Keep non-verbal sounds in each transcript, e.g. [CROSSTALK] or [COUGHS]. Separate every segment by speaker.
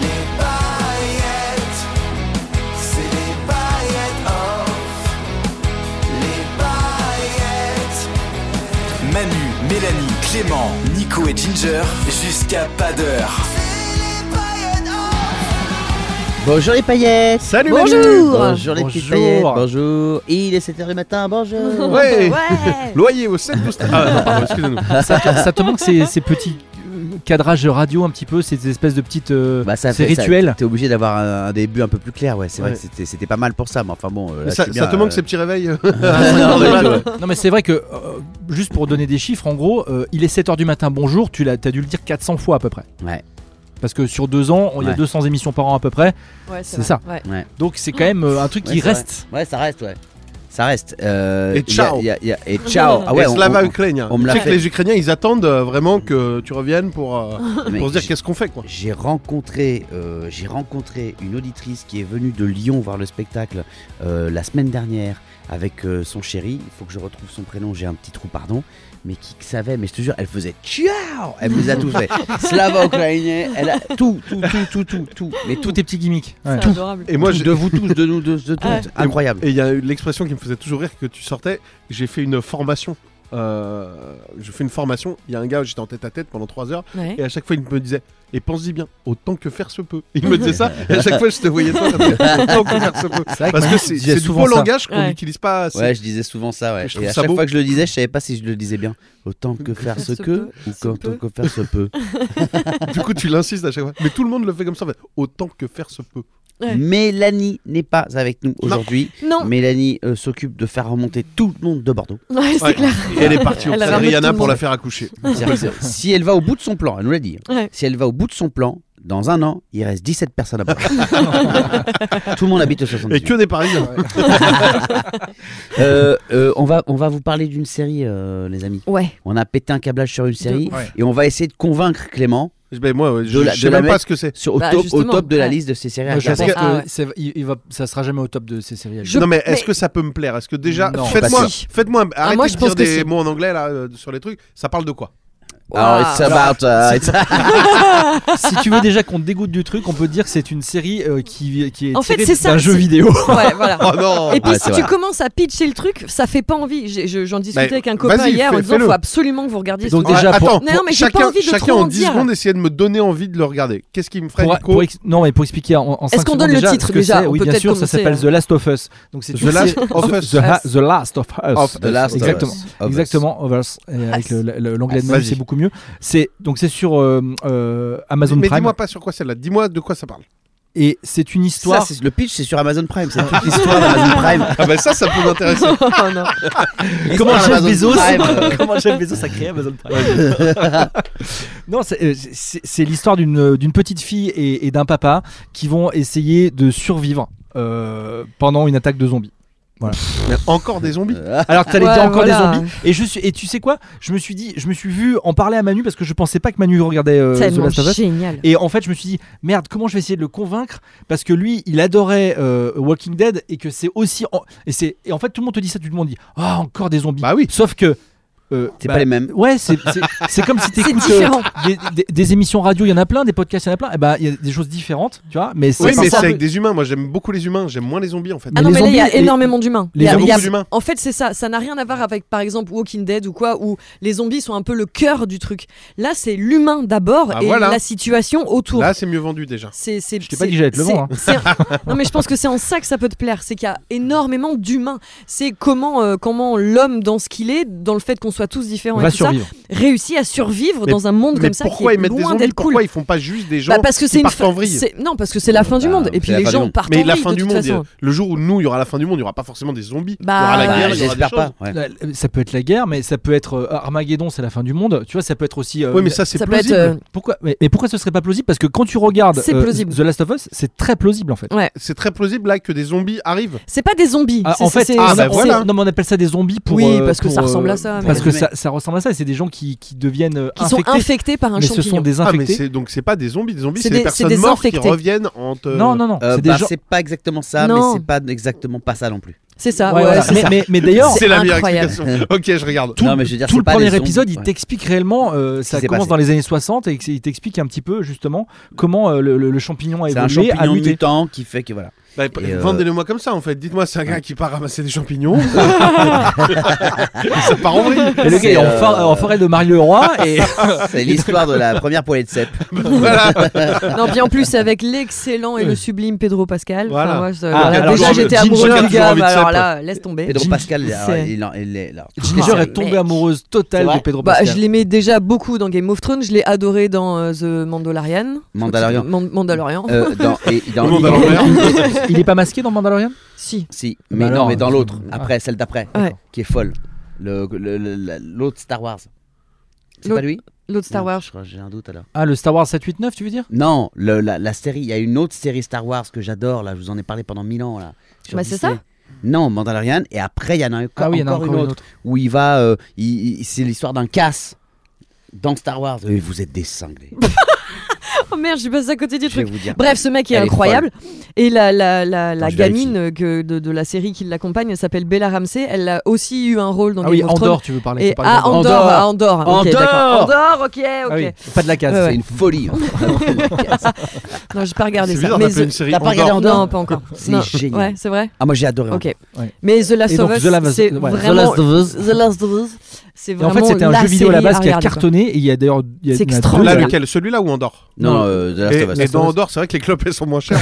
Speaker 1: Les paillettes, c'est les paillettes off. Les paillettes. Manu, Mélanie, Clément, Nico et Ginger, jusqu'à pas d'heure.
Speaker 2: Bonjour les paillettes
Speaker 3: Salut
Speaker 2: Bonjour
Speaker 3: Manu
Speaker 2: Bonjour les petites
Speaker 3: Bonjour.
Speaker 2: paillettes Bonjour Il est 7h du matin,
Speaker 4: [LAUGHS]
Speaker 2: bonjour
Speaker 3: Ouais. Loyer au 7 12 Ah non, pardon, excusez-nous.
Speaker 4: ça, te- ça te manque ces, ces petits euh, cadrages radio un petit peu, ces espèces de petites. euh,
Speaker 2: Bah ça
Speaker 4: ces
Speaker 2: fait ça,
Speaker 5: [LAUGHS]
Speaker 4: rituels.
Speaker 2: T'es obligé d'avoir un, un début un peu plus clair, ouais. C'est vrai
Speaker 3: Ouais.
Speaker 2: que c'était- c'était pas mal pour ça, mais enfin bon. euh, là,
Speaker 3: Ça,
Speaker 2: je suis
Speaker 3: ça
Speaker 2: bien,
Speaker 3: te manque
Speaker 2: euh,
Speaker 3: ces petits réveils
Speaker 4: Non, mais- non, mais c'est vrai que, euh, juste pour donner des chiffres, en gros, euh, il est 7h du matin, bonjour, tu as, dû le dire 400 fois à peu près.
Speaker 2: Ouais.
Speaker 4: Parce que sur deux ans, on- il y a
Speaker 2: Ouais.
Speaker 4: 200 émissions par an à peu près,
Speaker 5: Ouais,
Speaker 4: C'est
Speaker 5: vrai.
Speaker 4: ça.
Speaker 5: Ouais.
Speaker 4: donc c'est quand même euh, un truc
Speaker 2: Ouais,
Speaker 4: qui
Speaker 2: c'est vrai.
Speaker 4: reste.
Speaker 2: Ouais, ça reste, ouais. Ça reste. euh,
Speaker 3: Et
Speaker 2: il y a-
Speaker 3: ciao.
Speaker 2: il y a- il y a- Et
Speaker 4: [LAUGHS]
Speaker 2: ciao Ah ouais,
Speaker 3: Les
Speaker 2: on-
Speaker 3: Slava
Speaker 2: on-
Speaker 3: ukrainien.
Speaker 2: on me
Speaker 3: Tu
Speaker 2: l'a
Speaker 3: sais que
Speaker 2: fait.
Speaker 3: les Ukrainiens, ils attendent euh, vraiment que tu reviennes pour, euh,
Speaker 2: mais
Speaker 3: pour se dire
Speaker 2: j-
Speaker 3: qu'est-ce qu'on fait quoi.
Speaker 2: J'ai rencontré, euh, j'ai rencontré une auditrice qui est venue de Lyon voir le spectacle euh, la semaine dernière avec euh, son chéri. Il faut que je retrouve son prénom, j'ai un petit trou, pardon. Mais qui que savait, mais je te jure, elle faisait ciao Elle vous a tout [LAUGHS] fait. Slava ukrainien, elle a tout, tout, tout, tout, tout, tout. Mais tout
Speaker 4: Tous tes petits gimmicks. Ouais.
Speaker 5: C'est adorable.
Speaker 3: Et moi,
Speaker 2: moi,
Speaker 3: j'ai-
Speaker 2: de vous tous, de nous, de, de tout.
Speaker 5: Ouais.
Speaker 2: Incroyable.
Speaker 3: et il y a eu l'expression qui me faisait toujours rire que tu sortais. J'ai fait une formation. Euh, je fais une formation. Il y a un gars, j'étais en tête à tête pendant 3 heures.
Speaker 5: Ouais.
Speaker 3: Et à chaque fois, il me disait Et pense-y bien, autant que faire se peut. Il me disait ça. Et à chaque fois, je te voyais toi, comme, autant que faire se peut.
Speaker 4: vrai que
Speaker 3: Parce que
Speaker 4: Manu
Speaker 3: c'est
Speaker 4: disait
Speaker 3: c'est du
Speaker 4: souvent
Speaker 3: beau
Speaker 4: ça.
Speaker 3: langage qu'on
Speaker 5: Ouais.
Speaker 3: n'utilise pas assez.
Speaker 2: Ouais, je disais souvent ça, ouais.
Speaker 3: Je trouve
Speaker 2: Et à
Speaker 3: ça
Speaker 2: chaque
Speaker 3: beau.
Speaker 2: fois que je le disais, je savais pas si je le disais bien. Autant que faire ce
Speaker 5: se
Speaker 2: que,
Speaker 5: peut,
Speaker 2: ou
Speaker 5: se
Speaker 2: autant
Speaker 5: peut.
Speaker 2: que faire se peut.
Speaker 3: Du coup, tu l'insistes à chaque fois. Mais tout le monde le fait comme ça. en fait. Autant que faire se peut.
Speaker 5: Ouais.
Speaker 2: Mélanie n'est pas avec nous aujourd'hui.
Speaker 5: Non,
Speaker 2: Mélanie euh, s'occupe de faire remonter tout le monde de Bordeaux.
Speaker 5: [LAUGHS] Ouais, c'est
Speaker 3: Ouais.
Speaker 5: clair.
Speaker 3: Et elle est partie au
Speaker 5: Elle
Speaker 3: stade
Speaker 5: ramène
Speaker 3: Rihanna
Speaker 5: tout le
Speaker 3: pour la
Speaker 5: monde.
Speaker 3: faire accoucher.
Speaker 2: C'est-à-dire que si elle va au bout de son plan, elle nous l'a dit. hein,
Speaker 5: Ouais.
Speaker 2: Si elle va au bout de son plan, dans un an, il reste 17 personnes à
Speaker 5: [LAUGHS]
Speaker 2: Bordeaux. tout le monde habite au 78.
Speaker 3: Et que des Parisiens.
Speaker 2: Euh, euh, on, va, on va vous parler d'une série, euh, les amis.
Speaker 5: Ouais.
Speaker 2: On a pété un câblage sur une série
Speaker 5: ouf.
Speaker 4: Ouais.
Speaker 2: et on va essayer de convaincre Clément
Speaker 3: Ben moi, ouais, je,
Speaker 2: De la-
Speaker 3: je
Speaker 2: de
Speaker 3: sais
Speaker 2: la
Speaker 3: même pas
Speaker 2: mettre-
Speaker 3: ce que c'est.
Speaker 2: sur, au,
Speaker 5: Bah,
Speaker 2: top, au
Speaker 5: justement,
Speaker 2: top de la
Speaker 5: ouais.
Speaker 2: liste de ces séries. à
Speaker 4: Moi, Euh, je pense
Speaker 2: regarder.
Speaker 4: que
Speaker 5: Ah ouais.
Speaker 4: c'est- il, il va, ça sera jamais au top de ces séries.
Speaker 5: [LAUGHS] Je-
Speaker 3: non mais est-ce
Speaker 5: mais-
Speaker 3: que ça peut me plaire Est-ce que déjà
Speaker 4: Non.
Speaker 3: faites-moi,
Speaker 2: Bah,
Speaker 3: faites-moi, arrêtez
Speaker 5: Ah, moi, je
Speaker 3: de
Speaker 5: pense
Speaker 3: dire
Speaker 5: que
Speaker 3: des
Speaker 5: c'est-
Speaker 3: mots en anglais là euh, sur les trucs. Ça parle de quoi
Speaker 2: Alors,
Speaker 5: Waouh.
Speaker 2: it's about, uh, it's-
Speaker 4: si tu veux déjà qu'on te dégoûte du truc, on peut dire que c'est une série euh, qui, qui est
Speaker 5: En fait,
Speaker 4: tirée
Speaker 5: c'est ça,
Speaker 4: d'un jeu
Speaker 5: c'est-
Speaker 4: vidéo.
Speaker 5: Ouais,
Speaker 4: [LAUGHS]
Speaker 5: voilà.
Speaker 3: Oh non
Speaker 5: Et puis
Speaker 2: Ouais,
Speaker 5: si
Speaker 2: c'est
Speaker 5: tu
Speaker 2: vrai.
Speaker 5: commences à pitcher le truc, ça fait pas envie. J'ai- je- J'en discutais
Speaker 3: Bah,
Speaker 5: avec un copain
Speaker 3: vas-y,
Speaker 5: hier
Speaker 3: fais-
Speaker 5: en disant
Speaker 3: fais-le.
Speaker 5: faut absolument que vous regardiez ce
Speaker 4: Donc,
Speaker 5: truc.
Speaker 4: déjà, pour-
Speaker 3: Ah, attends,
Speaker 5: Non, non, mais j'ai
Speaker 3: chacun,
Speaker 5: pas envie de
Speaker 3: chacun
Speaker 5: trop
Speaker 3: en
Speaker 5: en
Speaker 3: 10
Speaker 5: dire.
Speaker 3: secondes essayait de me donner envie de le regarder. Qu'est-ce qui me ferait
Speaker 4: Pour-
Speaker 3: Nico
Speaker 4: pour ex- non, mais pour expliquer en, en cinq
Speaker 5: Est-ce qu'on
Speaker 4: secondes
Speaker 5: donne le
Speaker 4: déjà
Speaker 5: titre
Speaker 4: ce que
Speaker 5: déjà
Speaker 4: c'est,
Speaker 5: On
Speaker 4: Oui,
Speaker 5: peut
Speaker 4: bien
Speaker 5: peut-être
Speaker 4: sûr, ça s'appelle
Speaker 5: commencer,
Speaker 4: The Last of Us. Donc c'est
Speaker 3: The
Speaker 4: une
Speaker 3: Last
Speaker 4: série-
Speaker 3: of
Speaker 4: The-
Speaker 3: Us.
Speaker 4: The, Ha- The Last of Us.
Speaker 3: Of-
Speaker 2: The Last of Us.
Speaker 4: Exactement.
Speaker 2: Of Us.
Speaker 4: Exactement, Of Us. Et
Speaker 5: Ah,
Speaker 4: avec le- le- le- l'anglais de
Speaker 3: Vas-y.
Speaker 4: Manu, c'est beaucoup mieux. C'est donc c'est sur euh, euh, Amazon
Speaker 3: Mais
Speaker 4: Prime
Speaker 3: dis-moi pas sur quoi celle-là. Dis-moi de quoi ça parle.
Speaker 4: et c'est une
Speaker 2: Ça,
Speaker 4: histoire.
Speaker 2: c'est- le pitch, c'est sur Amazon Prime.
Speaker 5: [LAUGHS]
Speaker 2: C'est toute l'histoire d'Amazon Prime.
Speaker 3: Ah ben ça, ça peut m'intéresser.
Speaker 5: Oh,
Speaker 4: Euh,
Speaker 5: non.
Speaker 4: Comment
Speaker 2: L'histoire
Speaker 4: Jeff
Speaker 2: d'Amazon
Speaker 4: Bezos
Speaker 2: Prime.
Speaker 4: [LAUGHS] Comment Jeff Bezos a créé Amazon
Speaker 2: [LAUGHS]
Speaker 4: Prime Non, c'est euh, c'est- c'est l'histoire d'une euh, d'une petite fille et, et d'un papa qui vont essayer de survivre euh, pendant une attaque de zombies.
Speaker 3: Mais encore des zombies.
Speaker 5: Euh,
Speaker 4: Alors que t'allais
Speaker 5: Ouais,
Speaker 4: dire encore
Speaker 5: voilà.
Speaker 4: des zombies. Et je suis, et tu sais quoi Je me suis dit, je me suis vu en parler à Manu parce que je pensais pas que Manu regardait euh, The
Speaker 5: Tellement
Speaker 4: Last of Us.
Speaker 5: génial.
Speaker 4: Et en fait, je me suis dit, merde, comment je vais essayer de le convaincre Parce que lui, il adorait euh, Walking Dead et que c'est aussi. en- Et, c'est... et en fait, tout le monde te dit ça, tout le monde dit, ah, encore des zombies.
Speaker 3: Bah oui.
Speaker 4: Sauf que. euh,
Speaker 2: C'est
Speaker 4: bah,
Speaker 2: pas les mêmes.
Speaker 4: Ouais, c'est, c'est, c'est
Speaker 5: [LAUGHS]
Speaker 4: comme si t'écoutes euh,
Speaker 5: différent.
Speaker 4: des, des- des émissions radio, il y en a plein, des podcasts, il y en a plein. Et bah, il y a des choses différentes, tu vois. Mais c'est,
Speaker 3: Oui,
Speaker 4: pas
Speaker 3: mais c'est
Speaker 4: ça.
Speaker 3: avec des humains. Moi, j'aime beaucoup les humains. J'aime moins les zombies en fait.
Speaker 5: Ah
Speaker 4: Mais
Speaker 5: non,
Speaker 4: les
Speaker 5: mais là, il y a
Speaker 4: zombies, les-
Speaker 5: énormément d'humains.
Speaker 4: les
Speaker 5: Il y a-
Speaker 3: zombies-
Speaker 5: il y a-
Speaker 3: beaucoup d'humains.
Speaker 5: En fait, c'est ça. Ça n'a rien à voir avec, par exemple, Walking Dead ou quoi, où les zombies sont un peu le cœur du truc. Là, c'est l'humain d'abord
Speaker 3: Ah,
Speaker 5: et
Speaker 3: voilà.
Speaker 5: la situation autour.
Speaker 3: Là, c'est mieux vendu déjà.
Speaker 5: C'est, c'est,
Speaker 4: Je t'ai pas
Speaker 5: c'est-
Speaker 4: dit que j'allais te le
Speaker 5: c'est-
Speaker 4: vendre, hein.
Speaker 5: c'est- Non mais je pense que c'est en ça que ça peut te plaire, c'est qu'il y a énormément d'humains. C'est comment euh, comment l'homme dans ce qu'il est, dans le fait qu'on soit tous différents
Speaker 4: On
Speaker 5: et
Speaker 4: va
Speaker 5: tout ça,
Speaker 4: survivre.
Speaker 5: réussi à survivre
Speaker 3: Mais-
Speaker 5: dans un monde
Speaker 3: Mais
Speaker 5: comme ça qui
Speaker 3: pourquoi
Speaker 5: est
Speaker 3: ils mettent des
Speaker 5: loin
Speaker 3: zombies
Speaker 5: d'être cool.
Speaker 3: Pourquoi ils font pas juste des gens
Speaker 5: Bah, parce que
Speaker 3: qui
Speaker 5: c'est une
Speaker 3: partent
Speaker 5: fin-
Speaker 3: en vrille
Speaker 5: c'est- Non, parce que c'est la fin du
Speaker 2: Bah,
Speaker 5: monde. Et puis
Speaker 2: c'est la
Speaker 5: les
Speaker 2: fin du
Speaker 5: gens
Speaker 2: monde.
Speaker 5: partent en
Speaker 3: Mais la
Speaker 5: vrille,
Speaker 3: fin
Speaker 5: de
Speaker 3: du
Speaker 5: toute
Speaker 3: monde,
Speaker 5: façon.
Speaker 3: il y a- le jour où nous, il y aura la fin du monde, il n'y aura pas forcément des zombies.
Speaker 5: Bah,
Speaker 3: il y aura la
Speaker 5: Bah,
Speaker 3: guerre, il y aura des
Speaker 2: J'espère pas.
Speaker 3: choses.
Speaker 2: ouais. Euh,
Speaker 4: La- Ça peut être la guerre, mais ça peut être euh, Armageddon, c'est la fin du monde. Tu vois, ça peut être aussi. euh,
Speaker 3: Oui, mais ça, c'est
Speaker 5: Ça peut être.
Speaker 3: plausible.
Speaker 5: euh,
Speaker 4: pourquoi mais, mais pourquoi ce serait pas plausible Parce que quand tu regardes euh,
Speaker 5: C'est plausible.
Speaker 4: The Last of Us, c'est très plausible en fait.
Speaker 3: C'est très plausible là que des zombies arrivent.
Speaker 5: C'est pas des zombies.
Speaker 4: Ah,
Speaker 5: c'est-
Speaker 4: en fait,
Speaker 5: c'est-
Speaker 3: ah,
Speaker 4: on,
Speaker 3: bah,
Speaker 5: c'est-
Speaker 4: on-
Speaker 3: voilà.
Speaker 4: non, mais on appelle ça des zombies pour.
Speaker 5: Oui,
Speaker 4: euh,
Speaker 5: parce que
Speaker 4: pour,
Speaker 5: ça
Speaker 4: euh,
Speaker 5: ressemble à ça,
Speaker 4: Parce
Speaker 3: mais-
Speaker 4: que ça, ça ressemble à ça. et C'est des gens qui, qui deviennent euh,
Speaker 5: qui sont
Speaker 4: infectés.
Speaker 5: infectés par un
Speaker 4: mais ce sont
Speaker 5: champignon.
Speaker 4: des
Speaker 3: Ah, mais
Speaker 4: infectés.
Speaker 3: c'est donc c'est pas des zombies, des zombies,
Speaker 5: C'est
Speaker 3: c'est
Speaker 5: des-
Speaker 3: des
Speaker 5: c'est
Speaker 3: personnes
Speaker 5: des
Speaker 3: mortes qui
Speaker 5: infectés.
Speaker 3: reviennent en te.
Speaker 4: non, non, non.
Speaker 2: Euh,
Speaker 4: c'est des
Speaker 2: bah,
Speaker 4: gens.
Speaker 2: c'est pas exactement ça,
Speaker 5: Non.
Speaker 2: mais c'est pas exactement pas ça non plus.
Speaker 5: C'est ça.
Speaker 4: Ouais,
Speaker 5: ouais,
Speaker 4: voilà.
Speaker 5: c'est
Speaker 4: Mais-
Speaker 5: ça.
Speaker 4: mais- mais d'ailleurs,
Speaker 3: C'est la meilleure
Speaker 5: incroyable.
Speaker 3: explication. ok, je regarde.
Speaker 4: Tout-
Speaker 2: non, mais je veux dire,
Speaker 4: tout
Speaker 2: c'est
Speaker 4: le
Speaker 2: pas
Speaker 4: premier
Speaker 2: des zombies,
Speaker 4: épisode, il
Speaker 2: ouais.
Speaker 4: t'explique réellement, euh, ça
Speaker 2: s'est
Speaker 4: commence
Speaker 2: passé.
Speaker 4: dans les années 60 et il t'explique un petit peu justement comment euh, le, le- le champignon a
Speaker 2: C'est un
Speaker 4: évolué, a
Speaker 2: champignon
Speaker 4: muté.
Speaker 2: mutant qui fait que voilà.
Speaker 3: Bah,
Speaker 2: Et, euh,
Speaker 3: Vendez-le-moi comme ça en fait. Dites-moi, c'est un gars qui part ramasser des champignons. ça part en vrille.
Speaker 4: Et le gars
Speaker 2: C'est,
Speaker 4: est en,
Speaker 2: euh,
Speaker 4: for- en forêt de Marie
Speaker 5: [LAUGHS]
Speaker 4: Leroy
Speaker 5: Ah,
Speaker 4: et
Speaker 2: [LAUGHS] C'est l'histoire de la première poêlée de cèpe.
Speaker 3: voilà.
Speaker 5: Non, puis en plus avec l'excellent et le sublime Pedro Pascal. Enfin,
Speaker 3: Voilà.
Speaker 5: moi, je-
Speaker 4: Ah,
Speaker 5: voilà,
Speaker 4: alors,
Speaker 5: déjà
Speaker 4: Ginger-
Speaker 5: j'étais amoureux
Speaker 3: Ginger,
Speaker 5: du gars,
Speaker 3: toujours envie de
Speaker 5: mais alors
Speaker 3: ça,
Speaker 5: là, laisse tomber.
Speaker 2: Pedro
Speaker 4: Gin-
Speaker 2: Pascal, alors,
Speaker 5: c'est-
Speaker 2: il, en- il est.
Speaker 5: [LAUGHS]
Speaker 2: alors,
Speaker 4: Ginger est tombée
Speaker 5: Mec.
Speaker 4: amoureuse
Speaker 2: C'est
Speaker 4: totale
Speaker 2: vrai
Speaker 4: de Pedro
Speaker 5: Bah,
Speaker 4: Pascal.
Speaker 5: je l'aimais déjà beaucoup dans Game of Thrones, je l'ai adoré dans euh, The Mandalorian.
Speaker 2: Mandalorian.
Speaker 5: Man- Mandalorian.
Speaker 2: Euh, dans, et, dans,
Speaker 3: Le monde à l'envers.
Speaker 4: Il est pas masqué dans Mandalorian
Speaker 5: Si.
Speaker 2: Si,
Speaker 4: Bah
Speaker 2: mais
Speaker 4: alors,
Speaker 2: non, mais dans
Speaker 4: euh,
Speaker 2: l'autre,
Speaker 4: ah.
Speaker 2: après, celle d'après,
Speaker 5: Ouais.
Speaker 2: qui est folle. L'autre le, le- la- l'autre Star Wars. C'est
Speaker 5: L'autre-
Speaker 2: pas lui
Speaker 5: L'autre Star
Speaker 2: Non,
Speaker 5: Wars.
Speaker 2: je crois, J'ai un doute alors.
Speaker 4: Ah, le Star Wars 789, tu veux dire
Speaker 2: Non, le- la, la série, il y a une autre série Star Wars que j'adore, là, je vous en ai parlé pendant mille ans, là. sur
Speaker 5: Bah, c'est
Speaker 2: Disney. Non, Mandalorian, et après, il y en a encore,
Speaker 4: Ah oui, il y en a
Speaker 2: encore
Speaker 4: encore
Speaker 2: une, autre, où il va, euh, il- il- c'est l'histoire d'un casse dans Star Wars. Et vous êtes des cinglés,
Speaker 5: [LAUGHS] Oh merde, je suis passée à côté du
Speaker 2: je vais
Speaker 5: truc.
Speaker 2: vous dire.
Speaker 5: Bref, ce mec est
Speaker 2: Elle est
Speaker 5: incroyable. et la, la, la, la
Speaker 2: Attends, je
Speaker 5: gamine euh, que de, de la série qui l'accompagne elle s'appelle Bella Ramsey. Elle a aussi eu un rôle dans
Speaker 4: Ah
Speaker 5: Game
Speaker 4: oui,
Speaker 5: of Thrones.
Speaker 4: Andorre, tu veux parler.
Speaker 5: Et
Speaker 4: faut parler
Speaker 5: ah,
Speaker 4: d'Andorre.
Speaker 5: Andorre,
Speaker 2: Andorre.
Speaker 5: ah, Andorre, ok,
Speaker 2: Andorre.
Speaker 5: d'accord. Andorre, ok, ok.
Speaker 4: Ah oui, pas de la case.
Speaker 5: Ouais,
Speaker 2: C'est une folie.
Speaker 5: Non, j'ai pas regardé
Speaker 3: C'est
Speaker 5: ça.
Speaker 3: bizarre
Speaker 5: mais
Speaker 3: d'appeler
Speaker 5: The-
Speaker 3: une série
Speaker 2: T'as pas regardé
Speaker 3: Andorre.
Speaker 2: Andorre
Speaker 5: Non, pas encore.
Speaker 2: C'est
Speaker 5: Non.
Speaker 2: génial.
Speaker 5: Ouais, c'est vrai.
Speaker 2: Ah, moi j'ai adoré.
Speaker 5: Ok.
Speaker 4: Ouais.
Speaker 5: Mais The Last
Speaker 4: Et donc,
Speaker 5: of Us,
Speaker 4: The Last-
Speaker 5: c'est
Speaker 4: ouais. The
Speaker 5: vraiment
Speaker 2: of Us.
Speaker 5: The Last of Us, c'est
Speaker 4: Et en
Speaker 5: vraiment
Speaker 4: fait, c'était un
Speaker 5: la
Speaker 4: jeu vidéo à la
Speaker 5: série
Speaker 4: base qui a
Speaker 5: regarder, quoi.
Speaker 4: cartonné. et Il y a d'ailleurs. il y a-
Speaker 5: C'est
Speaker 4: il y en a
Speaker 5: extraordinaire.
Speaker 4: deux.
Speaker 3: Là,
Speaker 5: Voilà.
Speaker 3: lequel Celui-là ou Andorre
Speaker 2: Non, euh, The Last
Speaker 3: et,
Speaker 2: of Us.
Speaker 3: et dans Andorre, c'est vrai que les clopes elles sont moins chères.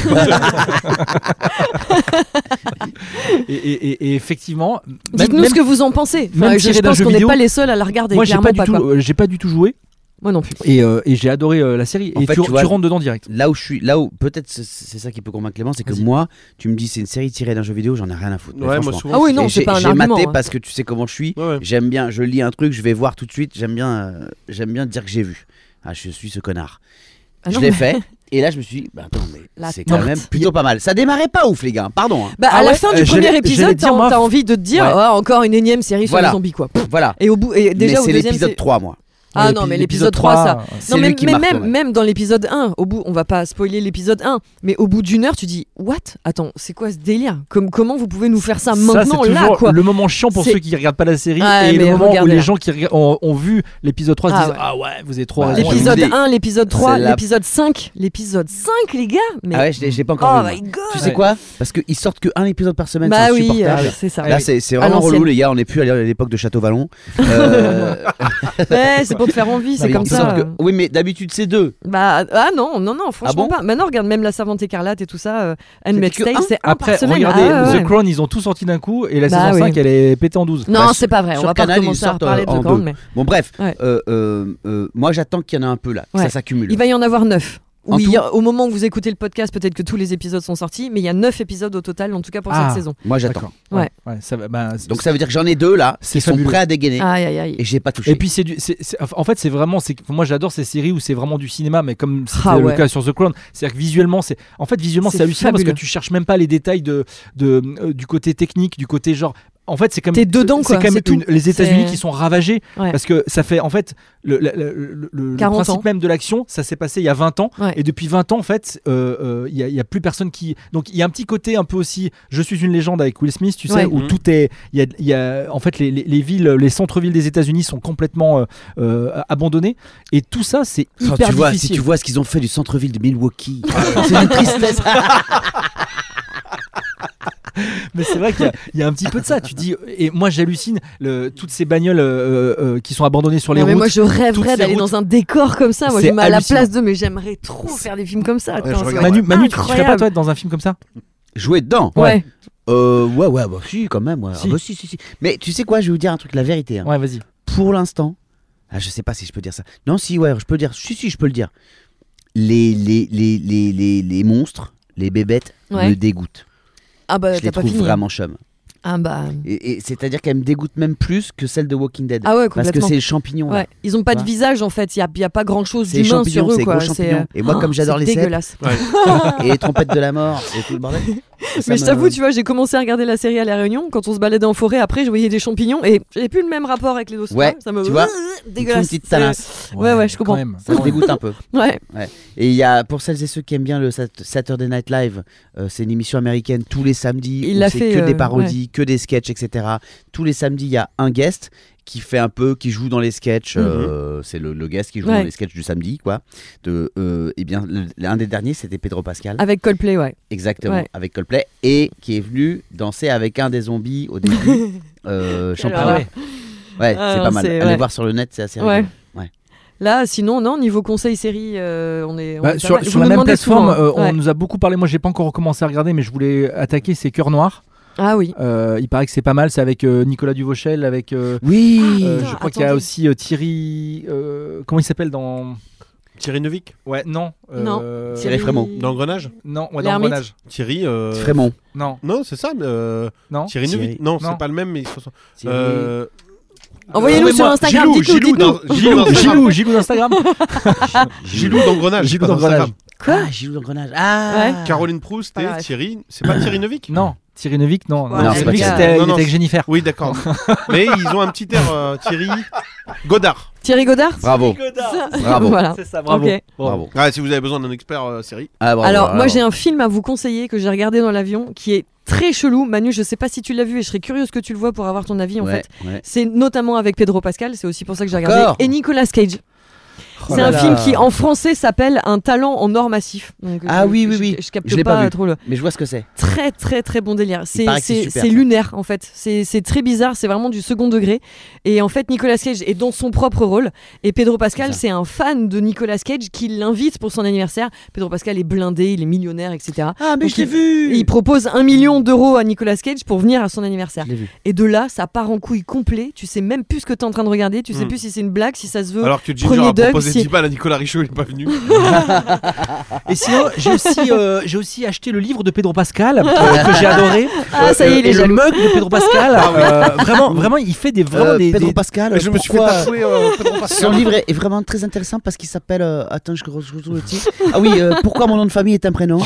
Speaker 4: Et, et- et- et effectivement. même-
Speaker 5: Dites-nous
Speaker 4: même-
Speaker 5: ce que vous en pensez. Enfin,
Speaker 4: même
Speaker 5: je,
Speaker 4: tiré
Speaker 5: je
Speaker 4: d'un
Speaker 5: pense
Speaker 4: jeu
Speaker 5: qu'on n'est
Speaker 4: vidéo,
Speaker 5: pas les seuls à la regarder.
Speaker 4: Moi, j'ai
Speaker 5: clairement
Speaker 4: pas du
Speaker 5: quoi.
Speaker 4: tout, euh, j'ai pas du tout joué.
Speaker 5: Moi non plus.
Speaker 4: Et, euh, et j'ai adoré euh, la série.
Speaker 2: En
Speaker 4: et
Speaker 2: fait,
Speaker 4: tu,
Speaker 2: tu vois-
Speaker 4: tu rentres dedans direct.
Speaker 2: Là où je suis, là où peut-être c'est- c'est ça qui peut convaincre Clément, c'est que
Speaker 4: Vas-y.
Speaker 2: moi, tu me dis c'est une série tirée d'un jeu vidéo, j'en ai rien à foutre. mais
Speaker 3: ouais, moi
Speaker 2: franchement.
Speaker 3: souvent.
Speaker 5: Ah oui,
Speaker 3: c'est-
Speaker 5: non,
Speaker 2: Et
Speaker 5: c'est
Speaker 2: j'ai-
Speaker 5: pas un
Speaker 2: J'ai
Speaker 5: argument.
Speaker 2: maté
Speaker 5: hein.
Speaker 2: parce que tu sais comment je suis.
Speaker 3: Ouais, ouais.
Speaker 2: J'aime bien, je lis un truc, je vais voir tout de suite, j'aime bien, euh, j'aime bien dire que j'ai vu. Ah, je suis ce connard.
Speaker 5: Ah non,
Speaker 2: je
Speaker 5: [LAUGHS]
Speaker 2: l'ai
Speaker 5: mais-
Speaker 2: fait. Et là, je me suis dit, bah, attends, mais
Speaker 5: La
Speaker 2: c'est quand
Speaker 4: tarte.
Speaker 2: même plutôt pas mal. Ça démarrait pas ouf, les gars, pardon. hein.
Speaker 5: Bah, à
Speaker 4: Ah
Speaker 5: la
Speaker 4: ouais,
Speaker 5: fin
Speaker 4: euh,
Speaker 5: du premier
Speaker 4: j'allais- j'allais
Speaker 5: épisode,
Speaker 4: dire,
Speaker 5: t'as
Speaker 4: moi,
Speaker 5: t'as envie de te dire
Speaker 2: ouais.
Speaker 5: Ah, encore une énième série sur
Speaker 2: Voilà.
Speaker 5: les zombies quoi.
Speaker 2: Voilà.
Speaker 5: Et au bout, et déjà
Speaker 2: mais
Speaker 5: au
Speaker 2: c'est
Speaker 5: deuxième,
Speaker 2: l'épisode
Speaker 5: c'est-
Speaker 2: 3, moi.
Speaker 5: Ah non, mais l'épisode 3, ça.
Speaker 4: euh,
Speaker 2: C'est
Speaker 5: Non,
Speaker 2: lui
Speaker 5: mais,
Speaker 2: qui
Speaker 5: mais
Speaker 2: m'a
Speaker 5: même,
Speaker 2: retourné.
Speaker 5: même dans l'épisode 1, au bout, on va pas spoiler l'épisode 1, mais au bout d'une heure, tu dis What Attends, c'est quoi ce délire Comme, Comment vous pouvez nous faire ça maintenant
Speaker 4: c'est
Speaker 5: là
Speaker 4: toujours
Speaker 5: quoi
Speaker 4: Le moment chiant pour
Speaker 5: C'est-
Speaker 4: ceux qui regardent pas la série
Speaker 5: Ouais,
Speaker 4: et le
Speaker 5: mais
Speaker 4: moment où
Speaker 5: regardez-la.
Speaker 4: les gens qui rega- ont, ont vu l'épisode 3 se
Speaker 5: Ah
Speaker 4: disent
Speaker 5: ouais.
Speaker 4: Ah ouais, vous avez trop
Speaker 2: Bah,
Speaker 4: raison.
Speaker 5: L'épisode
Speaker 2: j'ai une idée.
Speaker 5: 1, l'épisode 3,
Speaker 2: C'est la-
Speaker 5: l'épisode 5, l'épisode 5, les gars Mais.
Speaker 2: Ah ouais, je l'ai- je l'ai pas encore
Speaker 5: oh
Speaker 2: vu. moi.
Speaker 5: my god
Speaker 2: Tu
Speaker 4: Ouais.
Speaker 2: sais quoi Parce qu'ils sortent que un épisode par semaine,
Speaker 5: Bah
Speaker 2: c'est
Speaker 5: oui,
Speaker 2: insupportable.
Speaker 5: euh, c'est
Speaker 4: Ah
Speaker 5: ça.
Speaker 2: Ah Là, c'est c'est
Speaker 5: À
Speaker 2: vraiment relou,
Speaker 5: l'ancienne.
Speaker 2: les gars. On n'est plus à l'époque de Château
Speaker 5: [LAUGHS]
Speaker 2: Vallon. Euh,
Speaker 5: Ouais, c'est pour te faire envie, c'est
Speaker 2: ils
Speaker 5: comme ça.
Speaker 2: sortent que- Bah Oui, mais d'habitude, c'est deux.
Speaker 5: Bah, ah non, non, non, franchement
Speaker 2: bon
Speaker 5: pas. Maintenant, regarde même La Savante Écarlate et tout ça. Euh, Handmaid's
Speaker 2: que
Speaker 5: Tale,
Speaker 2: un
Speaker 5: c'est un
Speaker 4: Après,
Speaker 5: par semaine.
Speaker 4: regardez,
Speaker 5: Ah, ouais,
Speaker 4: The
Speaker 5: ouais.
Speaker 4: Crown, ils ont tout sorti d'un coup et la
Speaker 5: Bah
Speaker 4: saison
Speaker 5: oui.
Speaker 4: 5, elle est pétée en 12.
Speaker 5: Non,
Speaker 2: Bah,
Speaker 5: c'est pas vrai, on
Speaker 2: sur
Speaker 5: va pas
Speaker 2: Canal, ils
Speaker 5: commencer à
Speaker 2: sortent, euh,
Speaker 5: reparler de
Speaker 2: en
Speaker 5: The Crown,
Speaker 2: deux.
Speaker 5: mais
Speaker 2: Bon, bref.
Speaker 5: Ouais.
Speaker 2: euh, euh, euh, moi, j'attends qu'il y en a un peu là. que
Speaker 5: Ouais.
Speaker 2: Ça s'accumule.
Speaker 5: il va y en avoir 9.
Speaker 2: En
Speaker 5: Oui,
Speaker 2: tout
Speaker 5: il y a- au moment où vous écoutez le podcast, peut-être que tous les épisodes sont sortis, mais il y a 9 épisodes au total, en tout cas pour
Speaker 4: Ah.
Speaker 5: cette saison.
Speaker 2: Moi, j'attends.
Speaker 5: Ouais.
Speaker 4: ouais, ça va- bah, c'est-
Speaker 2: Donc, ça veut dire que j'en ai deux là.
Speaker 4: C'est
Speaker 2: Ils sont
Speaker 4: fabuleux.
Speaker 2: prêts à dégainer.
Speaker 5: Aïe, aïe, aïe.
Speaker 2: Et j'ai pas touché.
Speaker 4: Et puis c'est du, c'est- c'est- en fait c'est vraiment, c'est que moi j'adore ces séries où c'est vraiment du cinéma, mais comme c'était
Speaker 5: Ah ouais.
Speaker 4: le cas sur The Crown, c'est-à-dire que visuellement c'est, en fait visuellement
Speaker 5: C'est
Speaker 4: c'est hallucinant
Speaker 5: fabuleux.
Speaker 4: parce que tu cherches même pas les détails de, de euh, du côté technique, du côté genre, en fait c'est comme,
Speaker 5: T'es dedans,
Speaker 4: c'est
Speaker 5: quoi,
Speaker 4: quand même
Speaker 5: c'est tout.
Speaker 4: une- les États-Unis
Speaker 5: C'est-
Speaker 4: qui sont ravagés
Speaker 5: Ouais.
Speaker 4: parce que ça fait en fait le, le- le- le- le
Speaker 5: 40
Speaker 4: principe
Speaker 5: ans.
Speaker 4: même de l'action, ça s'est passé il y a 20 ans
Speaker 5: Ouais.
Speaker 4: et depuis 20 ans en fait euh, euh, il y, a- il y a plus personne qui, donc il y a un petit côté un peu aussi, je suis une légende avec Will Smith, tu sais,
Speaker 5: Ouais.
Speaker 4: où
Speaker 2: Mm.
Speaker 3: Mhm.
Speaker 4: tout est, il y a, il y a- en fait les, les- les villes, les centres-villes des États-Unis sont complètement euh, euh, abandonné et tout ça c'est
Speaker 2: Quand
Speaker 4: hyper
Speaker 2: tu vois, si
Speaker 4: difficile
Speaker 2: tu vois ce qu'ils ont fait du centre-ville de Milwaukee, [LAUGHS] c'est une tristesse.
Speaker 4: [LAUGHS] mais c'est vrai qu'il y a- il y, a un petit peu de ça tu dis et moi j'hallucine le- toutes ces bagnoles euh, euh, qui sont abandonnées sur les
Speaker 5: Non, mais
Speaker 4: routes
Speaker 5: moi je
Speaker 4: toutes
Speaker 5: rêverais
Speaker 4: ces
Speaker 5: d'aller
Speaker 4: routes.
Speaker 5: dans un décor comme ça. Moi je
Speaker 4: C'est
Speaker 5: me mets à la
Speaker 4: hallucinant.
Speaker 5: place d'eux, mais j'aimerais trop faire des films comme ça.
Speaker 3: je
Speaker 5: Attends, ça
Speaker 3: regarde.
Speaker 5: va
Speaker 4: Manu,
Speaker 5: être
Speaker 4: Manu tu ferais pas
Speaker 5: incroyable.
Speaker 4: toi être dans un film comme ça
Speaker 2: Jouer dedans.
Speaker 4: toi
Speaker 5: Ouais.
Speaker 2: Euh, ouais, ouais, bah si, quand même. Ouais. Ah,
Speaker 4: Si.
Speaker 2: bah, si, si, si. Mais tu sais quoi, je vais vous dire un truc, la vérité. hein.
Speaker 4: ouais vas-y
Speaker 2: pour l'instant, ah, je sais pas si je peux dire ça. Non, si, ouais, je peux dire. Si, si, je peux le dire. Les, les, les, les, les, les monstres, les bébêtes
Speaker 5: Ouais.
Speaker 2: me dégoûtent.
Speaker 5: Ah bah
Speaker 2: je les
Speaker 5: t'as pas
Speaker 2: trouve
Speaker 5: fini.
Speaker 2: vraiment chum.
Speaker 5: Ah bah.
Speaker 2: Et, et c'est-à-dire qu'elles me dégoûtent même plus que celles de Walking Dead.
Speaker 5: Ah
Speaker 2: parce
Speaker 5: ouais,
Speaker 2: que
Speaker 5: complètement.
Speaker 2: c'est le champignon. là.
Speaker 5: Ouais, ils ont pas de
Speaker 2: Voilà.
Speaker 5: visage en fait, il n'y a, pas grand chose
Speaker 2: C'est les
Speaker 5: d'humain
Speaker 2: champignons,
Speaker 5: sur eux
Speaker 2: c'est
Speaker 5: quoi.
Speaker 2: gros champignons. Et moi,
Speaker 5: Ah,
Speaker 2: comme j'adore les
Speaker 5: c'est
Speaker 2: cèpes,
Speaker 5: dégueulasse.
Speaker 2: [LAUGHS] et les trompettes de la mort et tout le
Speaker 5: [LAUGHS]
Speaker 2: bordel. Ça
Speaker 5: Mais je
Speaker 2: me-
Speaker 5: t'avoue, tu vois, j'ai commencé à regarder la série à La Réunion. Quand on se baladait en forêt, après, je voyais des champignons et j'avais plus le même rapport avec les ossements.
Speaker 2: Ouais,
Speaker 5: ça me.
Speaker 2: tu
Speaker 5: [LAUGHS]
Speaker 2: vois, Ils font une
Speaker 5: dégueulasse.
Speaker 2: petite talasse.
Speaker 5: Ouais, ouais, je
Speaker 4: quand
Speaker 5: comprends.
Speaker 4: même.
Speaker 2: Ça me dégoûte un peu.
Speaker 5: Ouais.
Speaker 2: Et il y a, pour celles et ceux qui aiment bien le Sat- Saturday Night Live, euh, c'est une émission américaine tous les samedis.
Speaker 5: Il
Speaker 2: où
Speaker 5: l'a
Speaker 2: c'est
Speaker 5: fait,
Speaker 2: que
Speaker 5: euh,
Speaker 2: des parodies, que des sketchs, etc. Tous les samedis, il y a un guest qui fait un peu, qui joue dans les sketchs. euh, c'est le, le guest qui joue
Speaker 5: Mhm. Ouais.
Speaker 2: dans les sketchs du samedi, quoi. De, euh, eh bien, le- l'un des derniers, c'était Pedro Pascal,
Speaker 5: Avec Coldplay, ouais.
Speaker 2: exactement,
Speaker 5: Ah, ouais.
Speaker 2: avec Coldplay, et qui est venu danser avec un des zombies au début.
Speaker 5: [LAUGHS]
Speaker 2: euh, Champion.
Speaker 5: Alors là.
Speaker 2: ouais, Ouais,
Speaker 5: Ah
Speaker 2: c'est
Speaker 5: non,
Speaker 2: pas mal.
Speaker 5: c'est-
Speaker 2: Allez
Speaker 5: ouais.
Speaker 2: voir sur le net, c'est assez
Speaker 5: Ouais.
Speaker 2: rigolo. Ouais.
Speaker 5: Là, sinon, non, niveau conseil série, euh, on est. on
Speaker 4: Bah,
Speaker 5: est pas
Speaker 4: sur
Speaker 5: mal.
Speaker 4: sur
Speaker 5: Vous
Speaker 4: la
Speaker 5: me
Speaker 4: même
Speaker 5: demandez
Speaker 4: plateforme,
Speaker 5: souvent,
Speaker 4: euh, on
Speaker 5: ouais.
Speaker 4: nous a beaucoup parlé. Moi, j'ai pas encore recommencé à regarder, mais je voulais attaquer. C'est Cœur Noir.
Speaker 5: Ah oui.
Speaker 4: Euh, il paraît que c'est pas mal. C'est avec euh, Nicolas Duvauchel, avec. euh,
Speaker 2: Oui.
Speaker 4: euh,
Speaker 5: putain,
Speaker 4: je crois qu'il y a
Speaker 5: attendez.
Speaker 4: aussi euh, Thierry. euh, comment il s'appelle dans.
Speaker 6: Thierry Neuvik
Speaker 4: Ouais, non.
Speaker 5: Non.
Speaker 4: euh,
Speaker 2: Thierry Frémont.
Speaker 6: d'engrenage
Speaker 4: Non, ouais, dans
Speaker 5: L'ermite.
Speaker 4: Grenage.
Speaker 6: Thierry. euh,
Speaker 2: Frémont.
Speaker 4: Non,
Speaker 6: Non, c'est ça. mais, euh,
Speaker 4: non.
Speaker 6: Thierry
Speaker 2: Thierry.
Speaker 6: Neuvik. Non,
Speaker 4: Non.
Speaker 6: c'est pas le même, mais ils se sont-
Speaker 2: Thierry-
Speaker 6: Euh,
Speaker 5: Envoyez-nous sur
Speaker 6: trouvez-moi
Speaker 5: Instagram,
Speaker 6: Gilou,
Speaker 5: dites-nous,
Speaker 6: Gilou
Speaker 5: dites-nous.
Speaker 6: dans- Gilou dans-
Speaker 4: Gilou,
Speaker 6: [LAUGHS]
Speaker 4: Gilou d'Instagram.
Speaker 6: Gilou d'engrenage. pas
Speaker 4: Gilou d'engrenage.
Speaker 6: d'Instagram.
Speaker 2: Ah, Gilou d'engrenage. Ah
Speaker 5: Ouais.
Speaker 6: Caroline Proust
Speaker 5: Pas
Speaker 6: et
Speaker 5: grave.
Speaker 6: Thierry. C'est pas Thierry Neuvik
Speaker 4: Non, Thierry Neuvik, non.
Speaker 5: Ouais,
Speaker 2: Non, c'est
Speaker 4: Thierry
Speaker 2: pas
Speaker 4: Neuvik,
Speaker 2: Thierry.
Speaker 4: c'était il
Speaker 6: Non,
Speaker 4: était
Speaker 6: non,
Speaker 4: avec
Speaker 6: c'est- [LAUGHS]
Speaker 4: Jennifer.
Speaker 6: Oui, d'accord. mais ils ont un petit air euh, Thierry Godard.
Speaker 5: Thierry Godard
Speaker 2: Bravo. Bravo.
Speaker 5: Voilà.
Speaker 4: C'est ça,
Speaker 5: bravo. Ok.
Speaker 2: Bravo.
Speaker 6: Ah, si vous avez besoin d'un expert euh, série.
Speaker 2: Ah, bravo,
Speaker 5: Alors,
Speaker 2: bravo.
Speaker 5: moi, j'ai un film à vous conseiller que j'ai regardé dans l'avion qui est très chelou. Manu, je sais pas si tu l'as vu et je serais curieuse que tu le vois pour avoir ton avis en
Speaker 2: Ouais,
Speaker 5: fait.
Speaker 2: ouais.
Speaker 5: C'est notamment avec Pedro Pascal, c'est aussi pour ça que j'ai
Speaker 2: Encore
Speaker 5: regardé. Et Nicolas Cage. c'est
Speaker 2: là
Speaker 5: un
Speaker 2: Oh là.
Speaker 5: film qui, en français, s'appelle Un talent en or massif. Donc,
Speaker 2: Ah
Speaker 5: je-
Speaker 2: oui, oui,
Speaker 5: je-
Speaker 2: oui.
Speaker 5: Je, je capte
Speaker 2: Je l'ai
Speaker 5: pas,
Speaker 2: pas vu.
Speaker 5: trop le.
Speaker 2: Mais je vois ce que c'est.
Speaker 5: Très, très, très bon délire. C'est
Speaker 2: paraît que c'est
Speaker 5: c'est-
Speaker 2: super,
Speaker 5: c'est
Speaker 2: ça.
Speaker 5: lunaire, en fait. C'est c'est très bizarre, c'est vraiment du second degré. Et en fait, Nicolas Cage est dans son propre rôle. Et Pedro Pascal,
Speaker 2: C'est ça.
Speaker 5: c'est un fan de Nicolas Cage qui l'invite pour son anniversaire. Pedro Pascal est blindé, il est millionnaire, etc.
Speaker 2: Ah,
Speaker 5: mais je l'ai
Speaker 2: vu
Speaker 5: Et il propose un million d'euros à Nicolas Cage pour venir à son anniversaire.
Speaker 2: Je l'ai vu.
Speaker 5: Et de là, ça part en couille complet. Tu sais même plus ce que t'es en train de regarder. Tu sais
Speaker 2: Hmm.
Speaker 6: Mm.
Speaker 5: plus si c'est une blague, si ça se veut.
Speaker 6: Alors que Ginger
Speaker 5: Euh, Premier
Speaker 6: a
Speaker 5: Doug,
Speaker 6: proposé
Speaker 5: si-
Speaker 6: 10 balles à Nicolas Richaud, il est pas venu.
Speaker 4: Et sinon, j'ai aussi, euh, j'ai aussi acheté le livre de Pedro
Speaker 5: [LAUGHS]
Speaker 4: Pascal euh, que j'ai adoré.
Speaker 5: Ah, ça y est,
Speaker 4: Euh,
Speaker 5: il est
Speaker 4: et le
Speaker 5: jaloux.
Speaker 4: mug de Pedro Pascal.
Speaker 6: Ah
Speaker 4: euh, vraiment, vraiment, il fait des vraiment
Speaker 2: Euh,
Speaker 4: des,
Speaker 2: Pedro
Speaker 4: des-
Speaker 2: Pascal,
Speaker 6: Je me suis fait
Speaker 2: pourquoi-
Speaker 6: tatouer euh, Pedro
Speaker 2: Son
Speaker 6: Pascal.
Speaker 2: livre est est vraiment très intéressant parce qu'il s'appelle. euh, Attends, je re- je retrouve le titre. Ah oui, [LAUGHS] euh, pourquoi mon nom de famille est un prénom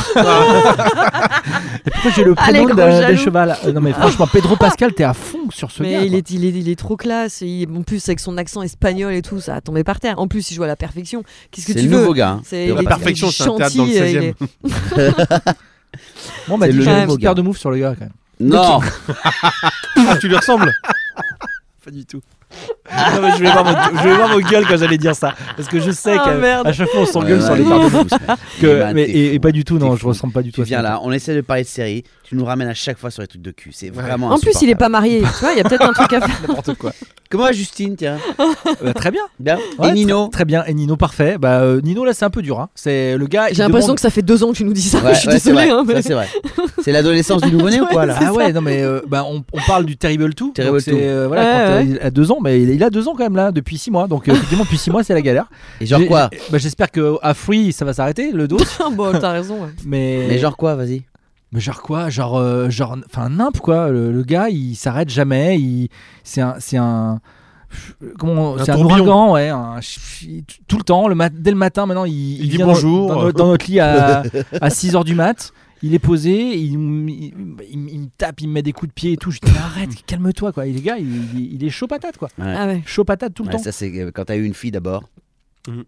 Speaker 4: Pourquoi j'ai le
Speaker 5: Ah, les
Speaker 4: prénom
Speaker 5: gros
Speaker 4: d'un
Speaker 5: jaloux.
Speaker 4: d'un cheval Euh, Non mais
Speaker 5: [LAUGHS]
Speaker 4: franchement, Pedro Pascal, t'es à fond sur ce gars.
Speaker 5: Mais il
Speaker 4: quoi.
Speaker 5: est, il, est, il est trop classe. Il est, en plus, avec son accent espagnol et tout, ça a tombé par terre. En plus, il joue à la perfection. Qu'est-ce que
Speaker 2: C'est
Speaker 5: tu
Speaker 2: le
Speaker 5: veux
Speaker 2: nouveau gars. hein,
Speaker 5: C'est
Speaker 2: Pedro
Speaker 5: il est-
Speaker 2: Pascal.
Speaker 6: Perfection,
Speaker 5: il est
Speaker 6: c'est un théâtre dans le
Speaker 5: gentil, il
Speaker 6: 16e.
Speaker 5: est-
Speaker 4: Bon, bah,
Speaker 2: C'est
Speaker 4: dis,
Speaker 2: le
Speaker 4: j'ai un
Speaker 2: nouveau
Speaker 4: petit paire
Speaker 2: gars.
Speaker 4: de moves sur le gars quand même.
Speaker 2: Non [LAUGHS]
Speaker 6: Ah, [LAUGHS] tu lui
Speaker 4: [LAUGHS]
Speaker 6: ressembles
Speaker 4: Pas du tout. je, vais voir mon, gueule quand j'allais dire ça. Parce que je sais
Speaker 5: Ah,
Speaker 4: qu'à
Speaker 5: qu'à- merde. à
Speaker 4: chaque fois on
Speaker 2: Ouais,
Speaker 4: s'engueule sur les
Speaker 2: ouais, [LAUGHS]
Speaker 4: paires de
Speaker 2: t'es
Speaker 4: moves.
Speaker 2: fou, ce mec. Iman, t'es
Speaker 4: et, et
Speaker 2: fou.
Speaker 4: pas du tout, non,
Speaker 2: T'es
Speaker 4: je
Speaker 2: fou.
Speaker 4: ressemble pas du tout
Speaker 2: Tu
Speaker 4: à
Speaker 2: viens
Speaker 4: ça.
Speaker 2: là, on essaie de parler de série, tu nous ramènes à chaque fois sur les trucs de cul, c'est vraiment
Speaker 5: En plus, il est pas marié. Tu vois, il y a peut-être un truc à
Speaker 4: [LAUGHS]
Speaker 5: faire.
Speaker 4: N'importe quoi.
Speaker 2: Comment va Justine, tiens
Speaker 4: Bah, très bien.
Speaker 2: Bien
Speaker 4: Ouais,
Speaker 2: Et Nino
Speaker 4: tr- Très bien. Et Nino, parfait. Bah, euh, Nino, là, c'est un peu dur. hein. C'est le gars. il
Speaker 5: J'ai l'impression
Speaker 4: demande-
Speaker 5: que ça fait deux ans que tu nous dis ça.
Speaker 2: [LAUGHS] Ouais,
Speaker 5: je suis
Speaker 2: ouais, c'est
Speaker 5: désolée.
Speaker 2: vrai,
Speaker 5: hein,
Speaker 2: ça,
Speaker 5: mais-
Speaker 2: c'est
Speaker 4: [LAUGHS]
Speaker 2: vrai. C'est l'adolescence du nouveau-né ou quoi là
Speaker 4: Ah ouais, non mais euh, bah, on, on parle du Terrible Two.
Speaker 2: Terrible
Speaker 4: donc c'est,
Speaker 2: Two.
Speaker 4: euh, voilà,
Speaker 5: Ouais,
Speaker 4: quand, euh,
Speaker 5: ouais.
Speaker 4: il a deux ans, mais il, il a deux ans quand même là, depuis six mois. Donc euh, effectivement, depuis six mois, c'est la galère.
Speaker 2: Et genre
Speaker 4: J'ai-
Speaker 2: quoi
Speaker 4: j'ai- bah, J'espère que à Free, ça va s'arrêter le dos.
Speaker 2: [LAUGHS]
Speaker 5: [LAUGHS] Oh, bon, t'as raison. ouais.
Speaker 4: Mais,
Speaker 2: Mais genre quoi, vas-y
Speaker 4: mais genre quoi Genre, euh, genre, enfin nimp quoi. Le, le gars, il s'arrête jamais. Il, c'est un, c'est un, comment, on-
Speaker 6: Un
Speaker 4: c'est un
Speaker 6: tourbillon.
Speaker 4: ouragan, ouais. un- il- tout le temps, le mat, dès le matin, maintenant, il,
Speaker 6: Il dit
Speaker 4: vient
Speaker 6: bonjour.
Speaker 4: dans, dans notre- dans notre
Speaker 6: [LAUGHS]
Speaker 4: lit à, à 6 h du mat. Il est posé, il, m- il, il- il me tape, il me met des coups de pied et tout. Je dis mais arrête, calme-toi quoi. Et le gars, il, il- il est chaud patate quoi.
Speaker 5: Ah ouais.
Speaker 4: Chaud patate tout le
Speaker 2: Ouais,
Speaker 4: temps.
Speaker 2: Ça c'est euh, quand t'as eu une fille d'abord.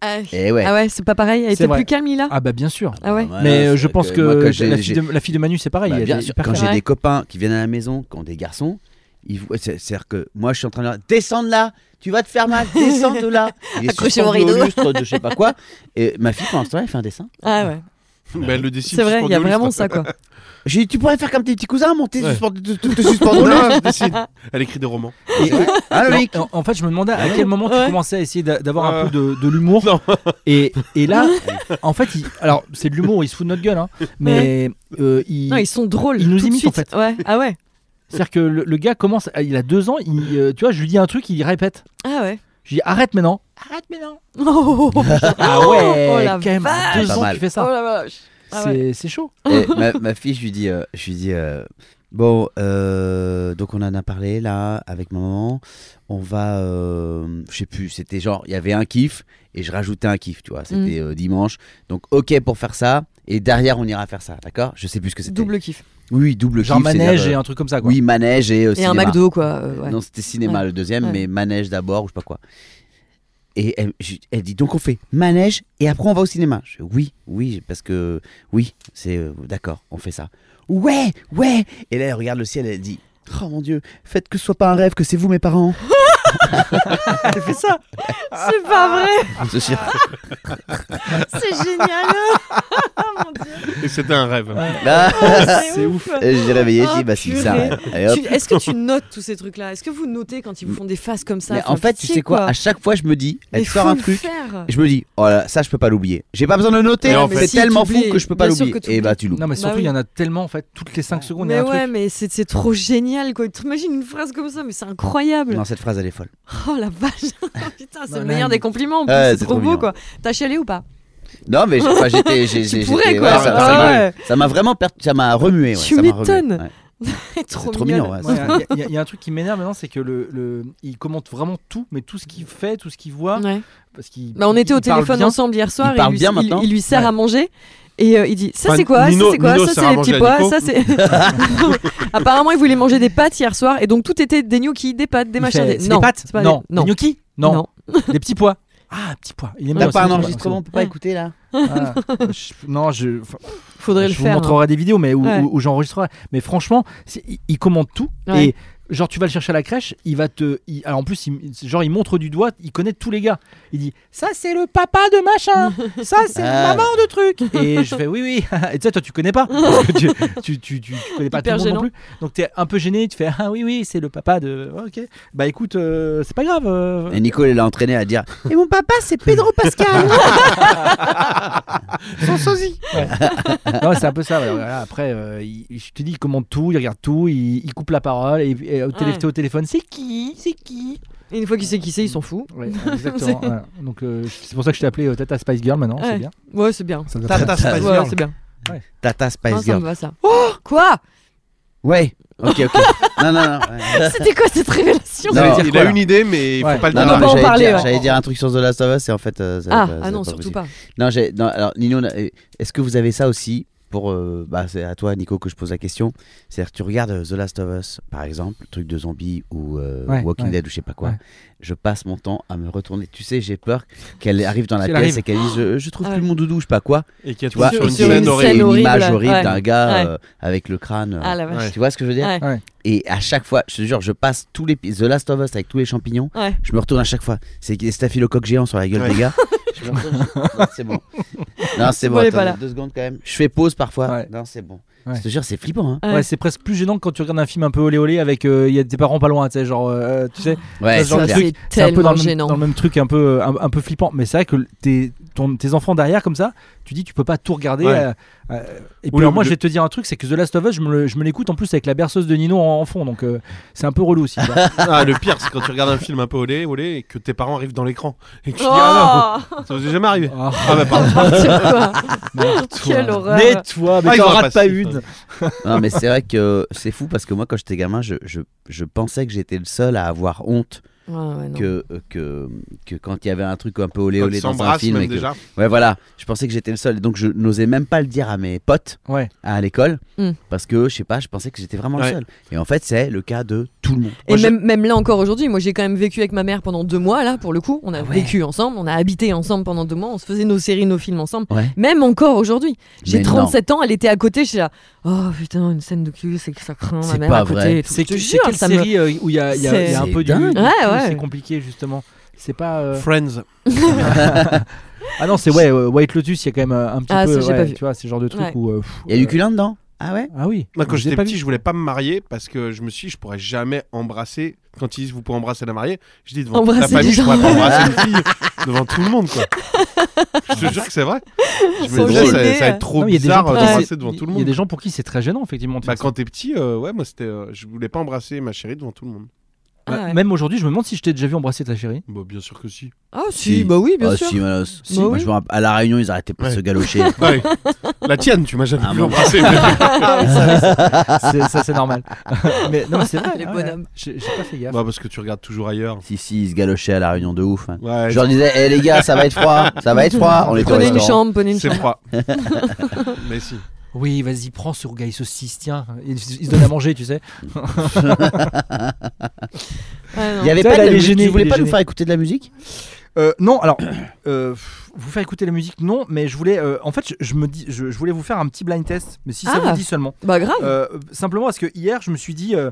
Speaker 5: Ah ouais.
Speaker 2: Et Eh ouais.
Speaker 5: Ah ouais, c'est pas pareil. Elle
Speaker 4: C'est
Speaker 5: était
Speaker 4: vrai.
Speaker 5: plus calme, il a.
Speaker 4: Ah bah bien sûr.
Speaker 5: Ah ouais.
Speaker 2: Bah, voilà,
Speaker 4: mais euh,
Speaker 2: c'est
Speaker 4: je pense que,
Speaker 2: moi, quand
Speaker 4: la,
Speaker 2: j'ai-
Speaker 4: fille
Speaker 2: j'ai-
Speaker 4: de, la fille de Manu, c'est pareil.
Speaker 2: bah,
Speaker 4: elle
Speaker 2: bien
Speaker 4: est
Speaker 2: sûr,
Speaker 4: hyper
Speaker 2: quand
Speaker 4: calme.
Speaker 2: j'ai
Speaker 5: Ouais.
Speaker 2: des copains qui viennent à la maison, qui ont des garçons, ils voient- c'est- c'est-à-dire que moi je suis en train de leur dire, descends de là, tu vas te faire mal, descends de
Speaker 4: [LAUGHS]
Speaker 2: là. Il est
Speaker 5: Accroché au
Speaker 2: suspendu
Speaker 5: rideau.
Speaker 2: lustre de je sais pas quoi. Et ma fille pendant ce temps elle fait un dessin.
Speaker 5: Ah ouais.
Speaker 6: [LAUGHS] Mais elle le décide.
Speaker 5: C'est vrai, il y
Speaker 6: suspendu
Speaker 5: a
Speaker 6: au
Speaker 5: vraiment
Speaker 6: lustre.
Speaker 5: ça quoi.
Speaker 2: J'ai dit tu pourrais faire comme tes petits cousins, monter,
Speaker 6: Ouais.
Speaker 2: suspendre- te,
Speaker 6: [LAUGHS]
Speaker 2: te- te suspendre au lustre.
Speaker 6: Non, je décide. Elle écrit des romans.
Speaker 4: Et-
Speaker 2: Ah
Speaker 4: Non,
Speaker 2: oui.
Speaker 4: en, en fait, je me demandais à quel moment tu
Speaker 5: Ouais.
Speaker 4: commençais à essayer d'a- d'avoir un
Speaker 6: Euh.
Speaker 4: peu de, de l'humour.
Speaker 6: Non.
Speaker 4: Et, et là, en fait, il- alors c'est de l'humour, il se fout de notre gueule, hein, mais euh, il-
Speaker 5: Non, ils sont drôles.
Speaker 4: Ils nous
Speaker 5: tout de
Speaker 4: imitent, en
Speaker 5: suite. Ouais. Ah ouais.
Speaker 4: C'est-à-dire que le, le gars commence, à- il a deux ans, il, euh, tu vois, je lui dis un truc, il répète.
Speaker 5: Ah ouais. [LAUGHS]
Speaker 4: Je lui dis arrête maintenant. Arrête maintenant.
Speaker 5: Oh,
Speaker 4: Ah Oh ouais,
Speaker 5: Oh la
Speaker 4: quand même, à
Speaker 5: vache.
Speaker 4: deux
Speaker 2: Pas
Speaker 4: ans,
Speaker 2: mal.
Speaker 4: tu fais ça.
Speaker 5: la vache. Ah
Speaker 4: c'est
Speaker 5: ouais.
Speaker 4: c'est chaud.
Speaker 5: [LAUGHS]
Speaker 2: Et ma, ma fille, je lui dis, euh, je lui dis euh, bon, euh, donc on en a parlé là avec maman. On va, euh, je sais plus, c'était genre, il y avait un kiff et je rajoutais un kiff, tu
Speaker 5: Mm.
Speaker 2: vois. C'était euh, dimanche, donc ok pour faire ça. Et derrière, on ira faire ça, d'accord Je sais plus ce que c'était.
Speaker 5: Double kiff.
Speaker 2: Oui, oui, double
Speaker 4: Genre
Speaker 2: kiff. c'est-à-dire,
Speaker 4: manège
Speaker 2: euh,
Speaker 4: et un truc comme ça. Quoi.
Speaker 2: Oui, manège et, euh,
Speaker 5: Et un
Speaker 2: cinéma.
Speaker 5: McDo, quoi. euh, ouais.
Speaker 2: Non, c'était cinéma
Speaker 5: Ouais.
Speaker 2: le deuxième,
Speaker 5: Ouais.
Speaker 2: mais manège d'abord ou je sais pas quoi. Et elle, je- elle dit donc on fait manège et après on va au cinéma. Je fais, oui, oui, parce que oui, c'est euh, d'accord, on fait ça. Ouais, ouais. Et là elle regarde le ciel, elle dit oh mon dieu, faites que ce soit pas un rêve que c'est vous mes
Speaker 5: [LAUGHS]
Speaker 2: parents. elle fait ça.
Speaker 5: C'est pas vrai.
Speaker 2: Je suis-
Speaker 5: C'est génial. [LAUGHS] Oh, mon Dieu.
Speaker 6: Et c'était un rêve.
Speaker 2: Là,
Speaker 5: C'est ouf.
Speaker 2: Ah, et je l'ai réveillée, je
Speaker 5: Oh,
Speaker 2: dis bah c'est
Speaker 5: purée.
Speaker 2: ça. Et hop.
Speaker 5: Tu- Est-ce que tu notes tous ces trucs-là Est-ce que vous notez quand ils vous font des faces comme ça
Speaker 2: Mais
Speaker 5: Enfin,
Speaker 2: en fait, tu
Speaker 5: pitié,
Speaker 2: sais quoi, À chaque fois, je me dis, elle
Speaker 5: Mais
Speaker 2: sort
Speaker 5: faut
Speaker 2: un
Speaker 5: le
Speaker 2: truc.
Speaker 5: faire.
Speaker 2: Je me dis, oh là, ça je peux pas l'oublier. J'ai pas besoin de le noter,
Speaker 6: Mais en
Speaker 2: c'est
Speaker 6: fait-
Speaker 5: Si,
Speaker 2: tellement fou
Speaker 5: t'oublies.
Speaker 2: que je peux pas
Speaker 5: Bien sûr
Speaker 2: l'oublier.
Speaker 5: que
Speaker 2: Et
Speaker 5: t'oublies.
Speaker 2: bah tu loupes.
Speaker 4: Non, mais
Speaker 5: Bah
Speaker 4: surtout, il
Speaker 5: oui.
Speaker 4: y en a tellement en fait. Toutes les 5 secondes, il y
Speaker 5: Mais
Speaker 4: a un
Speaker 5: ouais,
Speaker 4: truc.
Speaker 5: mais c'est c'est trop génial quoi. T'imagines une phrase comme ça, mais c'est incroyable.
Speaker 2: Non, cette phrase elle est folle.
Speaker 5: Oh la vache. [LAUGHS] Putain, c'est
Speaker 4: Non,
Speaker 5: le
Speaker 4: là,
Speaker 5: meilleur
Speaker 4: il-
Speaker 5: des compliments. en plus,
Speaker 2: Ouais, c'est
Speaker 5: c'est trop
Speaker 2: trop
Speaker 5: beau
Speaker 2: mignon.
Speaker 5: quoi. T'as chialé ou pas [LAUGHS]
Speaker 2: Non, mais j'ai- enfin, j'étais. j'ai- j'ai-
Speaker 5: pourrais,
Speaker 2: j'étais-
Speaker 5: quoi.
Speaker 2: ouais, ça-
Speaker 5: Ah
Speaker 2: ça m'a-
Speaker 5: ouais.
Speaker 2: Ça m'a vraiment per- ça m'a remué. ouais,
Speaker 5: Tu
Speaker 2: ça m'a remué,
Speaker 5: m'étonnes.
Speaker 2: ouais.
Speaker 5: Trop,
Speaker 2: trop
Speaker 5: mignonne.
Speaker 2: mignon, ouais.
Speaker 4: Il y, a- y a un truc qui m'énerve maintenant, c'est que le, le- il commente vraiment tout, mais tout ce qu'il fait, tout ce qu'il voit.
Speaker 5: Ouais.
Speaker 4: Parce qu'il-
Speaker 5: Bah, on était
Speaker 4: il
Speaker 5: au
Speaker 4: parle
Speaker 5: téléphone
Speaker 4: bien.
Speaker 5: ensemble hier soir.
Speaker 2: Il parle
Speaker 5: lui,
Speaker 2: bien
Speaker 5: il-
Speaker 2: maintenant
Speaker 5: il lui sert
Speaker 4: Ouais.
Speaker 5: à manger. Et euh, il dit ça
Speaker 6: Enfin,
Speaker 5: c'est quoi
Speaker 6: Nino-
Speaker 5: ça c'est quoi
Speaker 6: Nino
Speaker 5: ça
Speaker 6: sert
Speaker 5: c'est
Speaker 6: à
Speaker 5: les
Speaker 6: manger
Speaker 5: petits
Speaker 6: à
Speaker 5: pois
Speaker 6: Nico.
Speaker 5: ça c'est [LAUGHS] apparemment il voulait manger des pâtes hier soir et donc tout était des gnocchis des pâtes des
Speaker 4: Il
Speaker 5: machins
Speaker 4: fait,
Speaker 5: des...
Speaker 4: c'est
Speaker 5: non
Speaker 4: des pâtes
Speaker 5: c'est pas
Speaker 4: Non.
Speaker 5: des- non
Speaker 4: Des gnocchis Non. Des petits pois Ah, petits pois. Il aime
Speaker 2: T'as
Speaker 4: bien
Speaker 2: pas
Speaker 4: aussi
Speaker 2: un
Speaker 4: les petits
Speaker 2: enregistrement, on peut pas écouter là
Speaker 4: pois. Ah, je- Non, je. enfin,
Speaker 5: faudrait le
Speaker 4: je vous
Speaker 5: faire hein.
Speaker 4: montrerai des vidéos, mais où,
Speaker 5: Ouais.
Speaker 4: où- où j'enregistrerai. Mais franchement, c'est- il, il commente tout.
Speaker 5: Ouais.
Speaker 4: Et genre, tu vas le chercher à la crèche, il va te. il- alors, en plus, il, genre, il montre du doigt, il connaît tous les gars. Il dit Ça, c'est le papa de machin.
Speaker 5: [LAUGHS]
Speaker 4: Ça, c'est
Speaker 2: Ah.
Speaker 4: la maman de truc. Et je fais Oui, oui. [LAUGHS] Et tu sais, toi, tu connais pas. Parce que tu, tu, tu, tu- tu connais pas
Speaker 5: Hyper
Speaker 4: tout le monde
Speaker 5: gênant.
Speaker 4: non plus. Donc, t'es un peu gêné. Tu fais Ah, oui, oui, c'est le papa de. Ok. Bah, écoute, euh, c'est pas grave. euh.
Speaker 2: Et Nicole elle l'a entraîné à dire Et mon papa c'est Pedro
Speaker 4: [LAUGHS]
Speaker 2: Pascal
Speaker 4: Son sosie. non, c'est un peu ça. ouais, voilà. Après, euh, il- je te dis, il commande tout, il regarde tout, il, il coupe la parole et, et au, télé-
Speaker 5: Ouais.
Speaker 4: au téléphone, c'est qui C'est qui
Speaker 5: Et une fois qu'il sait qui c'est il s'en fout
Speaker 4: Ouais, exactement. voilà. Donc, euh, c'est pour ça que je t'ai appelé euh, Tata Spice Girl maintenant, c'est
Speaker 5: Ouais.
Speaker 4: bien.
Speaker 5: ouais c'est bien
Speaker 4: Ça doit faire-
Speaker 6: Tata Spice
Speaker 5: ouais
Speaker 6: Girl.
Speaker 5: c'est bien
Speaker 2: Tata
Speaker 5: Non,
Speaker 2: Spice
Speaker 5: ça me
Speaker 2: Girl.
Speaker 5: va ça oh quoi
Speaker 2: Ouais, ok, ok. Non, non, non. ouais.
Speaker 5: C'était quoi cette révélation
Speaker 2: Non,
Speaker 6: Non,
Speaker 2: j'allais dire
Speaker 6: il
Speaker 2: quoi,
Speaker 6: a
Speaker 2: là
Speaker 6: une idée, mais il
Speaker 4: Ouais.
Speaker 6: faut pas le
Speaker 2: Non,
Speaker 6: dire.
Speaker 2: non,
Speaker 5: peut
Speaker 2: mais
Speaker 5: pas en
Speaker 2: j'allais
Speaker 5: parler,
Speaker 2: dire-
Speaker 5: ouais.
Speaker 2: j'allais dire un truc sur The Last of Us et en fait. euh, ça-
Speaker 5: Ah,
Speaker 2: ça-
Speaker 5: ah
Speaker 2: ça
Speaker 5: non,
Speaker 2: pas
Speaker 5: surtout
Speaker 2: possible.
Speaker 5: pas.
Speaker 2: Non, j'ai. non, Alors, Nino, on a- euh, est-ce que vous avez ça aussi pour euh, bah, C'est à toi, Nico, que je pose la question. C'est-à-dire, que tu regardes euh, The Last of Us, par exemple, le truc de zombie ou euh,
Speaker 4: Ouais,
Speaker 2: Walking
Speaker 4: ouais.
Speaker 2: Dead ou je sais pas quoi.
Speaker 4: Ouais.
Speaker 2: Je passe mon temps à me retourner. Tu sais, j'ai peur qu'elle arrive dans la
Speaker 4: Qu'elle
Speaker 2: pièce
Speaker 4: arrive.
Speaker 2: et qu'elle dise je, je trouve
Speaker 5: Ah
Speaker 2: plus
Speaker 5: ouais.
Speaker 2: mon doudou, je sais pas quoi.
Speaker 6: Et qui a
Speaker 2: Tu vois,
Speaker 6: trouvé
Speaker 5: Sur-
Speaker 6: sur une scène
Speaker 5: sur une
Speaker 6: horrible.
Speaker 5: scène
Speaker 2: une
Speaker 5: horrible,
Speaker 2: image horrible
Speaker 5: ouais.
Speaker 2: d'un gars
Speaker 5: Ouais.
Speaker 2: euh, avec le crâne. euh,
Speaker 5: Ah la vache.
Speaker 2: Tu vois ce que je veux dire
Speaker 5: Ouais.
Speaker 2: Et à chaque fois, je te jure, je passe tous les The Last of Us avec tous les champignons.
Speaker 5: Ouais.
Speaker 2: Je me retourne à chaque fois. C'est des staphylocoques géants sur la gueule
Speaker 6: Ouais.
Speaker 2: des gars. [LAUGHS] Je me retourne, je- non, c'est bon. Non, c'est bon.
Speaker 5: On est
Speaker 2: attends,
Speaker 5: pas là.
Speaker 2: deux secondes quand même. Je fais pause parfois.
Speaker 4: Ouais.
Speaker 2: Non, c'est bon.
Speaker 4: Ouais.
Speaker 2: Je te jure, c'est flippant. Hein.
Speaker 4: Ouais, c'est presque plus gênant que quand tu regardes un film un peu olé olé avec euh, il y a tes parents pas loin, tu sais, genre, euh, tu sais,
Speaker 2: Ouais,
Speaker 4: Ça, genre,
Speaker 2: c'est
Speaker 5: Ça,
Speaker 2: clair.
Speaker 4: truc,
Speaker 5: c'est
Speaker 4: c'est un peu dans
Speaker 5: tellement
Speaker 4: le, même,
Speaker 5: gênant.
Speaker 4: dans le même truc un peu, euh, un, un peu flippant. Mais c'est vrai que tes, ton- tes enfants derrière, comme ça, tu dis, tu peux pas tout regarder.
Speaker 6: Ouais.
Speaker 4: euh, euh, et puis,
Speaker 6: Oui,
Speaker 4: alors, moi,
Speaker 6: le-
Speaker 4: je vais te dire un truc c'est que The Last of Us, je me le- je me l'écoute en plus avec la berceuse de Nino en, en fond, donc euh, c'est un peu relou aussi. tu vois.
Speaker 6: Ah, le pire, c'est quand tu regardes un film un peu olé, olé, et que tes parents arrivent dans l'écran. Et que tu dis, ah
Speaker 5: Oh [LAUGHS]
Speaker 6: non, ça vous est jamais arrivé.
Speaker 4: Ah,
Speaker 6: Ah, bah, pardon.
Speaker 5: Quelle horreur.
Speaker 4: Mais toi, mais
Speaker 6: Ah, ils
Speaker 4: t'en
Speaker 6: auraient
Speaker 4: rates
Speaker 6: pas
Speaker 4: pas
Speaker 6: su,
Speaker 4: une.
Speaker 6: ça.
Speaker 2: Non, mais c'est vrai que c'est fou parce que moi, quand j'étais gamin, je, je, je pensais que j'étais le seul à avoir honte
Speaker 5: Ouais, ouais, non.
Speaker 2: que, euh, que, que quand il y avait un truc un peu olé
Speaker 6: Quand ils
Speaker 2: olé dans un
Speaker 6: s'embrassent,
Speaker 2: film.
Speaker 6: même
Speaker 2: et que-
Speaker 6: déjà.
Speaker 2: Ouais, voilà. Je pensais que j'étais le seul. Donc, je n'osais même pas le dire à mes potes.
Speaker 4: Ouais.
Speaker 2: à l'école
Speaker 5: Mm.
Speaker 2: parce que je sais pas, je pensais que j'étais vraiment le
Speaker 6: Ouais.
Speaker 2: seul. Et en fait, c'est le cas de tout le monde.
Speaker 5: Et même, même là encore aujourd'hui, moi j'ai quand même vécu avec ma mère pendant deux mois, là pour le coup.
Speaker 2: Ah
Speaker 5: On a vécu ensemble, on a habité ensemble pendant deux mois, on se faisait nos séries, nos films ensemble.
Speaker 2: Ouais.
Speaker 5: Même encore aujourd'hui. J'ai
Speaker 2: Mais
Speaker 5: 37 ans, elle était à côté, je suis là. Oh putain, une scène de cul, c'est que ça craint ma
Speaker 2: C'est
Speaker 5: mère
Speaker 2: pas
Speaker 5: à côté.
Speaker 2: vrai.
Speaker 5: et tout.
Speaker 4: C'est
Speaker 5: Je te
Speaker 4: que- c'est
Speaker 5: jure,
Speaker 4: quelle
Speaker 5: ça me-
Speaker 4: série euh, où il y a, il y a- il y a un
Speaker 2: C'est
Speaker 4: peu du.
Speaker 2: dingue.
Speaker 4: du-
Speaker 5: Ouais,
Speaker 4: du-
Speaker 5: ouais.
Speaker 4: C'est compliqué justement. C'est pas. euh,
Speaker 6: Friends.
Speaker 4: Ah non, c'est ouais, euh, White Lotus, il y a quand même euh, un petit
Speaker 5: Ah,
Speaker 4: peu.
Speaker 5: ça, j'ai
Speaker 4: ouais,
Speaker 5: pas vu.
Speaker 4: Tu vois, c'est le genre de truc
Speaker 5: Ouais.
Speaker 4: où. euh, pff,
Speaker 2: Il y a du
Speaker 4: euh,
Speaker 2: culin dedans Ah ouais
Speaker 4: Ah oui.
Speaker 6: Moi, quand
Speaker 4: Je l'ai
Speaker 6: j'étais
Speaker 4: pas
Speaker 6: petit,
Speaker 4: vu.
Speaker 6: je voulais pas me marier parce que je me suis dit, je pourrais jamais embrasser quand ils disent vous pouvez embrasser la mariée, je dis devant toute la
Speaker 5: Embrasser
Speaker 6: famille,
Speaker 5: les
Speaker 6: je pourrais pas
Speaker 5: gens.
Speaker 6: embrasser une fille devant tout le monde, quoi. je te jure que c'est vrai. Je
Speaker 5: Faut
Speaker 6: me disais,
Speaker 5: gêner,
Speaker 6: ça, ça va être
Speaker 5: euh.
Speaker 6: trop
Speaker 4: Non, mais il y a des gens
Speaker 6: bizarre
Speaker 4: pour
Speaker 6: euh,
Speaker 4: qui
Speaker 6: d'embrasser
Speaker 4: c'est-
Speaker 6: devant tout le
Speaker 4: Il y a
Speaker 6: monde.
Speaker 4: des gens pour qui c'est très gênant, effectivement. de
Speaker 6: Bah,
Speaker 4: faire
Speaker 6: quand t'es petit, euh, ouais, moi c'était, euh, je voulais pas embrasser ma chérie devant tout le monde.
Speaker 4: ça.
Speaker 5: Ah
Speaker 4: Bah,
Speaker 5: ouais.
Speaker 4: Même aujourd'hui, je me demande si je t'ai déjà vu embrasser ta
Speaker 5: [LAUGHS]
Speaker 4: chérie.
Speaker 6: Bah bien sûr que si.
Speaker 5: Ah si, bah oui, bien
Speaker 2: Ah,
Speaker 5: sûr.
Speaker 2: si, Manos.
Speaker 5: Si.
Speaker 2: Moi,
Speaker 5: Bah
Speaker 2: je me rappelle, à la Réunion, ils arrêtaient pas de
Speaker 6: Ouais.
Speaker 2: se [LAUGHS] galocher.
Speaker 6: Ouais. [LAUGHS] La tienne, tu m'as jamais
Speaker 2: Ah,
Speaker 6: vu
Speaker 2: bon.
Speaker 6: embrasser.
Speaker 4: C'est- ça, c'est normal. [LAUGHS] mais non, mais c'est vrai.
Speaker 5: Les
Speaker 4: ouais.
Speaker 5: bonhommes.
Speaker 4: J'ai j'ai pas fait gaffe.
Speaker 6: Bah parce que tu regardes toujours ailleurs.
Speaker 2: si, si, ils se galochaient à la Réunion de ouf. hein.
Speaker 6: Ouais,
Speaker 2: Je leur disais, hé les gars, ça va être froid, ça va être froid. On est au
Speaker 5: Prenez une
Speaker 2: restaurant.
Speaker 5: chambre, prenez une
Speaker 6: c'est
Speaker 5: chambre.
Speaker 6: froid. Mais si.
Speaker 4: Oui, vas-y, prends ce rougail saucisse, tiens. Il, il se donne à manger, tu sais.
Speaker 5: Ouais, non.
Speaker 2: Il y avait
Speaker 4: Ça,
Speaker 2: pas
Speaker 4: là,
Speaker 2: de
Speaker 4: il
Speaker 2: la
Speaker 4: est
Speaker 2: musique.
Speaker 4: gêné,
Speaker 2: Tu voulais
Speaker 4: il est
Speaker 2: pas nous
Speaker 4: gêné.
Speaker 2: faire écouter de la musique
Speaker 4: Euh, non, alors, [COUGHS] euh, pff, vous faire écouter la musique, non, mais je voulais. euh, en fait, je, je me dis, je, je voulais vous faire un petit blind test, mais si ça
Speaker 5: Ah.
Speaker 4: vous dit seulement.
Speaker 5: Bah grave.
Speaker 4: Euh, simplement parce que hier, je me suis dit. euh,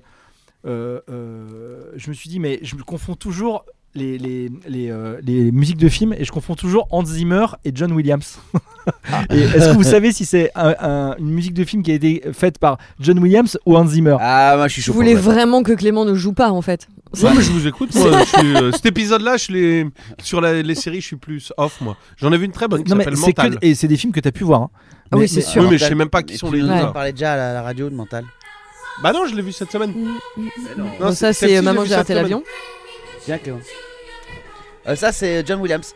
Speaker 4: euh, euh, je me suis dit, mais je me confonds toujours. Les, les, les, euh, les musiques de films et je confonds toujours Hans Zimmer et John Williams. [LAUGHS] Et Est-ce que vous savez si c'est un- un- une musique de film qui a été faite par John Williams ou Hans Zimmer
Speaker 2: Ah, moi je suis
Speaker 5: je
Speaker 2: chaud.
Speaker 5: voulais
Speaker 2: pour ça.
Speaker 5: vraiment que Clément ne joue pas en fait.
Speaker 6: Non, mais je vous écoute. Moi, je suis, euh, cet épisode-là, je l'ai- sur la- les séries, je suis plus off. Moi, j'en ai vu une très bonne qui
Speaker 4: Non, mais
Speaker 6: s'appelle
Speaker 4: c'est que-
Speaker 6: Mental.
Speaker 4: et c'est des films que tu as pu voir. hein.
Speaker 5: Ah
Speaker 4: Mais-
Speaker 5: oui, c'est
Speaker 4: mais-
Speaker 5: sûr.
Speaker 6: Oui, mais je sais même pas qui
Speaker 2: Et
Speaker 6: sont
Speaker 2: tu
Speaker 6: les
Speaker 2: nous
Speaker 6: deux.
Speaker 2: en
Speaker 5: Ouais.
Speaker 2: parlais déjà à la, à la radio de mental.
Speaker 6: Bah non, je l'ai vu cette semaine.
Speaker 5: Mm, Bon,
Speaker 6: Non,
Speaker 5: ça,
Speaker 6: celle-ci,
Speaker 5: c'est
Speaker 6: je
Speaker 5: euh, Maman,
Speaker 6: l'ai
Speaker 5: j'ai
Speaker 6: vue
Speaker 5: raté
Speaker 6: cette
Speaker 5: l'avion.
Speaker 2: Bien, Euh, ça, c'est John Williams.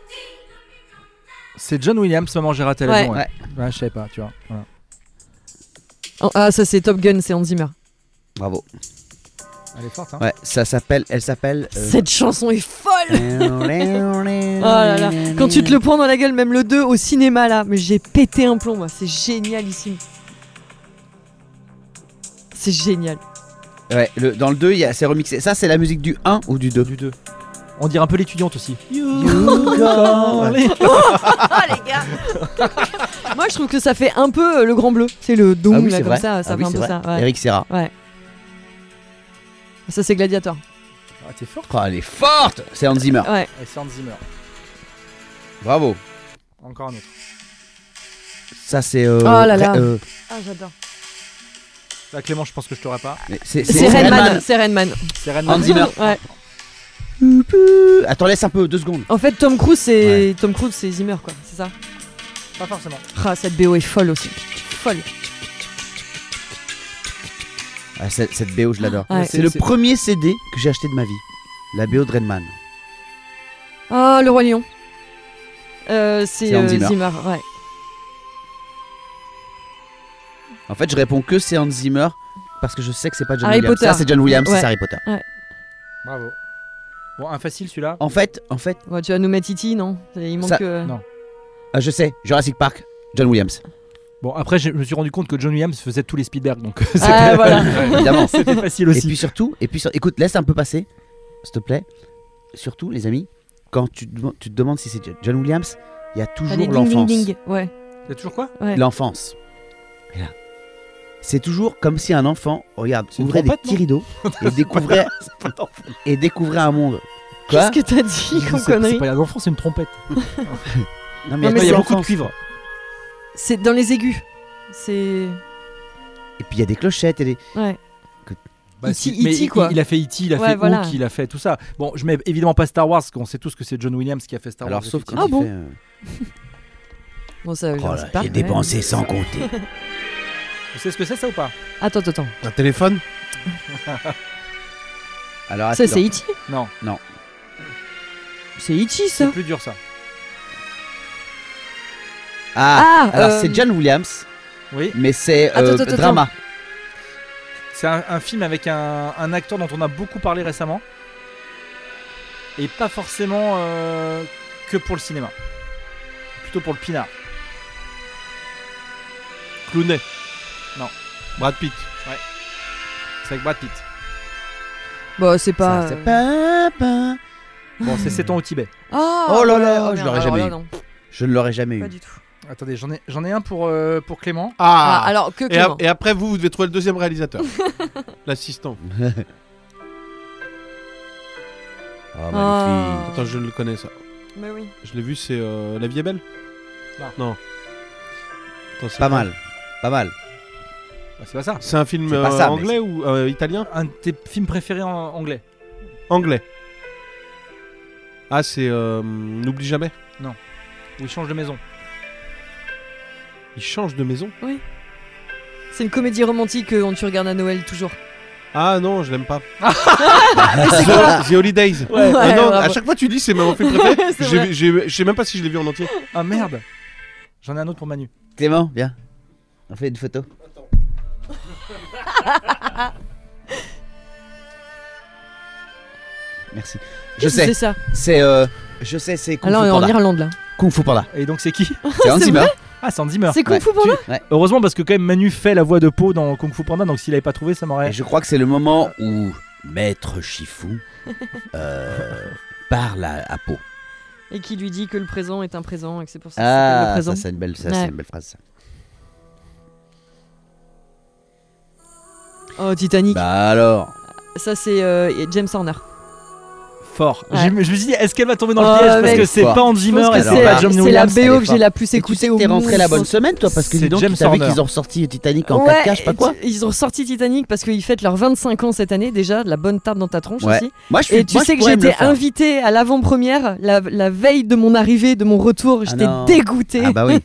Speaker 4: C'est John Williams, maman, j'ai raté l'avion.
Speaker 2: Ouais.
Speaker 4: Ouais. Ouais, je sais pas, tu vois. voilà.
Speaker 5: Oh, ah, ça, c'est Top Gun, c'est Hans Zimmer.
Speaker 2: Bravo.
Speaker 4: Elle est forte, hein
Speaker 2: Ouais, ça s'appelle. Elle s'appelle. euh,
Speaker 5: Cette chanson est folle!
Speaker 2: [LAUGHS] oh
Speaker 5: Oh là là, quand tu te le prends dans la gueule, même le 2 au cinéma là, mais j'ai pété un plomb, moi, c'est génialissime. C'est génial.
Speaker 2: Ouais, le- dans le 2, il y a- c'est remixé. Ça, c'est la musique du 1 ou du 2
Speaker 4: Du 2. On dirait un peu l'étudiante aussi.
Speaker 5: [LAUGHS] Ah Oh. les gars Moi je trouve que ça fait un peu euh, le grand bleu. C'est le dong
Speaker 2: Ah oui,
Speaker 5: là,
Speaker 2: c'est
Speaker 5: comme
Speaker 2: vrai.
Speaker 5: ça,
Speaker 2: Ah
Speaker 5: ça fait
Speaker 2: oui,
Speaker 5: un
Speaker 2: c'est
Speaker 5: peu
Speaker 2: vrai.
Speaker 5: ça. ouais.
Speaker 2: Eric Serra.
Speaker 5: Ça c'est Gladiator.
Speaker 4: Ah, t'es forte.
Speaker 2: Oh, elle est forte C'est Hans Zimmer.
Speaker 5: Ouais.
Speaker 4: Et c'est Hans Zimmer.
Speaker 2: Bravo.
Speaker 4: Encore un autre.
Speaker 2: Ça, c'est. euh,
Speaker 5: Oh là là.
Speaker 2: Re- euh,
Speaker 5: Ah j'adore.
Speaker 4: Là, Clément, je pense que je t'aurais pas.
Speaker 2: mais c'est
Speaker 5: C'est Renman, c'est Renman.
Speaker 4: C'est Ren
Speaker 2: Hans Zimmer.
Speaker 5: Ouais.
Speaker 2: Euh, Attends, laisse un peu, deux secondes.
Speaker 5: En fait Tom Cruise c'est Tom Cruise c'est Zimmer quoi, c'est ça.
Speaker 4: Pas forcément.
Speaker 5: Ah cette BO est folle aussi. Folle.
Speaker 2: Ah, cette, cette BO, je l'adore.
Speaker 5: Ouais.
Speaker 2: C'est le premier CD que j'ai acheté de ma vie. La BO de Redman.
Speaker 5: Ah le roi lion. Euh, c'est
Speaker 2: C'est Hans
Speaker 5: euh,
Speaker 2: Zimmer.
Speaker 5: Zimmer, ouais.
Speaker 2: En fait, je réponds que c'est Hans Zimmer parce que je sais que c'est pas John
Speaker 5: Harry
Speaker 2: Williams.
Speaker 5: Potter.
Speaker 2: Ça, c'est John Williams,
Speaker 5: Ouais.
Speaker 2: c'est Harry Potter.
Speaker 4: Bravo. Bon, un facile celui-là.
Speaker 2: En fait, en fait,
Speaker 5: Bon, tu vas nous mettre Titi, non Il manque.
Speaker 2: Ça-
Speaker 5: euh,
Speaker 4: non.
Speaker 2: euh, je sais, Jurassic Park, John
Speaker 5: [LAUGHS]
Speaker 2: Williams.
Speaker 4: Bon, après, je je me suis rendu compte que John Williams faisait tous les Spielberg, donc [LAUGHS] c'était
Speaker 5: Ah voilà.
Speaker 2: [LAUGHS] Évidemment.
Speaker 4: c'était facile
Speaker 2: et
Speaker 4: aussi.
Speaker 2: puis surtout, et puis sur- écoute, laisse un peu passer, s'il te plaît. Surtout, les amis, quand tu, te dem- tu te demandes si c'est John Williams, il y a
Speaker 5: Allez,
Speaker 2: toujours
Speaker 5: ding, ding,
Speaker 2: l'enfance.
Speaker 5: ding. Ouais.
Speaker 4: Il y a toujours quoi
Speaker 5: ouais.
Speaker 2: L'enfance. Et là, C'est toujours comme si un enfant, oh, regarde,
Speaker 4: une
Speaker 2: ouvrait des
Speaker 4: trompette,
Speaker 2: petits rideaux et découvrait, et découvrait un monde. Quoi
Speaker 5: Qu'est-ce que t'as dit comme
Speaker 4: C'est
Speaker 5: connerie
Speaker 4: c'est pas un enfant, c'est une trompette.
Speaker 2: Non,
Speaker 5: Non, mais
Speaker 4: Il y a
Speaker 2: toujours
Speaker 4: beaucoup de
Speaker 2: l'enfance.
Speaker 4: cuivre.
Speaker 5: C'est dans les aigus. C'est.
Speaker 2: Et puis il y a des clochettes et des...
Speaker 5: Ouais.
Speaker 4: Bah,
Speaker 5: E.T.,
Speaker 4: si, mais
Speaker 5: E.T.,
Speaker 4: il-
Speaker 5: quoi.
Speaker 4: Il a fait E.T., il a
Speaker 5: Ouais,
Speaker 4: fait
Speaker 5: voilà.
Speaker 4: Hook, il a fait tout ça. Bon, je mets évidemment pas Star Wars, parce qu'on sait tous que c'est John Williams qui a fait Star
Speaker 2: Alors
Speaker 4: Wars.
Speaker 2: sauf quand
Speaker 5: Ah
Speaker 2: il
Speaker 5: bon
Speaker 2: fait, euh,
Speaker 5: Bon, ça.
Speaker 2: Oh
Speaker 5: Jurassic
Speaker 2: là,
Speaker 5: Park,
Speaker 2: j'ai
Speaker 5: ouais.
Speaker 2: dépensé sans compter.
Speaker 4: Vous savez ce que c'est, ça ou pas
Speaker 5: Attends, attends, attends.
Speaker 6: Un téléphone
Speaker 2: Alors
Speaker 5: Ça,
Speaker 2: attends.
Speaker 5: c'est Iti
Speaker 4: Non,
Speaker 5: C'est Iti,
Speaker 4: c'est
Speaker 5: ça.
Speaker 4: plus dur ça.
Speaker 2: Ah,
Speaker 5: Ah,
Speaker 2: alors
Speaker 5: euh,
Speaker 2: c'est John Williams,
Speaker 4: Oui,
Speaker 2: mais c'est
Speaker 5: Attends,
Speaker 2: euh,
Speaker 5: attends, attends.
Speaker 2: drama.
Speaker 4: c'est un, un film avec un, un acteur dont on a beaucoup parlé récemment. Et pas forcément euh, que pour le cinéma. Plutôt pour le pinard.
Speaker 6: Clooney.
Speaker 4: Non.
Speaker 6: Brad Pitt.
Speaker 4: C'est avec [LAUGHS] Brad Pitt.
Speaker 5: Bon, c'est
Speaker 2: Ça,
Speaker 5: pas.
Speaker 2: c'est
Speaker 5: euh,
Speaker 2: pa- pa-
Speaker 4: Bon, c'est 7 ans au Tibet.
Speaker 5: Ah,
Speaker 2: Oh là là,
Speaker 5: ouais,
Speaker 2: oh, je
Speaker 5: merde,
Speaker 2: l'aurais
Speaker 5: alors
Speaker 2: jamais
Speaker 5: là,
Speaker 2: eu.
Speaker 5: non,
Speaker 2: Je ne l'aurais jamais eu.
Speaker 5: Pas du tout.
Speaker 4: Attendez, j'en ai, j'en ai un pour, euh, pour Clément.
Speaker 5: Ah,
Speaker 6: Ah.
Speaker 5: alors que
Speaker 6: et, a-
Speaker 5: Clément.
Speaker 6: et après vous, vous devez trouver le deuxième réalisateur, [LAUGHS] l'assistant.
Speaker 2: Oh, magnifique.
Speaker 5: Ah.
Speaker 6: Attends, je le connais ça.
Speaker 5: Mais oui.
Speaker 6: Je l'ai vu, c'est euh, La vie est belle.
Speaker 4: Non.
Speaker 6: Attends,
Speaker 5: Oh.
Speaker 6: c'est
Speaker 2: Pas
Speaker 6: quoi
Speaker 2: mal, pas mal.
Speaker 4: Bah, c'est pas ça.
Speaker 6: C'est un film
Speaker 2: C'est pas
Speaker 6: euh,
Speaker 2: ça, mais
Speaker 6: anglais ou euh, italien
Speaker 4: Un de tes films préférés en anglais.
Speaker 6: Anglais. Ah, c'est. euh, N'oublie jamais.
Speaker 4: Où il change de maison.
Speaker 6: Il change de maison.
Speaker 5: C'est une comédie romantique euh, dont tu regardes à Noël toujours.
Speaker 6: Ah non, je l'aime
Speaker 5: [LAUGHS]
Speaker 6: pas.
Speaker 5: c'est [LAUGHS]
Speaker 6: The, The Holidays.
Speaker 5: Ouais,
Speaker 6: Ah non, à
Speaker 5: bravo.
Speaker 6: chaque fois tu dis c'est mon film préféré.
Speaker 5: [LAUGHS] C'est
Speaker 6: J'ai-
Speaker 5: vrai.
Speaker 6: j'ai- Je sais même pas si je l'ai vu en entier.
Speaker 4: Ah merde J'en ai un autre pour Manu.
Speaker 2: Clément, viens. On fait une
Speaker 5: [LAUGHS]
Speaker 2: photo. Merci. Je
Speaker 5: Qu'est-ce que
Speaker 2: sais,
Speaker 5: C'est ça.
Speaker 2: c'est. euh, je sais, c'est Kung
Speaker 5: Alors,
Speaker 2: Fu
Speaker 5: on est en
Speaker 2: Panda.
Speaker 5: Irlande là.
Speaker 2: Kung Fu
Speaker 5: [LAUGHS]
Speaker 2: Panda.
Speaker 4: Et donc c'est [LAUGHS] qui
Speaker 2: C'est Hans
Speaker 5: C'est
Speaker 2: Zimmer.
Speaker 4: Ah, c'est Hans Zimmer.
Speaker 5: C'est Kung
Speaker 2: Ouais.
Speaker 5: Fu Panda
Speaker 4: Heureusement parce que quand même Manu fait la voix de Po dans Kung Fu Panda, donc s'il avait pas trouvé, ça m'aurait.
Speaker 2: Et je crois que c'est le moment où Maître Shifu
Speaker 5: [LAUGHS]
Speaker 2: euh, parle à, à Po.
Speaker 5: Et qui lui dit que le présent est un présent et que c'est pour ça que ça s'appelle
Speaker 2: Ah,
Speaker 5: le présent.
Speaker 2: ça c'est une belle, ça,
Speaker 5: Ouais.
Speaker 2: c'est une belle phrase. ça.
Speaker 5: Oh, Titanic.
Speaker 2: Bah alors,
Speaker 5: Ça, c'est euh, et James Horner.
Speaker 4: Fort.
Speaker 5: Ouais.
Speaker 4: J'ai- Je me suis dit, est-ce qu'elle va tomber dans le
Speaker 5: Oh,
Speaker 4: piège Parce
Speaker 5: mec.
Speaker 4: que c'est
Speaker 2: Fort.
Speaker 4: pas Hans
Speaker 5: Je
Speaker 4: Zimmer
Speaker 5: pense
Speaker 4: et
Speaker 5: que
Speaker 2: alors,
Speaker 4: c'est pas
Speaker 2: là,
Speaker 4: John
Speaker 5: c'est c'est la
Speaker 4: Williams.
Speaker 2: elle est
Speaker 5: BO que
Speaker 2: forte.
Speaker 5: j'ai la plus écoutée
Speaker 2: écoutez,
Speaker 5: au
Speaker 2: t'es rentré
Speaker 5: [LAUGHS]
Speaker 2: la bonne
Speaker 5: monde.
Speaker 2: semaine, toi, parce que
Speaker 4: C'est
Speaker 2: dis donc,
Speaker 4: James
Speaker 2: t'as vu
Speaker 4: Horner.
Speaker 2: qu'ils ont ressorti Titanic en 4K, je sais pas quoi.
Speaker 5: et tu- Ils ont sorti Titanic parce qu'ils fêtent leurs 25 ans cette année déjà, de la bonne tarte dans ta tronche
Speaker 2: Ouais.
Speaker 5: aussi.
Speaker 2: Moi, je suis,
Speaker 5: Et tu
Speaker 2: moi, je
Speaker 5: sais que
Speaker 2: pourrais
Speaker 5: j'ai
Speaker 2: me le
Speaker 5: été
Speaker 2: faire.
Speaker 5: invitée à l'avant-première, la, la veille de mon arrivée, de mon retour, j'étais
Speaker 2: non.
Speaker 5: dégoûtée.
Speaker 2: Ah [LAUGHS] bah oui.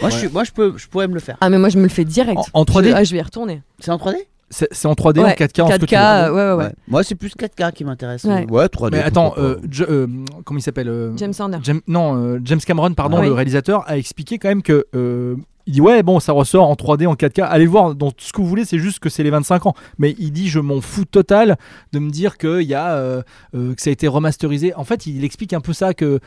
Speaker 2: moi, je suis, moi, je peux, je pourrais me le faire.
Speaker 5: Ah, mais moi je me le fais direct.
Speaker 4: En, en 3D
Speaker 5: Je- ah, je vais y retourner.
Speaker 2: C'est en 3D
Speaker 4: C'est c'est en 3D, en
Speaker 5: Ouais,
Speaker 4: 4K, en ce que tu veux.
Speaker 5: 4K, euh, ouais, ouais, ouais.
Speaker 2: Moi, c'est plus 4K qui m'intéresse.
Speaker 5: Ouais.
Speaker 2: 3D.
Speaker 4: Mais attends,
Speaker 2: pourquoi
Speaker 4: euh,
Speaker 2: pas.
Speaker 4: Jo- euh, comment il s'appelle euh,
Speaker 5: James Horner.
Speaker 4: Jam- non, euh, James Cameron, pardon,
Speaker 5: Ah oui.
Speaker 4: le réalisateur, a expliqué quand même que. euh, il dit ouais bon ça ressort en 3D en 4K allez le voir donc ce que vous voulez c'est juste que c'est les 25 ans mais il dit je m'en fous total de me dire que il y a euh, euh, que ça a été remasterisé en fait il explique un peu ça que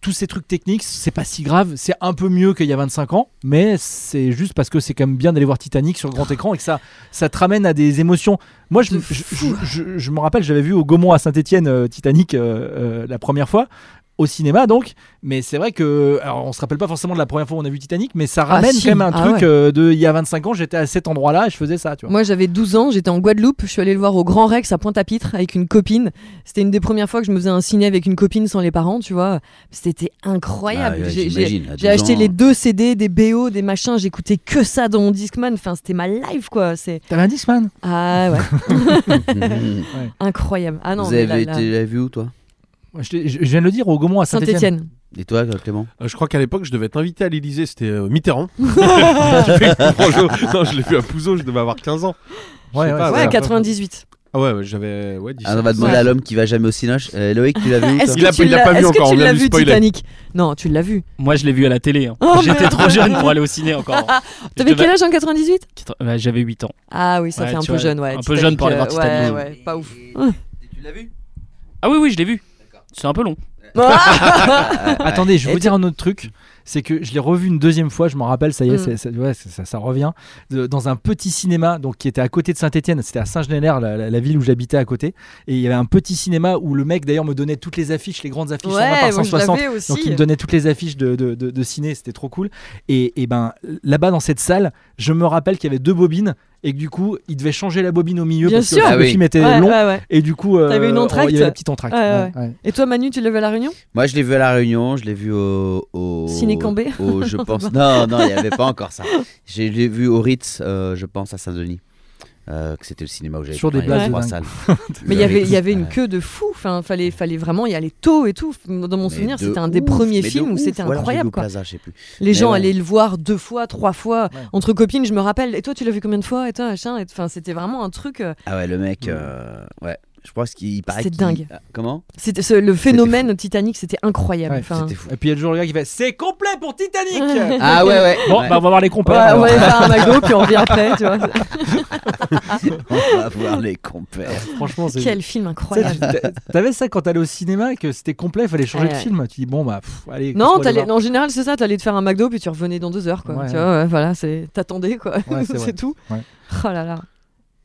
Speaker 4: tous ces trucs techniques c'est pas si grave c'est un peu mieux qu'il y a 25 ans mais c'est juste parce que c'est quand même bien d'aller voir Titanic sur grand écran et que ça ça te ramène à des émotions moi je
Speaker 5: De
Speaker 4: je,
Speaker 5: fou.
Speaker 4: je- je- je me rappelle j'avais vu au Gaumont à Saint-Étienne euh, Titanic euh, euh, la première fois au cinéma donc mais c'est vrai que alors on se rappelle pas forcément de la première fois où on a vu Titanic, mais ça ramène
Speaker 5: si.
Speaker 4: quand même un
Speaker 5: Ah
Speaker 4: truc
Speaker 5: ouais.
Speaker 4: euh, de il y a 25 ans, j'étais à cet endroit-là et je faisais ça, tu vois.
Speaker 5: Moi j'avais 12 ans, j'étais en Guadeloupe, je suis allée le voir au Grand Rex à Pointe-à-Pitre avec une copine. C'était une des premières fois que je me faisais un ciné avec une copine sans les parents, tu vois. C'était incroyable.
Speaker 2: Ah ouais,
Speaker 5: J'ai- j'ai-
Speaker 2: j'imagine, à 12
Speaker 5: J'ai acheté
Speaker 2: ans.
Speaker 5: [LAUGHS] les deux CD, des BO, des machins, j'écoutais que ça dans mon Discman, enfin c'était ma live quoi, c'est
Speaker 4: T'avais un Discman
Speaker 5: ah ouais,
Speaker 2: Mhm.
Speaker 5: incroyable. Ah non,
Speaker 2: Vous
Speaker 5: mais
Speaker 2: avez
Speaker 5: là- là-
Speaker 2: été la vue où, toi
Speaker 4: je, t'ai- je- je viens de le dire au Gaumont à Saint-Étienne.
Speaker 5: Saint-Étienne.
Speaker 2: Et toi, Clément
Speaker 3: Ah,
Speaker 6: Euh, je crois qu'à l'époque je devais être invité à l'Elysée, c'était euh,
Speaker 5: [LAUGHS]
Speaker 6: [LAUGHS] Mitterrand. Qui fait que Bourgeot- non, je l'ai vu à Pouzo, je devais avoir 15 ans. Je sais pas,
Speaker 4: Ah,
Speaker 5: Ouais,
Speaker 6: voilà.
Speaker 5: 98.
Speaker 6: Ah ouais, ouais, j'avais ouais, 17.
Speaker 2: Ah, On va demander
Speaker 5: Ouais.
Speaker 2: à l'homme qui va jamais au Cinoche. Euh, Loïc, tu l'as
Speaker 5: [LAUGHS]
Speaker 2: vu où, toi
Speaker 5: Est-ce
Speaker 6: Il a
Speaker 5: que tu
Speaker 6: pas- il a pas
Speaker 5: l'as
Speaker 6: vu
Speaker 5: est-ce
Speaker 6: encore, on
Speaker 5: que tu
Speaker 6: l'a
Speaker 5: l'as
Speaker 6: lui
Speaker 5: vu
Speaker 6: spoiler.
Speaker 5: Titanic Non, tu l'as vu.
Speaker 7: Moi, je l'ai vu à la télé. hein.
Speaker 5: Oh,
Speaker 7: J'étais
Speaker 5: merde.
Speaker 7: trop jeune pour aller
Speaker 5: [LAUGHS]
Speaker 7: au ciné encore. hein. Je
Speaker 5: T'avais
Speaker 7: devais-
Speaker 5: quel âge en 98
Speaker 7: Ouais, J'avais 8 ans.
Speaker 5: Ah oui, ça
Speaker 7: Ouais,
Speaker 5: fait un
Speaker 7: tu
Speaker 5: peu
Speaker 7: vois,
Speaker 5: jeune, ouais.
Speaker 7: un peu jeune pour aller voir
Speaker 5: euh,
Speaker 7: Titanic.
Speaker 5: Ouais, ouais, pas ouf.
Speaker 2: Tu l'as vu
Speaker 7: Ah oui, oui, je l'ai vu. C'est un peu long.
Speaker 5: Ah,
Speaker 4: Attendez, je vais
Speaker 2: Et
Speaker 4: vous dire un autre truc. C'est que je l'ai revu une deuxième fois, je m'en rappelle, ça y est,
Speaker 5: Mm.
Speaker 4: c'est- c'est- ouais, c'est- ça, ça revient, de- dans un petit cinéma donc, qui était à côté de Saint-Etienne, c'était à Saint-Génélaire, la, la- la ville où j'habitais à côté, et il y avait un petit cinéma où le mec d'ailleurs me donnait toutes les affiches, les grandes affiches 120
Speaker 5: Ouais,
Speaker 4: par
Speaker 5: moi je
Speaker 4: 160,
Speaker 5: l'avais aussi.
Speaker 4: Donc il me donnait toutes les affiches de, de, de- de ciné, c'était trop cool. Et, et ben là-bas dans cette salle, je me rappelle qu'il y avait deux bobines et que du coup il devait changer la bobine au milieu
Speaker 5: Bien
Speaker 4: parce que
Speaker 5: sûr.
Speaker 2: Ah
Speaker 4: le
Speaker 2: oui.
Speaker 4: film était
Speaker 5: Ouais,
Speaker 4: long.
Speaker 5: ouais, ouais.
Speaker 4: Et du coup, euh,
Speaker 5: T'avais une entracte
Speaker 4: il y avait la petite entracte.
Speaker 5: Ouais, ouais.
Speaker 4: ouais.
Speaker 5: Et toi Manu, tu l'as vu à la Réunion
Speaker 2: Moi, je l'ai vu à La Réunion, je l'ai vu au. au
Speaker 5: Ciné Cambé
Speaker 2: au-
Speaker 5: [LAUGHS]
Speaker 2: Je pense. Non, non, il n'y avait pas encore ça. Je l'ai vu au Ritz, euh, je pense, à Saint-Denis. Euh, que c'était le cinéma où j'avais
Speaker 4: Sur
Speaker 2: pris
Speaker 4: des
Speaker 2: il y avait
Speaker 4: places de
Speaker 2: trois
Speaker 4: dingue.
Speaker 2: [LAUGHS] salles.
Speaker 5: Mais il
Speaker 2: Le
Speaker 5: y avait, il
Speaker 2: Ritz,
Speaker 5: y avait une
Speaker 2: ouais.
Speaker 5: queue de fou. Enfin, fallait, fallait vraiment y aller tôt et tout. Dans mon
Speaker 2: Mais
Speaker 5: souvenir,
Speaker 2: de
Speaker 5: c'était un des
Speaker 2: ouf, mais
Speaker 5: premiers
Speaker 2: de
Speaker 5: films où
Speaker 2: ouf.
Speaker 5: c'était
Speaker 2: Ou alors, j'ai vu
Speaker 5: incroyable.
Speaker 2: au
Speaker 5: Quoi.
Speaker 2: Plaza, je sais plus.
Speaker 5: Les
Speaker 2: Mais
Speaker 5: gens
Speaker 2: ouais.
Speaker 5: allaient le voir deux fois, trois fois
Speaker 4: Ouais.
Speaker 5: entre copines. Je me rappelle. Et toi, tu l'as vu combien de fois Et toi, machin. Et- Enfin, c'était vraiment un truc. euh,
Speaker 2: Ah ouais, le mec, euh, ouais. Je pense qu'il paraît.
Speaker 5: C'est
Speaker 2: qu'il-
Speaker 5: dingue.
Speaker 2: Ah,
Speaker 5: [LAUGHS]
Speaker 2: Comment
Speaker 5: C'était ce- le phénomène Titanic. C'était incroyable.
Speaker 4: Ouais,
Speaker 5: enfin,
Speaker 2: C'était fou.
Speaker 4: Et puis il y a toujours le gars qui fait C'est complet pour Titanic
Speaker 2: Ah ouais, ouais.
Speaker 4: Bon,
Speaker 2: ouais.
Speaker 4: bah, on va voir les
Speaker 5: Ouais,
Speaker 4: compères.
Speaker 5: on va aller faire un McDo puis
Speaker 2: [LAUGHS]
Speaker 5: on revient après. Tu vois.
Speaker 2: On va voir les compères.
Speaker 4: Franchement, c'est.
Speaker 5: Quel film
Speaker 4: Tu sais, tu-
Speaker 5: incroyable.
Speaker 4: t'a- T'avais ça quand t'allais au cinéma et que c'était complet, il fallait changer de
Speaker 5: Ouais.
Speaker 4: film. Tu dis bon bah pff, allez. laisse-moi
Speaker 5: Non,
Speaker 4: aller
Speaker 5: t'allais- en général, c'est ça. T'allais te faire un McDo puis tu revenais dans deux heures. Quoi.
Speaker 4: Ouais,
Speaker 5: tu
Speaker 4: ouais.
Speaker 5: vois, ouais, voilà, c'est- t'attendais quoi.
Speaker 4: Ouais, c'est vrai.
Speaker 5: [LAUGHS] c'est tout.
Speaker 4: Ouais.
Speaker 5: Oh là là.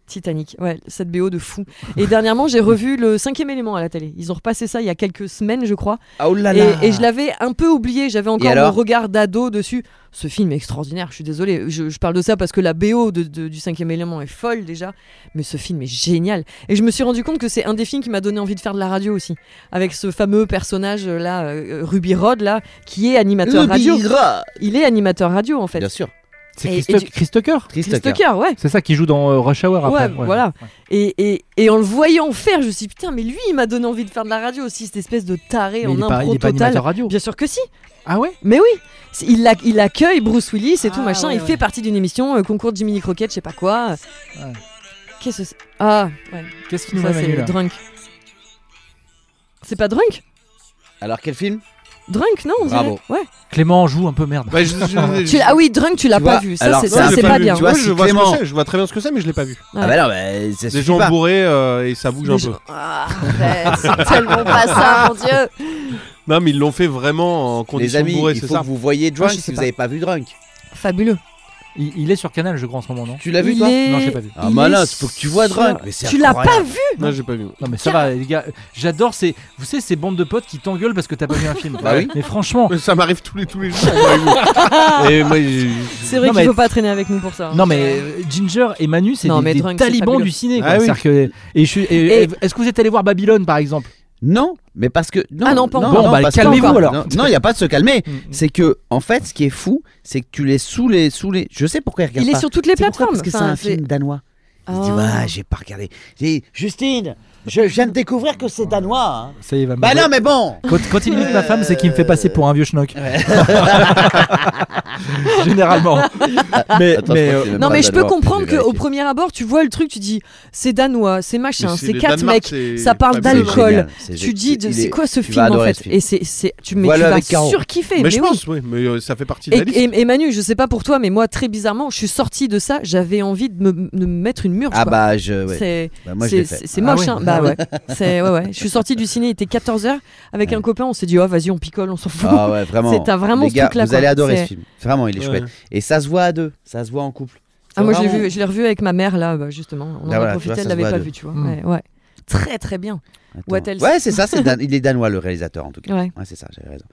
Speaker 5: Titanic, ouais, cette BO de fou. Et dernièrement, j'ai revu le cinquième élément à la télé. Ils ont repassé ça il y a quelques semaines, je crois.
Speaker 2: Ah, Oh là
Speaker 5: Et,
Speaker 2: là
Speaker 5: et je l'avais un peu oublié. J'avais encore mon
Speaker 2: alors
Speaker 5: regard d'ado dessus. Ce film est extraordinaire, je suis désolée. Je, je parle de ça parce que la BO de- de- du cinquième élément est folle déjà. Mais ce film est génial. Et je me suis rendu compte que c'est un des films qui m'a donné envie de faire de la radio aussi. Avec ce fameux personnage euh, là, euh, Ruby Rod, là, qui est animateur radio.
Speaker 2: Ruby Ra-
Speaker 5: Il est animateur radio en fait.
Speaker 2: Bien sûr.
Speaker 4: C'est
Speaker 5: Et-
Speaker 4: Chris,
Speaker 5: et
Speaker 4: Tuck-
Speaker 5: du-
Speaker 4: Chris Tucker
Speaker 2: Chris
Speaker 5: Chris
Speaker 2: Tucker.
Speaker 5: Tucker, ouais.
Speaker 4: C'est ça qui joue dans euh, Rush Hour après.
Speaker 5: Ouais, voilà. Et, et, et en le voyant faire, je me suis dit, putain, mais lui, il m'a donné envie de faire de la radio aussi, cette espèce de taré
Speaker 4: Mais
Speaker 5: en
Speaker 4: il est, pas,
Speaker 5: impro
Speaker 4: il est pas
Speaker 5: total.
Speaker 4: animateur radio.
Speaker 5: Bien sûr que si.
Speaker 4: Ah ouais
Speaker 5: Mais oui, C'est- il, l'ac- il accueille Bruce Willis et tout
Speaker 4: Ah,
Speaker 5: machin.
Speaker 4: ouais,
Speaker 5: il
Speaker 4: ouais.
Speaker 5: fait partie d'une émission euh, concours de Jiminy Croquette, je sais pas quoi.
Speaker 4: Ouais.
Speaker 5: Qu'est-ce que c'est Ah, ouais.
Speaker 4: Qu'est-ce qui nous
Speaker 5: ça
Speaker 4: amène
Speaker 5: c'est
Speaker 4: là
Speaker 5: Drunk. C'est pas Drunk
Speaker 2: Alors quel film
Speaker 5: Drunk, non on dirait.
Speaker 2: Bravo.
Speaker 5: Ouais.
Speaker 4: Clément joue un peu merde.
Speaker 3: Bah, je- je- je-
Speaker 5: Tu l'as- ah oui, Drunk, tu l'as
Speaker 2: Tu
Speaker 5: pas
Speaker 2: vois,
Speaker 5: vu. Ça,
Speaker 2: alors
Speaker 5: c'est
Speaker 2: ça,
Speaker 5: ça,
Speaker 3: je l'ai
Speaker 5: c'est
Speaker 3: pas
Speaker 5: pas
Speaker 3: vu,
Speaker 5: bien.
Speaker 3: Tu vois,
Speaker 2: Ouais,
Speaker 3: je
Speaker 2: si
Speaker 3: vois ce
Speaker 2: Clément-
Speaker 3: que c'est, je vois très bien ce que c'est, mais je l'ai pas vu.
Speaker 5: Ouais.
Speaker 2: Ah bah non, bah, ça
Speaker 3: Des
Speaker 2: suffit
Speaker 3: gens
Speaker 2: pas.
Speaker 3: bourrés euh, et ça bouge un
Speaker 5: Les
Speaker 3: peu.
Speaker 5: gens- Ah, arrête,
Speaker 2: [LAUGHS]
Speaker 5: c'est tellement pas ça, mon dieu.
Speaker 3: Non, mais ils l'ont fait vraiment en
Speaker 2: Les
Speaker 3: condition
Speaker 2: amis,
Speaker 3: bourrée,
Speaker 2: il
Speaker 3: c'est
Speaker 2: faut
Speaker 3: ça.
Speaker 2: que vous voyez
Speaker 5: Ah,
Speaker 2: Drunk
Speaker 5: je sais
Speaker 2: si vous
Speaker 5: pas.
Speaker 2: n'avez pas vu Drunk.
Speaker 5: Fabuleux.
Speaker 4: [LAUGHS] Il, il est sur Canal, je crois, en ce moment, non
Speaker 2: Tu l'as vu
Speaker 5: Il
Speaker 2: toi
Speaker 5: est-
Speaker 4: Non, je l'ai pas vu.
Speaker 2: Ah
Speaker 5: il
Speaker 2: malin,
Speaker 5: est
Speaker 2: faut que tu vois
Speaker 5: sur-
Speaker 2: Drunk. Mais c'est
Speaker 5: Tu l'as pas
Speaker 2: incroyable.
Speaker 5: vu
Speaker 3: Non, j'ai pas vu.
Speaker 4: Non, mais ça va, les gars. J'adore ces. Vous savez, ces bandes de potes qui t'engueulent parce que t'as pas vu un film.
Speaker 2: Bah oui.
Speaker 4: Mais franchement.
Speaker 3: Mais Ça m'arrive tous les tous les jours.
Speaker 5: Ah
Speaker 3: et moi, j'ai-
Speaker 5: C'est vrai
Speaker 4: Non,
Speaker 5: qu'il
Speaker 4: mais-
Speaker 5: faut pas traîner avec nous pour ça. hein.
Speaker 4: Non mais euh, Ginger et Manu c'est
Speaker 5: Non,
Speaker 4: des,
Speaker 5: mais
Speaker 4: des
Speaker 5: Drunk, c'est
Speaker 4: talibans
Speaker 5: fabuleux.
Speaker 4: du ciné. quoi.
Speaker 3: Ah oui.
Speaker 4: C'est-à-dire que- et je suis- et-
Speaker 5: Et-
Speaker 4: et- Est-ce que vous êtes allé voir Babylone par exemple
Speaker 2: Non, mais parce que non.
Speaker 5: Ah non, pas
Speaker 2: non,
Speaker 5: encore.
Speaker 4: Bon, bah,
Speaker 2: parce que-
Speaker 4: calmez-vous,
Speaker 2: non,
Speaker 4: alors.
Speaker 2: Non, il n'y a pas de se calmer.
Speaker 5: Mm,
Speaker 2: C'est que en fait, ce qui est fou, c'est que tu l'es sous les sous les. Je sais pourquoi il regarde
Speaker 5: Il est
Speaker 2: pas.
Speaker 5: sur toutes les
Speaker 2: C'est pourquoi
Speaker 5: plateformes.
Speaker 2: Parce que c'est
Speaker 5: Enfin,
Speaker 2: un
Speaker 5: c'est-
Speaker 2: film danois. Il se dit,
Speaker 5: Ah.
Speaker 2: ouais, j'ai pas regardé. J'ai dit, Justine, je viens de découvrir que c'est danois. hein.
Speaker 4: Ça y est, va me-
Speaker 2: Bah non, mais bon.
Speaker 4: Quand, quand il imite ma femme, c'est qu'il me fait passer pour un vieux schnock.
Speaker 2: Ouais.
Speaker 4: [LAUGHS] Généralement. Mais,
Speaker 2: Attends,
Speaker 4: mais,
Speaker 2: je crois
Speaker 4: euh,
Speaker 2: qu'il est
Speaker 5: Non
Speaker 2: pas
Speaker 5: mais je peux
Speaker 2: danois.
Speaker 5: comprendre
Speaker 2: Je vais
Speaker 5: qu'au
Speaker 2: vérifier.
Speaker 5: premier abord, tu vois le truc, tu dis c'est danois, c'est machin,
Speaker 3: Mais
Speaker 5: c'est
Speaker 3: le
Speaker 5: quatre
Speaker 3: Danemark,
Speaker 5: mecs.
Speaker 3: c'est
Speaker 5: ça parle
Speaker 3: fabuleux.
Speaker 2: C'est
Speaker 5: d'alcool.
Speaker 2: génial, c'est
Speaker 5: Tu
Speaker 2: gé-
Speaker 5: dis de-
Speaker 2: il
Speaker 5: c'est
Speaker 2: est-
Speaker 5: quoi ce
Speaker 2: tu vas
Speaker 5: film en
Speaker 2: adorer
Speaker 5: fait
Speaker 2: ce film.
Speaker 5: Et c'est c'est tu mais
Speaker 2: Voilà
Speaker 5: tu vas
Speaker 2: avec Caro.
Speaker 5: surkiffer.
Speaker 3: Mais je
Speaker 5: oui.
Speaker 3: pense, oui, mais euh, ça fait partie de la liste.
Speaker 5: Et, et, et Manu, je sais pas pour toi, mais moi très bizarrement, je suis sortie de ça, j'avais envie de me, de me mettre une murge.
Speaker 2: Ah
Speaker 5: quoi.
Speaker 2: bah je. ouais.
Speaker 5: C'est
Speaker 2: Bah, moi je
Speaker 5: c'est-
Speaker 2: l'ai fait.
Speaker 5: c'est- c'est
Speaker 4: Ah
Speaker 5: moche,
Speaker 4: ouais.
Speaker 5: hein. Bah ouais. C'est ouais ouais. Je suis sortie du ciné, il était 14h avec un copain, on s'est dit oh vas-y on picole, on s'en fout.
Speaker 2: Ah ouais, vraiment.
Speaker 5: C'est un- vraiment
Speaker 2: Les
Speaker 5: ce
Speaker 2: gars,
Speaker 5: truc-là,
Speaker 2: vous
Speaker 5: quoi.
Speaker 2: allez adorer
Speaker 5: C'est-
Speaker 2: ce film. Vraiment, il est chouette. Et ça se voit à deux, ça se voit en couple.
Speaker 5: Ah, moi, je l'ai
Speaker 2: Vraiment.
Speaker 5: vu- je l'ai revu avec ma mère, là, bah, justement. On
Speaker 2: Ah,
Speaker 5: en
Speaker 2: voilà,
Speaker 5: a
Speaker 2: tu
Speaker 5: profité,
Speaker 2: vois, ça
Speaker 5: elle
Speaker 2: se
Speaker 5: l'avait
Speaker 2: voit à
Speaker 5: pas
Speaker 2: deux.
Speaker 5: vu, tu vois.
Speaker 4: Mm.
Speaker 5: Ouais, ouais. Très, très bien.
Speaker 2: Attends.
Speaker 5: What else
Speaker 2: Ouais, c'est ça, c'est Dan- il est danois le réalisateur en tout cas.
Speaker 5: Ouais.
Speaker 2: Ouais, c'est ça, j'avais raison.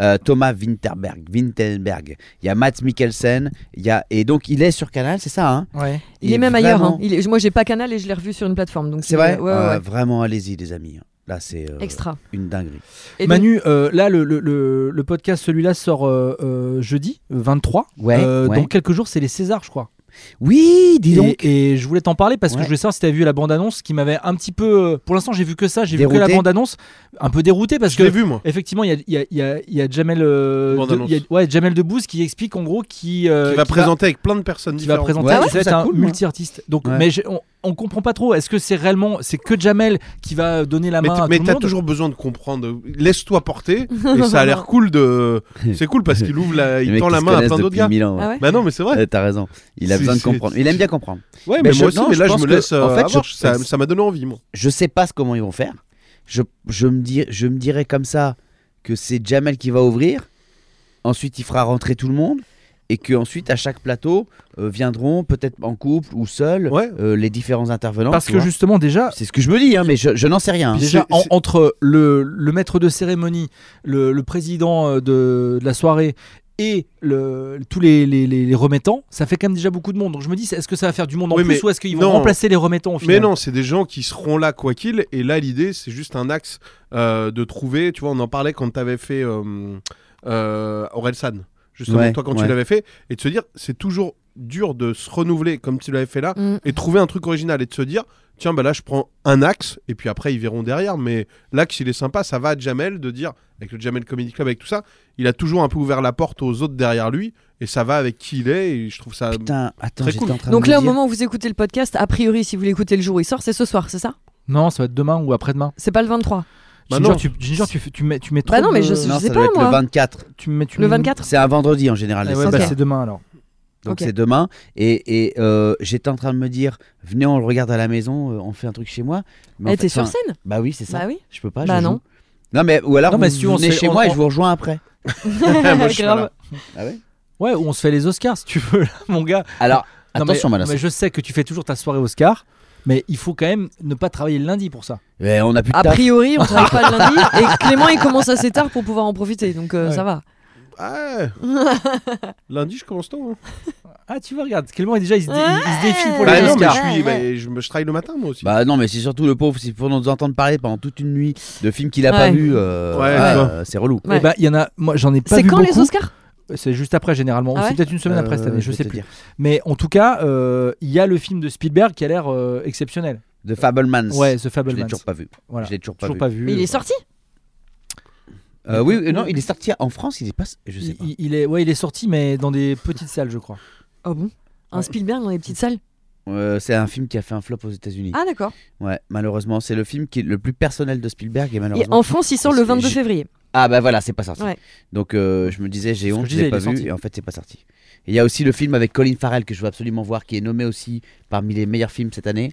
Speaker 2: Euh, Thomas Winterberg, Winterberg. Il y a Matt Mikkelsen, il y a et donc il est sur Canal, c'est ça hein
Speaker 4: ouais.
Speaker 5: Il, est, même ailleurs.
Speaker 2: vraiment-
Speaker 5: hein. Il est- Moi, j'ai pas Canal et je l'ai revu sur une plateforme. donc
Speaker 2: C'est
Speaker 5: il-
Speaker 2: vrai
Speaker 5: Ouais, ouais,
Speaker 2: Euh,
Speaker 5: ouais.
Speaker 2: Vraiment allez-y les amis. Là c'est euh,
Speaker 5: Extra.
Speaker 2: une dinguerie.
Speaker 5: Et donc-
Speaker 4: Manu, euh, là, le, le- le- le podcast, celui-là, sort euh, euh, jeudi, 23.
Speaker 2: Ouais,
Speaker 4: Euh,
Speaker 2: ouais.
Speaker 4: Dans quelques jours, c'est les Césars, je crois.
Speaker 2: Oui, dis
Speaker 3: euh,
Speaker 2: donc.
Speaker 4: Et, et je voulais t'en parler parce que
Speaker 2: Ouais.
Speaker 4: je voulais savoir si t'avais vu la bande-annonce qui m'avait un petit peu. euh, Pour l'instant, j'ai vu que ça, j'ai vu que
Speaker 2: Dérouté.
Speaker 4: la bande-annonce, un peu dérouté parce
Speaker 3: Je l'ai
Speaker 4: que.
Speaker 3: vu, moi.
Speaker 4: Effectivement, il y a, il y a- il y a- il y a Jamel, euh, de,
Speaker 3: Bande-annonce.
Speaker 4: il y a- ouais, Jamel Debbouze qui explique en gros qui, euh,
Speaker 3: Qui va
Speaker 4: qui
Speaker 3: présenter avec plein de personnes
Speaker 4: qui va
Speaker 3: différentes.
Speaker 4: présenter
Speaker 2: Ouais,
Speaker 4: ça
Speaker 2: je
Speaker 4: va
Speaker 2: trouve
Speaker 4: être
Speaker 2: ça
Speaker 4: un
Speaker 2: cool, moi.
Speaker 4: multi-artiste. Donc,
Speaker 2: Ouais.
Speaker 4: mais j'ai- on, on comprend pas trop. Est-ce que c'est réellement c'est que Jamel qui va donner la
Speaker 3: Mais
Speaker 4: main
Speaker 3: t-
Speaker 4: à
Speaker 3: Mais
Speaker 4: tout le
Speaker 3: t'as
Speaker 4: monde
Speaker 3: toujours besoin de comprendre. Laisse-toi porter.
Speaker 5: [LAUGHS]
Speaker 3: Et ça a l'air cool
Speaker 2: [LAUGHS]
Speaker 3: de. C'est cool parce qu'il ouvre la.
Speaker 2: Les
Speaker 3: Il
Speaker 2: mecs
Speaker 3: tend
Speaker 2: qui
Speaker 3: la
Speaker 2: se
Speaker 3: main à
Speaker 2: connaissent
Speaker 3: plein d'autres
Speaker 2: depuis
Speaker 3: gars.
Speaker 2: mille ans, ouais.
Speaker 5: Ah ouais
Speaker 3: Bah non, mais c'est vrai.
Speaker 2: Euh, T'as raison. Il a
Speaker 3: C'est-
Speaker 2: besoin de
Speaker 3: c'est-
Speaker 2: comprendre. Il aime bien comprendre.
Speaker 3: Ouais,
Speaker 2: mais
Speaker 3: mais,
Speaker 2: je-
Speaker 3: moi aussi,
Speaker 2: non,
Speaker 3: mais
Speaker 2: je
Speaker 3: là, je
Speaker 2: pense
Speaker 3: me
Speaker 2: que-
Speaker 3: laisse. euh,
Speaker 2: en fait, je
Speaker 3: avoir. Ça
Speaker 2: pense-
Speaker 3: ça m'a donné envie, moi.
Speaker 2: Je sais pas comment ils vont faire. Je, je me, dis, je me dirais comme ça que c'est Jamel qui va ouvrir. Ensuite, il fera rentrer tout le monde. Et que ensuite à chaque plateau euh, viendront peut-être en couple ou seuls
Speaker 3: Ouais.
Speaker 2: euh, les différents intervenants.
Speaker 4: Parce
Speaker 2: tu
Speaker 4: que
Speaker 2: vois.
Speaker 4: justement, déjà,
Speaker 2: C'est ce que je me dis, hein, mais je, je n'en sais rien. hein.
Speaker 4: déjà
Speaker 3: c'est-
Speaker 4: en-
Speaker 3: c'est-
Speaker 4: entre le, le maître de cérémonie, le, le président euh, de, de la soirée et le, tous les, les- les- les remettants, ça fait quand même déjà beaucoup de monde. Donc je me dis, c'est- est-ce que ça va faire du monde en
Speaker 3: Oui,
Speaker 4: plus
Speaker 3: mais
Speaker 4: ou est-ce qu'ils
Speaker 3: non.
Speaker 4: vont remplacer les remettants au final
Speaker 3: Mais non, c'est des gens qui seront là quoi qu'il. Et là, l'idée, c'est juste un axe euh, de trouver. Tu vois, on en parlait quand t'avais fait euh, euh, Orelsan, justement,
Speaker 2: Ouais,
Speaker 3: toi, quand
Speaker 2: ouais.
Speaker 3: tu l'avais fait, et de se dire, c'est toujours dur de se renouveler comme tu l'avais fait là,
Speaker 5: Mm.
Speaker 3: et de trouver un truc original, et de se dire, tiens, bah là, je prends un axe, et puis après, ils verront derrière. Mais l'axe, il est sympa, ça va à Jamel de dire, avec le Jamel Comedy Club, avec tout ça, il a toujours un peu ouvert la porte aux autres derrière lui, et ça va avec qui il est, et je trouve
Speaker 2: Euh,
Speaker 3: ça. [LAUGHS]
Speaker 2: Putain, attends,
Speaker 3: Très
Speaker 2: j'étais
Speaker 3: cool.
Speaker 2: en train
Speaker 5: Donc
Speaker 2: de me
Speaker 5: là, au
Speaker 2: dire-
Speaker 5: moment où vous écoutez le podcast, a priori, si vous l'écoutez le jour où il sort, c'est ce soir, c'est ça
Speaker 4: Non, ça va être demain ou après-demain.
Speaker 5: C'est pas le 23.
Speaker 3: Bah
Speaker 4: Ginger,
Speaker 3: non.
Speaker 4: tu, Ginger, tu, fais- tu mets, tu mets
Speaker 5: Bah
Speaker 4: trop
Speaker 5: non, mais
Speaker 4: de-
Speaker 5: je suis-
Speaker 2: non,
Speaker 5: sais
Speaker 2: ça
Speaker 5: pas,
Speaker 2: doit être
Speaker 5: moi.
Speaker 2: le 24.
Speaker 4: tu mets- tu
Speaker 5: Le
Speaker 2: Mm.
Speaker 4: mets-
Speaker 5: 24
Speaker 2: C'est un vendredi en général.
Speaker 4: Ah
Speaker 2: les
Speaker 4: ouais,
Speaker 2: Césars.
Speaker 4: bah, c'est demain alors.
Speaker 2: Donc
Speaker 5: Ok.
Speaker 2: c'est demain. Et, et, euh, j'étais en train de me dire, venez, on le regarde à la maison, euh, on fait un truc chez moi. Mais en
Speaker 5: Eh,
Speaker 2: fait,
Speaker 5: T'es sur
Speaker 2: enfin,
Speaker 5: scène
Speaker 2: Bah oui, c'est ça.
Speaker 5: Bah oui.
Speaker 2: Je peux pas.
Speaker 5: Bah
Speaker 2: je
Speaker 5: non.
Speaker 2: joue. Non mais ou alors
Speaker 4: Non, mais
Speaker 2: vous
Speaker 4: si on
Speaker 2: venez
Speaker 4: se-
Speaker 2: chez
Speaker 4: on-
Speaker 2: moi et
Speaker 4: on-
Speaker 2: je vous rejoins après.
Speaker 3: Moi, je suis pas
Speaker 5: Grave.
Speaker 3: là.
Speaker 2: Ah ouais
Speaker 4: Ouais, ou on se fait les Oscars si tu veux, là, mon gars.
Speaker 2: Alors
Speaker 4: Non, mais-
Speaker 2: attention, Manas.
Speaker 4: Mais je sais que tu fais toujours ta soirée Oscar, mais il faut quand même ne pas travailler le lundi pour ça.
Speaker 2: Eh, on a
Speaker 4: Ah,
Speaker 2: plus de
Speaker 5: A
Speaker 2: taf.
Speaker 5: priori, on travaille pas le lundi.
Speaker 2: [LAUGHS]
Speaker 5: Et Clément, il commence assez tard pour pouvoir en profiter, donc euh,
Speaker 4: Ouais.
Speaker 5: ça va.
Speaker 3: Ouais. [LAUGHS] Lundi, je commence tôt. hein.
Speaker 4: Ah, tu vois, regarde, Clément est déjà, il se, dé- il- il se défie pour
Speaker 5: Ouais.
Speaker 3: Bah
Speaker 4: les
Speaker 3: non, mais
Speaker 4: Oscars.
Speaker 3: je, suis,
Speaker 5: Ouais,
Speaker 3: bah, je, me- je travaille le matin
Speaker 2: [LAUGHS]
Speaker 3: moi aussi.
Speaker 2: Bah non, mais c'est surtout le pauvre si pour nous entendre parler pendant toute une nuit de films qu'il a pas
Speaker 5: Ouais.
Speaker 2: vu. euh,
Speaker 3: Ouais,
Speaker 2: euh,
Speaker 3: tu vois.
Speaker 2: c'est relou.
Speaker 4: Eh ben, il y en a, moi j'en ai pas
Speaker 5: C'est
Speaker 4: vu
Speaker 5: quand les
Speaker 4: beaucoup.
Speaker 5: Oscars
Speaker 4: C'est juste après généralement.
Speaker 5: Ah
Speaker 4: Ou
Speaker 5: ouais
Speaker 4: c'est peut-être une semaine après cette année, je
Speaker 2: vais
Speaker 4: sais
Speaker 2: Euh, te
Speaker 4: plus.
Speaker 2: dire.
Speaker 4: Mais en tout cas, euh, il y a le film de Spielberg qui a l'air euh, exceptionnel.
Speaker 2: The Fablemans.
Speaker 4: Ouais, The
Speaker 2: Je l'ai
Speaker 4: Fableman.
Speaker 2: toujours pas vu.
Speaker 4: Voilà.
Speaker 2: Je l'ai toujours pas
Speaker 4: Toujours
Speaker 2: vu.
Speaker 4: pas vu.
Speaker 5: Mais il est sorti
Speaker 2: Euh, oui, euh, non, il est sorti en France, il est pas. Je sais
Speaker 4: Il,
Speaker 2: pas.
Speaker 4: il- il est, ouais, il est sorti, mais dans des petites salles, je crois.
Speaker 5: Oh bon Un
Speaker 4: Ouais.
Speaker 5: Spielberg dans les petites salles
Speaker 2: Euh, c'est un film qui a fait un flop aux États-Unis.
Speaker 5: Ah d'accord.
Speaker 2: Ouais, malheureusement, c'est le film qui est le plus personnel de Spielberg et
Speaker 5: Et
Speaker 2: malheureusement.
Speaker 5: en France, il sort le
Speaker 2: Parce que
Speaker 5: 22
Speaker 2: j'ai-
Speaker 5: février.
Speaker 2: Ah bah voilà, c'est pas sorti.
Speaker 5: Ouais.
Speaker 2: Donc euh, je me disais, j'ai
Speaker 4: Ce que
Speaker 2: honte,
Speaker 4: je
Speaker 2: je
Speaker 4: disais,
Speaker 2: l'ai pas
Speaker 4: il est
Speaker 2: vu
Speaker 4: sorti.
Speaker 2: et en fait c'est pas sorti. Et Il y a aussi le film avec Colin Farrell que je veux absolument voir, qui est nommé aussi parmi les meilleurs films cette année,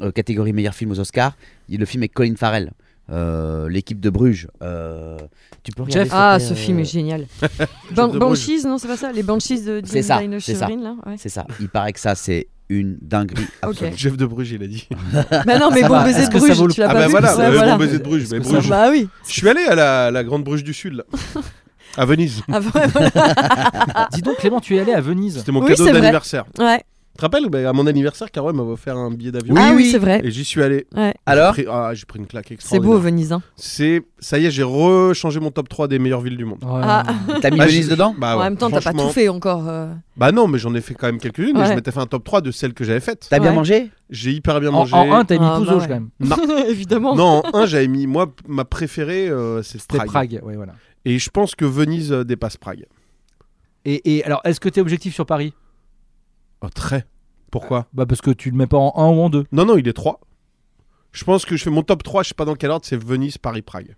Speaker 2: euh, catégorie meilleur film aux Oscars. Il y a le film avec Colin Farrell, euh, l'équipe de Bruges. Euh, tu peux regarder.
Speaker 4: Jeff.
Speaker 2: s'il te
Speaker 5: Ah,
Speaker 2: plaît,
Speaker 5: ce
Speaker 2: euh,
Speaker 5: film
Speaker 2: [LAUGHS]
Speaker 5: est génial. Ban-
Speaker 3: de
Speaker 5: Banshees, non, c'est pas ça Les Banshees de
Speaker 2: C'est ça,
Speaker 5: Dine
Speaker 2: c'est ça.
Speaker 5: Chevrine, là ouais.
Speaker 2: C'est ça. Il paraît que ça c'est une dinguerie
Speaker 5: Ok.
Speaker 3: [LAUGHS]
Speaker 2: absolue.
Speaker 3: Jeff de Bruges, il a dit.
Speaker 5: Bah non, mais
Speaker 4: Ça
Speaker 5: Bon
Speaker 4: va,
Speaker 5: Baiser
Speaker 4: est-ce
Speaker 5: de
Speaker 4: que ça
Speaker 5: Bruges,
Speaker 4: vaut le
Speaker 5: tu l'as
Speaker 3: ah
Speaker 5: pas
Speaker 3: bah
Speaker 5: vu
Speaker 3: voilà,
Speaker 5: Ouais,
Speaker 3: euh,
Speaker 5: voilà.
Speaker 3: bon baiser de Bruges. Mais
Speaker 4: Est-ce que
Speaker 3: Bruges.
Speaker 4: ça
Speaker 5: Bah oui.
Speaker 3: Je suis allé à la, la grande Bruges du Sud, là, à Venise.
Speaker 5: Ah, ouais, voilà. Ah.
Speaker 4: Dis donc, Clément, tu es allé à Venise.
Speaker 3: C'était mon
Speaker 5: Oui,
Speaker 3: cadeau
Speaker 5: c'est vrai.
Speaker 3: d'anniversaire. Tu
Speaker 5: Ouais.
Speaker 3: te rappelles, bah, à mon anniversaire, Caro elle m'a offert un billet d'avion.
Speaker 5: ah oui, c'est vrai.
Speaker 3: Et j'y suis allé.
Speaker 5: Ouais.
Speaker 2: Alors
Speaker 3: J'ai pris- ah, j'ai pris une claque
Speaker 5: C'est beau,
Speaker 3: extraordinaire.
Speaker 5: Venise. hein.
Speaker 3: C'est Ça y est, j'ai rechangé mon top 3 des meilleures villes du monde.
Speaker 4: Ouais.
Speaker 5: Ah.
Speaker 2: T'as mis
Speaker 3: Ah,
Speaker 2: Venise
Speaker 3: j'ai-
Speaker 2: dedans
Speaker 3: bah
Speaker 5: en
Speaker 3: ouais,
Speaker 5: même temps, t'as pas
Speaker 3: franchement.
Speaker 5: tout fait encore. euh.
Speaker 3: Bah non, mais j'en ai fait quand même quelques-unes et
Speaker 5: Ouais.
Speaker 3: je m'étais fait un top 3 de celles que j'avais faites.
Speaker 2: T'as bien
Speaker 5: Ouais.
Speaker 2: mangé
Speaker 3: J'ai hyper bien
Speaker 4: En,
Speaker 3: mangé.
Speaker 4: en un, t'as mis
Speaker 5: Ah, bah
Speaker 4: Pouzo,
Speaker 5: ouais.
Speaker 4: quand même.
Speaker 5: Évidemment.
Speaker 3: non, en 1, j'avais mis. Moi, p- ma préférée, euh, c'est
Speaker 4: C'était
Speaker 3: Prague.
Speaker 4: Prague. ouais, voilà.
Speaker 3: Et je pense que Venise euh, dépasse Prague.
Speaker 4: Et, et alors, est-ce que t'es objectif sur Paris
Speaker 3: Oh, très. Pourquoi
Speaker 4: Bah parce que tu le mets pas en 1 ou en 2.
Speaker 3: Non, non, il est 3. Je pense que je fais mon top 3, je sais pas dans quel ordre, c'est Venise, Paris, Prague.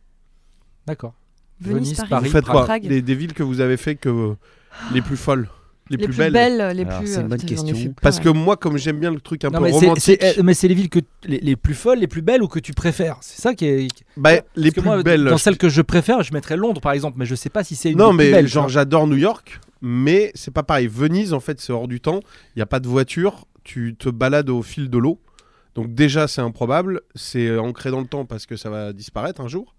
Speaker 4: D'accord.
Speaker 5: Venise, Paris,
Speaker 3: Vous faites
Speaker 5: Prague.
Speaker 3: quoi
Speaker 5: Prague.
Speaker 3: Les- Des villes que vous avez fait que. euh, Les plus folles, les,
Speaker 5: Les plus belles, les
Speaker 2: Alors,
Speaker 5: plus.
Speaker 2: c'est une
Speaker 5: euh,
Speaker 2: bonne
Speaker 5: putain, j'en ai
Speaker 2: question.
Speaker 5: fait plein,
Speaker 3: Parce
Speaker 5: ouais.
Speaker 3: que moi, comme j'aime bien le truc un
Speaker 4: Non,
Speaker 3: peu
Speaker 4: mais, c'est,
Speaker 3: romantique,
Speaker 4: c'est- euh, mais c'est les villes que t- les, les plus folles, les plus belles ou que tu préfères. C'est ça qui est.
Speaker 3: bah, les
Speaker 4: Parce que
Speaker 3: plus
Speaker 4: moi,
Speaker 3: belles.
Speaker 4: Dans
Speaker 3: je-
Speaker 4: celles que je préfère, je mettrais Londres par exemple, mais je sais pas si c'est une
Speaker 3: Non,
Speaker 4: des plus
Speaker 3: mais
Speaker 4: belles, tu
Speaker 3: genre
Speaker 4: vois.
Speaker 3: j'adore New York, mais c'est pas pareil. Venise, en fait, c'est hors du temps. Il n'y a pas de voiture. Tu te balades au fil de l'eau. Donc déjà, c'est improbable. C'est ancré dans le temps parce que ça va disparaître un jour.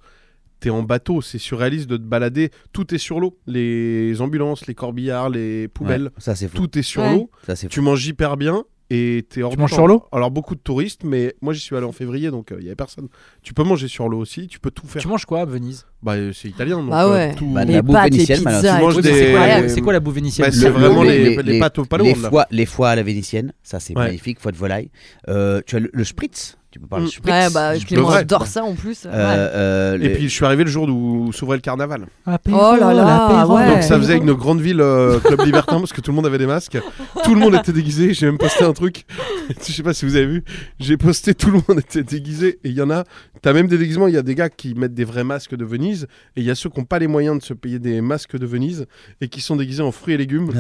Speaker 3: T'es en bateau, c'est surréaliste de te balader. Tout est sur l'eau. Les ambulances, les corbillards, les poubelles,
Speaker 2: Ouais, Ça c'est fou.
Speaker 3: tout est sur
Speaker 5: Ouais.
Speaker 3: l'eau.
Speaker 2: Ça c'est fou.
Speaker 3: Tu manges hyper bien et t'es hors
Speaker 4: Tu
Speaker 3: du
Speaker 4: manges
Speaker 3: temps.
Speaker 4: sur l'eau
Speaker 3: Alors beaucoup de touristes, mais moi j'y suis allé en février, donc il y avait personne. Tu peux manger sur l'eau aussi. Tu peux tout faire.
Speaker 4: Tu manges quoi à Venise
Speaker 3: Bah, euh, c'est italien, donc
Speaker 5: Bah
Speaker 3: euh,
Speaker 5: ouais.
Speaker 3: tout-
Speaker 2: Bah, de
Speaker 5: Les
Speaker 2: la bouffe
Speaker 5: pâtes, les
Speaker 2: vénitienne, malin.
Speaker 5: pizzas,
Speaker 3: Tu
Speaker 5: et
Speaker 3: manges
Speaker 5: tout,
Speaker 3: des-
Speaker 5: c'est
Speaker 4: C'est quoi, la-
Speaker 5: incroyable.
Speaker 3: Euh,
Speaker 4: c'est quoi la bouffe vénitienne
Speaker 3: Bah,
Speaker 2: Le-
Speaker 3: c'est vraiment
Speaker 2: le-
Speaker 3: les,
Speaker 2: les-
Speaker 3: les
Speaker 2: les-
Speaker 3: pâtes au
Speaker 2: les,
Speaker 3: palourde. là.
Speaker 2: foies, les foies à la vénitienne, ça c'est
Speaker 3: Ouais.
Speaker 2: magnifique, foie de volaille. Euh, tu as le, le spritz, tu peux parler
Speaker 3: Mm.
Speaker 2: du spritz.
Speaker 5: Ouais, bah,
Speaker 3: Je
Speaker 5: Clément
Speaker 3: devrais.
Speaker 5: adore ça en plus.
Speaker 2: Euh,
Speaker 5: Ouais.
Speaker 2: euh,
Speaker 3: Et
Speaker 2: les-
Speaker 3: puis je suis arrivé le jour où s'ouvrait le carnaval.
Speaker 5: Oh là là,
Speaker 4: Ah
Speaker 5: ouais.
Speaker 3: Donc ça faisait une grande ville euh, club libertin parce que tout le monde avait des masques. Tout le monde était déguisé. J'ai même posté un truc. [LAUGHS] Je sais pas si vous avez vu. J'ai posté tout le monde était déguisé. Et il y en a. T'as même des déguisements. Il y a des gars qui mettent des vrais masques de Venise. Et il y a ceux qui n'ont pas les moyens de se payer des masques de Venise et qui sont déguisés en fruits et légumes.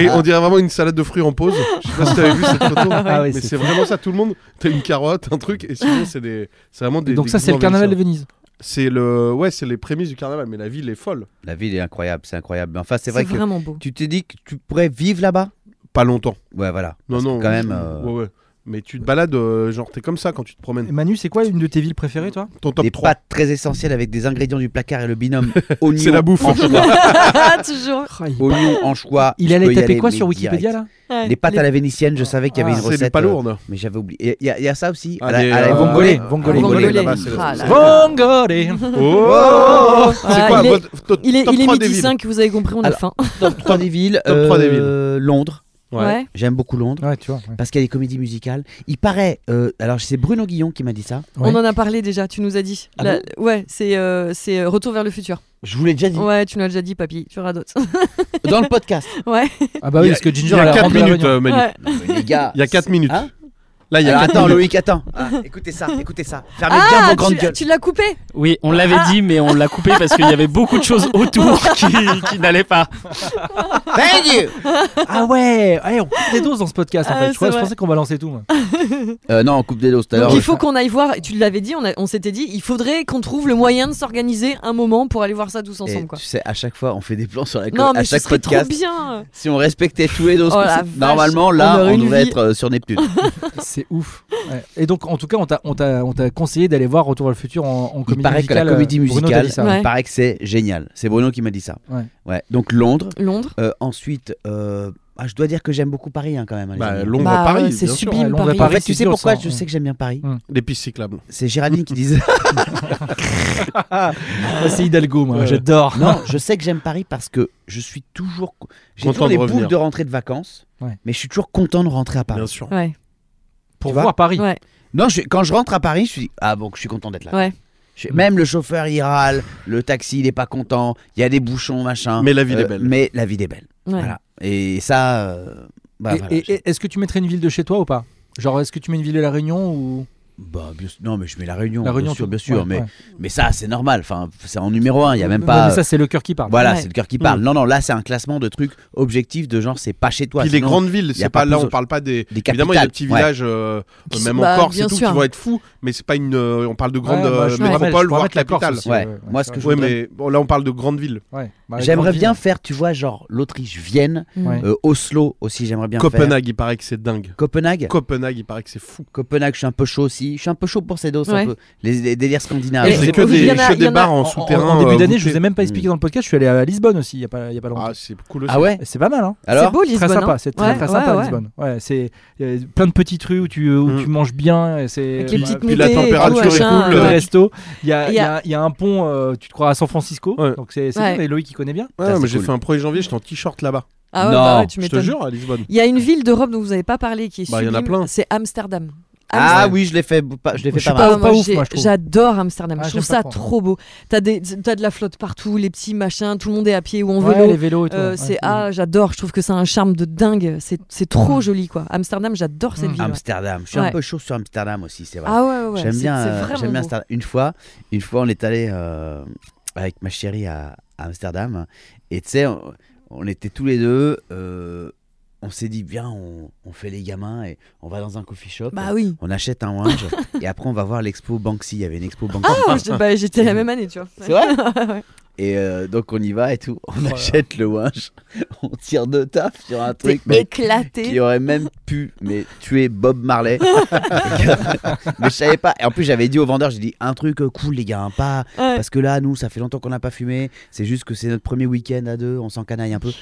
Speaker 3: et on dirait vraiment une salade de fruits en pause. Je sais pas si t'avais vu cette photo.
Speaker 4: Ah ouais,
Speaker 3: mais
Speaker 4: c'est
Speaker 3: c'est vraiment ça. Tout le monde. T'as une carotte, un truc. Et sinon c'est des. C'est vraiment des.
Speaker 4: Donc ça c'est le
Speaker 3: déguisements
Speaker 4: carnaval de
Speaker 3: vénitiens.
Speaker 4: Venise.
Speaker 3: C'est le. Ouais, c'est les prémices du carnaval. Mais la ville est folle.
Speaker 2: La ville est incroyable, c'est incroyable. Mais Enfin, c'est
Speaker 5: C'est
Speaker 2: vrai que
Speaker 5: vraiment beau.
Speaker 2: tu te dis que tu pourrais vivre là-bas.
Speaker 3: Pas longtemps.
Speaker 2: Ouais, voilà.
Speaker 3: Non,
Speaker 2: Parce que
Speaker 3: non.
Speaker 2: Quand même.
Speaker 3: ouais,
Speaker 2: euh,
Speaker 3: ouais, ouais. Mais tu te balades, euh, genre, t'es comme ça quand tu te promènes.
Speaker 4: Manu, c'est quoi une de tes villes préférées toi
Speaker 3: Ton top
Speaker 2: des
Speaker 3: 3.
Speaker 2: pâtes très essentielles avec des ingrédients du placard et le binôme oignon.
Speaker 3: [LAUGHS] C'est la bouffe.
Speaker 2: Anchois,
Speaker 5: Toujours.
Speaker 2: oignon,
Speaker 5: [LAUGHS]
Speaker 2: anchois.
Speaker 4: Il
Speaker 2: je
Speaker 4: allait
Speaker 2: peux y
Speaker 4: taper
Speaker 2: aller,
Speaker 4: quoi
Speaker 2: mais
Speaker 4: sur Wikipédia
Speaker 2: direct.
Speaker 4: là
Speaker 5: Ouais.
Speaker 2: Les pâtes à la vénitienne, je savais qu'il y avait
Speaker 4: Ah,
Speaker 2: une
Speaker 3: C'est
Speaker 2: recette.
Speaker 3: des
Speaker 2: euh,
Speaker 3: palourdes.
Speaker 2: Mais j'avais oublié. Il y a- il y, a- il y a ça aussi.
Speaker 3: Ah,
Speaker 2: à la,
Speaker 3: les,
Speaker 2: à la
Speaker 3: euh,
Speaker 2: vongolais.
Speaker 4: Vongolais.
Speaker 5: Vongolais.
Speaker 3: là-bas, c'est
Speaker 5: Ah
Speaker 3: la-
Speaker 5: là
Speaker 3: c'est-
Speaker 4: Vongolé
Speaker 3: Oh
Speaker 5: Ah,
Speaker 3: C'est quoi
Speaker 5: il est-
Speaker 3: votre top,
Speaker 5: Il est,
Speaker 3: top
Speaker 5: il est
Speaker 3: 3 des
Speaker 5: midi
Speaker 3: villes
Speaker 5: 5, vous avez compris, on a
Speaker 2: Alors,
Speaker 5: faim.
Speaker 2: Top 3 des villes.
Speaker 3: Top trois des
Speaker 2: euh, Londres.
Speaker 5: Ouais.
Speaker 2: J'aime beaucoup Londres.
Speaker 4: Ouais, tu vois.
Speaker 5: [LAUGHS]
Speaker 4: ouais.
Speaker 2: Parce qu'il y a des comédies musicales. Il paraît. euh, alors, c'est Bruno Guillon qui m'a dit ça.
Speaker 4: Ouais.
Speaker 5: On en a parlé déjà, tu nous as dit.
Speaker 2: Ah
Speaker 5: La- ouais, c'est euh, c'est, euh, Retour vers le futur.
Speaker 2: Je vous l'ai déjà dit.
Speaker 5: Ouais, tu nous l'as déjà dit, papy, tu auras d'autres. Oh.
Speaker 2: Dans le podcast.
Speaker 5: ouais,
Speaker 4: Ah bah
Speaker 3: Il
Speaker 4: oui,
Speaker 3: y a-
Speaker 4: parce que
Speaker 3: Il
Speaker 4: Ginger
Speaker 3: y
Speaker 4: elle
Speaker 3: a
Speaker 4: rentre
Speaker 3: 4
Speaker 4: de la
Speaker 3: minutes,
Speaker 4: réunion.
Speaker 3: euh, Manu.
Speaker 5: ouais.
Speaker 2: Non, mais les gars.
Speaker 3: [LAUGHS] Il y a 4 minutes.
Speaker 2: Hein
Speaker 3: Là, il y a
Speaker 2: Alors,
Speaker 3: 4
Speaker 2: attends,
Speaker 3: minutes.
Speaker 2: Loïc, attends. Ah, écoutez ça, écoutez ça. Fermez bien
Speaker 5: Ah,
Speaker 2: vos grandes
Speaker 5: tu,
Speaker 2: gueules.
Speaker 5: tu l'as coupé
Speaker 7: Oui, on l'avait
Speaker 5: Ah.
Speaker 7: dit, mais on l'a coupé parce qu'il y avait beaucoup de choses
Speaker 5: [LAUGHS]
Speaker 7: autour qui, qui n'allaient pas.
Speaker 2: Thank you.
Speaker 4: Ah ouais, ouais, on coupe des doses dans ce podcast en
Speaker 5: Ah,
Speaker 4: fait.
Speaker 5: c'est
Speaker 4: Je, crois- je
Speaker 5: vrai.
Speaker 4: pensais qu'on balançait
Speaker 5: [LAUGHS]
Speaker 4: tout. moi.
Speaker 2: Euh, non, on coupe des doses tout à l'heure.
Speaker 5: Donc il faut qu'on aille voir, et tu l'avais dit, on, a- on s'était dit, il faudrait qu'on trouve le moyen de s'organiser un moment pour aller voir ça tous
Speaker 2: Et
Speaker 5: ensemble. Quoi.
Speaker 2: Tu sais, à chaque fois, on fait des plans sur la
Speaker 5: Non,
Speaker 2: à
Speaker 5: mais ce
Speaker 2: chaque
Speaker 5: serait trop
Speaker 2: podcast.
Speaker 5: bien
Speaker 2: Si on respectait tous les doses,
Speaker 5: Oh la
Speaker 2: possibles, normalement,
Speaker 5: vache,
Speaker 2: là,
Speaker 5: on aurait
Speaker 2: on,
Speaker 5: une
Speaker 2: devrait
Speaker 5: vie.
Speaker 2: être euh, sur Neptune.
Speaker 4: C'est ouf. Ouais. Et donc, en tout cas, on t'a- on t'a on t'a conseillé d'aller voir Retour vers le futur en, en
Speaker 2: Il
Speaker 4: comédie
Speaker 2: paraît que
Speaker 4: musicale.
Speaker 2: la comédie
Speaker 4: euh, Bruno t'a
Speaker 2: musicale,
Speaker 4: dit ça.
Speaker 5: Ouais.
Speaker 2: il paraît que c'est génial. C'est Bruno qui m'a dit ça.
Speaker 4: Ouais.
Speaker 2: Donc Londres.
Speaker 5: Londres
Speaker 2: Euh, ensuite, euh, Ah, je dois dire que j'aime beaucoup Paris hein, quand même. hein, les
Speaker 3: Bah,
Speaker 2: amis.
Speaker 3: Londres
Speaker 5: Bah,
Speaker 3: à Paris.
Speaker 5: c'est
Speaker 3: bien sûr.
Speaker 5: sublime,
Speaker 4: Ouais, Londres à
Speaker 5: Paris.
Speaker 2: En fait,
Speaker 4: c'est
Speaker 2: tu sais
Speaker 4: dur,
Speaker 2: pourquoi
Speaker 4: ça. hein.
Speaker 2: je sais que j'aime bien Paris
Speaker 3: Les pistes cyclables.
Speaker 2: C'est Géraldine qui disait
Speaker 4: Moi, c'est Hidalgo, moi, j'adore.
Speaker 2: Non, je sais que j'aime Paris parce que je suis toujours. co- J'ai
Speaker 3: Content
Speaker 2: toujours
Speaker 3: de
Speaker 2: les
Speaker 3: revenir.
Speaker 2: boules de rentrée de vacances,
Speaker 4: Ouais.
Speaker 2: mais je suis toujours content de rentrer à Paris.
Speaker 3: Bien sûr.
Speaker 5: Ouais,
Speaker 4: Pour
Speaker 2: Tu vois
Speaker 4: voir Paris.
Speaker 5: ouais.
Speaker 2: Non, je- quand je rentre à Paris, je suis ah bon, je suis content d'être là.
Speaker 5: Ouais.
Speaker 2: Je- même le chauffeur il râle, le taxi il est pas content, il y a des bouchons machin.
Speaker 3: Mais la ville est
Speaker 2: Euh,
Speaker 3: belle.
Speaker 2: Mais la ville est belle.
Speaker 5: ouais.
Speaker 2: Voilà. Et ça. euh, bah,
Speaker 4: Et-
Speaker 2: voilà,
Speaker 4: et-
Speaker 2: j'ai-
Speaker 4: et- est-ce que tu mettrais une ville de chez toi ou pas Genre, est-ce que tu mets une ville de la Réunion ou
Speaker 2: bah, bien sûr- non, mais je mets la Réunion.
Speaker 4: la
Speaker 2: bien
Speaker 4: Réunion
Speaker 2: sûr,
Speaker 4: tu-
Speaker 2: bien sûr,
Speaker 4: ouais,
Speaker 2: mais
Speaker 4: ouais.
Speaker 2: mais ça c'est normal. Enfin, c'est en numéro un. Il y a même
Speaker 4: Ouais,
Speaker 2: pas.
Speaker 4: mais ça, Mm. c'est le cœur qui parle.
Speaker 2: Voilà,
Speaker 5: Ouais.
Speaker 2: c'est le cœur qui parle. Non, non, là c'est un classement de trucs objectifs de genre c'est pas chez toi.
Speaker 3: Puis les
Speaker 2: sinon-
Speaker 3: grandes villes,
Speaker 2: y a
Speaker 3: c'est
Speaker 2: pas
Speaker 3: pas, là,
Speaker 2: plus-
Speaker 3: on parle pas des.
Speaker 2: des
Speaker 3: Évidemment, il y a des
Speaker 2: capitales,
Speaker 3: petits
Speaker 2: ouais.
Speaker 3: villages, euh,
Speaker 5: Qui
Speaker 3: même
Speaker 5: sont-
Speaker 3: en
Speaker 5: bah,
Speaker 3: Corse,
Speaker 5: bien
Speaker 3: c'est tout, qui
Speaker 5: sûr.
Speaker 3: vont être fous, mais c'est pas une. euh, on parle de
Speaker 4: Ouais,
Speaker 3: grandes
Speaker 4: bah,
Speaker 3: euh,
Speaker 4: je me rappelle,
Speaker 3: métropoles,
Speaker 4: je pourrais
Speaker 3: voire
Speaker 4: mettre la Corse
Speaker 3: capitales.
Speaker 4: aussi,
Speaker 2: Ouais. Moi, ce
Speaker 4: c'est
Speaker 2: que je
Speaker 4: vrai.
Speaker 3: Ouais, mais bon, là, on parle de grandes villes.
Speaker 4: Ouais, bah, les
Speaker 2: J'aimerais
Speaker 4: grandes
Speaker 2: bien
Speaker 4: villes.
Speaker 2: faire, tu vois, genre l'Autriche, Vienne,
Speaker 5: Mm.
Speaker 4: Ouais.
Speaker 2: euh, Oslo aussi, j'aimerais bien faire.
Speaker 3: Copenhague, il paraît que c'est dingue.
Speaker 2: Copenhague.
Speaker 3: Copenhague, il paraît que c'est fou.
Speaker 2: Copenhague, je suis un peu chaud aussi. Je suis un peu chaud pour ces doses,
Speaker 5: Ouais.
Speaker 2: un peu. Les, les délires scandinaves.
Speaker 5: Et
Speaker 3: C'est
Speaker 5: Ah, c'est-
Speaker 3: que
Speaker 5: il y
Speaker 3: des,
Speaker 5: en a-
Speaker 3: que
Speaker 5: il y
Speaker 3: des
Speaker 5: en a-
Speaker 3: bars en
Speaker 4: En- en-
Speaker 3: souterrain.
Speaker 4: En, début
Speaker 3: euh,
Speaker 4: d'année,
Speaker 3: voûtés.
Speaker 4: je vous ai même pas expliqué dans le podcast, je suis allé à Lisbonne aussi, il y a pas, il y a pas longtemps.
Speaker 3: Ah, c'est cool aussi.
Speaker 2: Ah ouais
Speaker 4: Et c'est pas mal, hein
Speaker 2: Alors
Speaker 5: c'est beau
Speaker 4: Très
Speaker 5: Lisbonne. hein.
Speaker 4: sympa, c'est très,
Speaker 5: Ouais,
Speaker 4: très
Speaker 5: ouais,
Speaker 4: sympa
Speaker 5: ouais.
Speaker 4: Lisbonne. Ouais, c'est il y a plein de petites rues où tu, où
Speaker 3: Mm.
Speaker 4: tu manges bien. et C'est
Speaker 5: Avec les
Speaker 4: bah,
Speaker 5: petites
Speaker 3: puis la
Speaker 5: montées et tout,
Speaker 3: température est
Speaker 5: machin,
Speaker 3: cool,
Speaker 4: le
Speaker 3: Ouais.
Speaker 5: ouais.
Speaker 4: resto. Il y a,
Speaker 5: Et
Speaker 4: il y a- il y a un pont, euh, tu te crois à San Francisco.
Speaker 3: Ouais.
Speaker 4: Donc c'est c'est
Speaker 5: Ouais.
Speaker 4: bien, mais Loïc il connaît bien.
Speaker 3: Ouais,
Speaker 2: Ça,
Speaker 3: mais
Speaker 2: c'est
Speaker 3: j'ai
Speaker 2: cool.
Speaker 3: fait un 1er janvier, j'étais en t-shirt là-bas.
Speaker 5: Ah ouais,
Speaker 2: Non,
Speaker 5: bah ouais, tu
Speaker 3: Je te
Speaker 5: m'étonnes.
Speaker 3: jure, à
Speaker 5: [LAUGHS]
Speaker 3: Lisbonne.
Speaker 5: Il y a une ville d'Europe dont vous n'avez pas parlé qui est
Speaker 3: Bah, il y en a
Speaker 5: sublime,
Speaker 3: plein.
Speaker 5: c'est Amsterdam.
Speaker 2: Ah oui, je l'ai fait, bou- pas- je l'ai
Speaker 4: Je
Speaker 2: fait
Speaker 4: suis
Speaker 2: pas
Speaker 4: pas-
Speaker 2: mal.
Speaker 5: Ah, moi,
Speaker 4: ouf,
Speaker 5: j'ai-
Speaker 4: moi, je trouve.
Speaker 5: J'adore Amsterdam,
Speaker 4: Ah,
Speaker 5: je
Speaker 4: j'aime
Speaker 5: trouve
Speaker 4: pas
Speaker 5: ça
Speaker 4: trop.
Speaker 5: trop beau. T'as des- t'as de la flotte partout, les petits machins, tout le monde est à pied ou en
Speaker 4: Ouais,
Speaker 5: vélo.
Speaker 4: les vélos et tout.
Speaker 5: Euh,
Speaker 4: ouais,
Speaker 5: c'est ah j'adore, je trouve que c'est un charme de dingue, c'est c'est trop joli quoi. Amsterdam, j'adore cette
Speaker 4: Mm.
Speaker 5: ville. ouais.
Speaker 2: Amsterdam. Je suis un
Speaker 5: Ah. Ouais.
Speaker 2: peu chaud sur Amsterdam aussi, c'est vrai.
Speaker 5: Ah ouais, ouais, ouais,
Speaker 2: Mmh. j'aime
Speaker 5: c'est-
Speaker 2: bien,
Speaker 5: c'est
Speaker 2: euh,
Speaker 5: vraiment
Speaker 2: j'aime bien
Speaker 5: beau.
Speaker 2: Amsterdam. Une fois, une fois, on est allé euh, avec ma chérie à, à Amsterdam et tu sais, on, on était tous les deux. euh, on s'est dit bien, on, on fait les gamins et on va dans un coffee shop.
Speaker 5: Bah
Speaker 2: [LAUGHS]
Speaker 5: oui.
Speaker 2: On achète un
Speaker 5: [LAUGHS]
Speaker 2: orange et après on va voir l'expo Banksy. Il y avait une expo Banksy.
Speaker 5: Ah, je- bah, j'étais la même année, tu vois. [LAUGHS]
Speaker 2: C'est vrai Et euh, donc on y va et tout. On achète le winch. [LAUGHS] On tire deux taf sur un
Speaker 5: T'es
Speaker 2: truc mais qui
Speaker 5: éclaté.
Speaker 2: aurait même pu mais tuer Bob
Speaker 5: [LAUGHS]
Speaker 2: Marley. [LAUGHS] mais je savais pas. Et en plus j'avais dit au vendeur, j'ai dit un truc euh, cool les gars, hein, pas
Speaker 5: Ouais.
Speaker 2: parce que là nous ça fait longtemps qu'on n'a pas fumé. C'est juste que c'est notre premier week-end à deux, on s'en canaille un peu.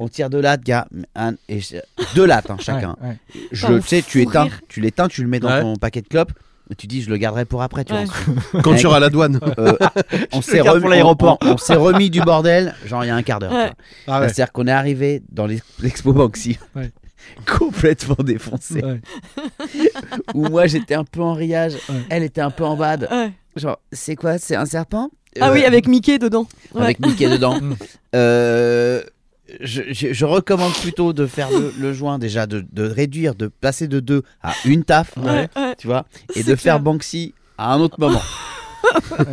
Speaker 2: On tire deux lattes, gars. Un- et je- deux lattes hein, chacun.
Speaker 4: ouais, ouais.
Speaker 2: Je
Speaker 5: Putain,
Speaker 2: le
Speaker 5: mon
Speaker 2: sais, tu
Speaker 5: fou
Speaker 2: éteins,
Speaker 5: rire.
Speaker 2: tu l'éteins, tu le mets dans
Speaker 3: Ouais.
Speaker 2: ton paquet de clopes. et Tu dis je le garderai pour après, tu vois.
Speaker 5: Ouais. [LAUGHS]
Speaker 3: Quand tu auras la douane.
Speaker 2: Euh, on s'est
Speaker 3: garde
Speaker 2: remis,
Speaker 3: pour l'aéroport.
Speaker 2: on- on s'est remis du bordel, genre il y a un quart d'heure.
Speaker 5: Ah Ouais.
Speaker 2: quoi. C'est-à-dire qu'on est arrivé dans l'ex- l'expo Banksy,
Speaker 4: Ouais.
Speaker 2: [LAUGHS] complètement défoncé.
Speaker 4: Ouais.
Speaker 2: Où moi j'étais un peu en riage,
Speaker 4: Ouais.
Speaker 2: elle était un peu en bad.
Speaker 5: Ouais.
Speaker 2: Genre, c'est quoi C'est un serpent
Speaker 5: Ah
Speaker 2: Euh,
Speaker 5: oui, avec Mickey dedans. Ouais.
Speaker 2: avec Mickey dedans.
Speaker 4: Mm.
Speaker 2: Euh, je, je- je recommande plutôt de faire le, le joint déjà, de, de réduire, de passer de deux à une taf,
Speaker 5: Ouais, ouais.
Speaker 2: tu vois, et
Speaker 5: C'est
Speaker 2: de faire
Speaker 5: clair.
Speaker 2: Banksy à un autre
Speaker 5: [LAUGHS]
Speaker 2: moment.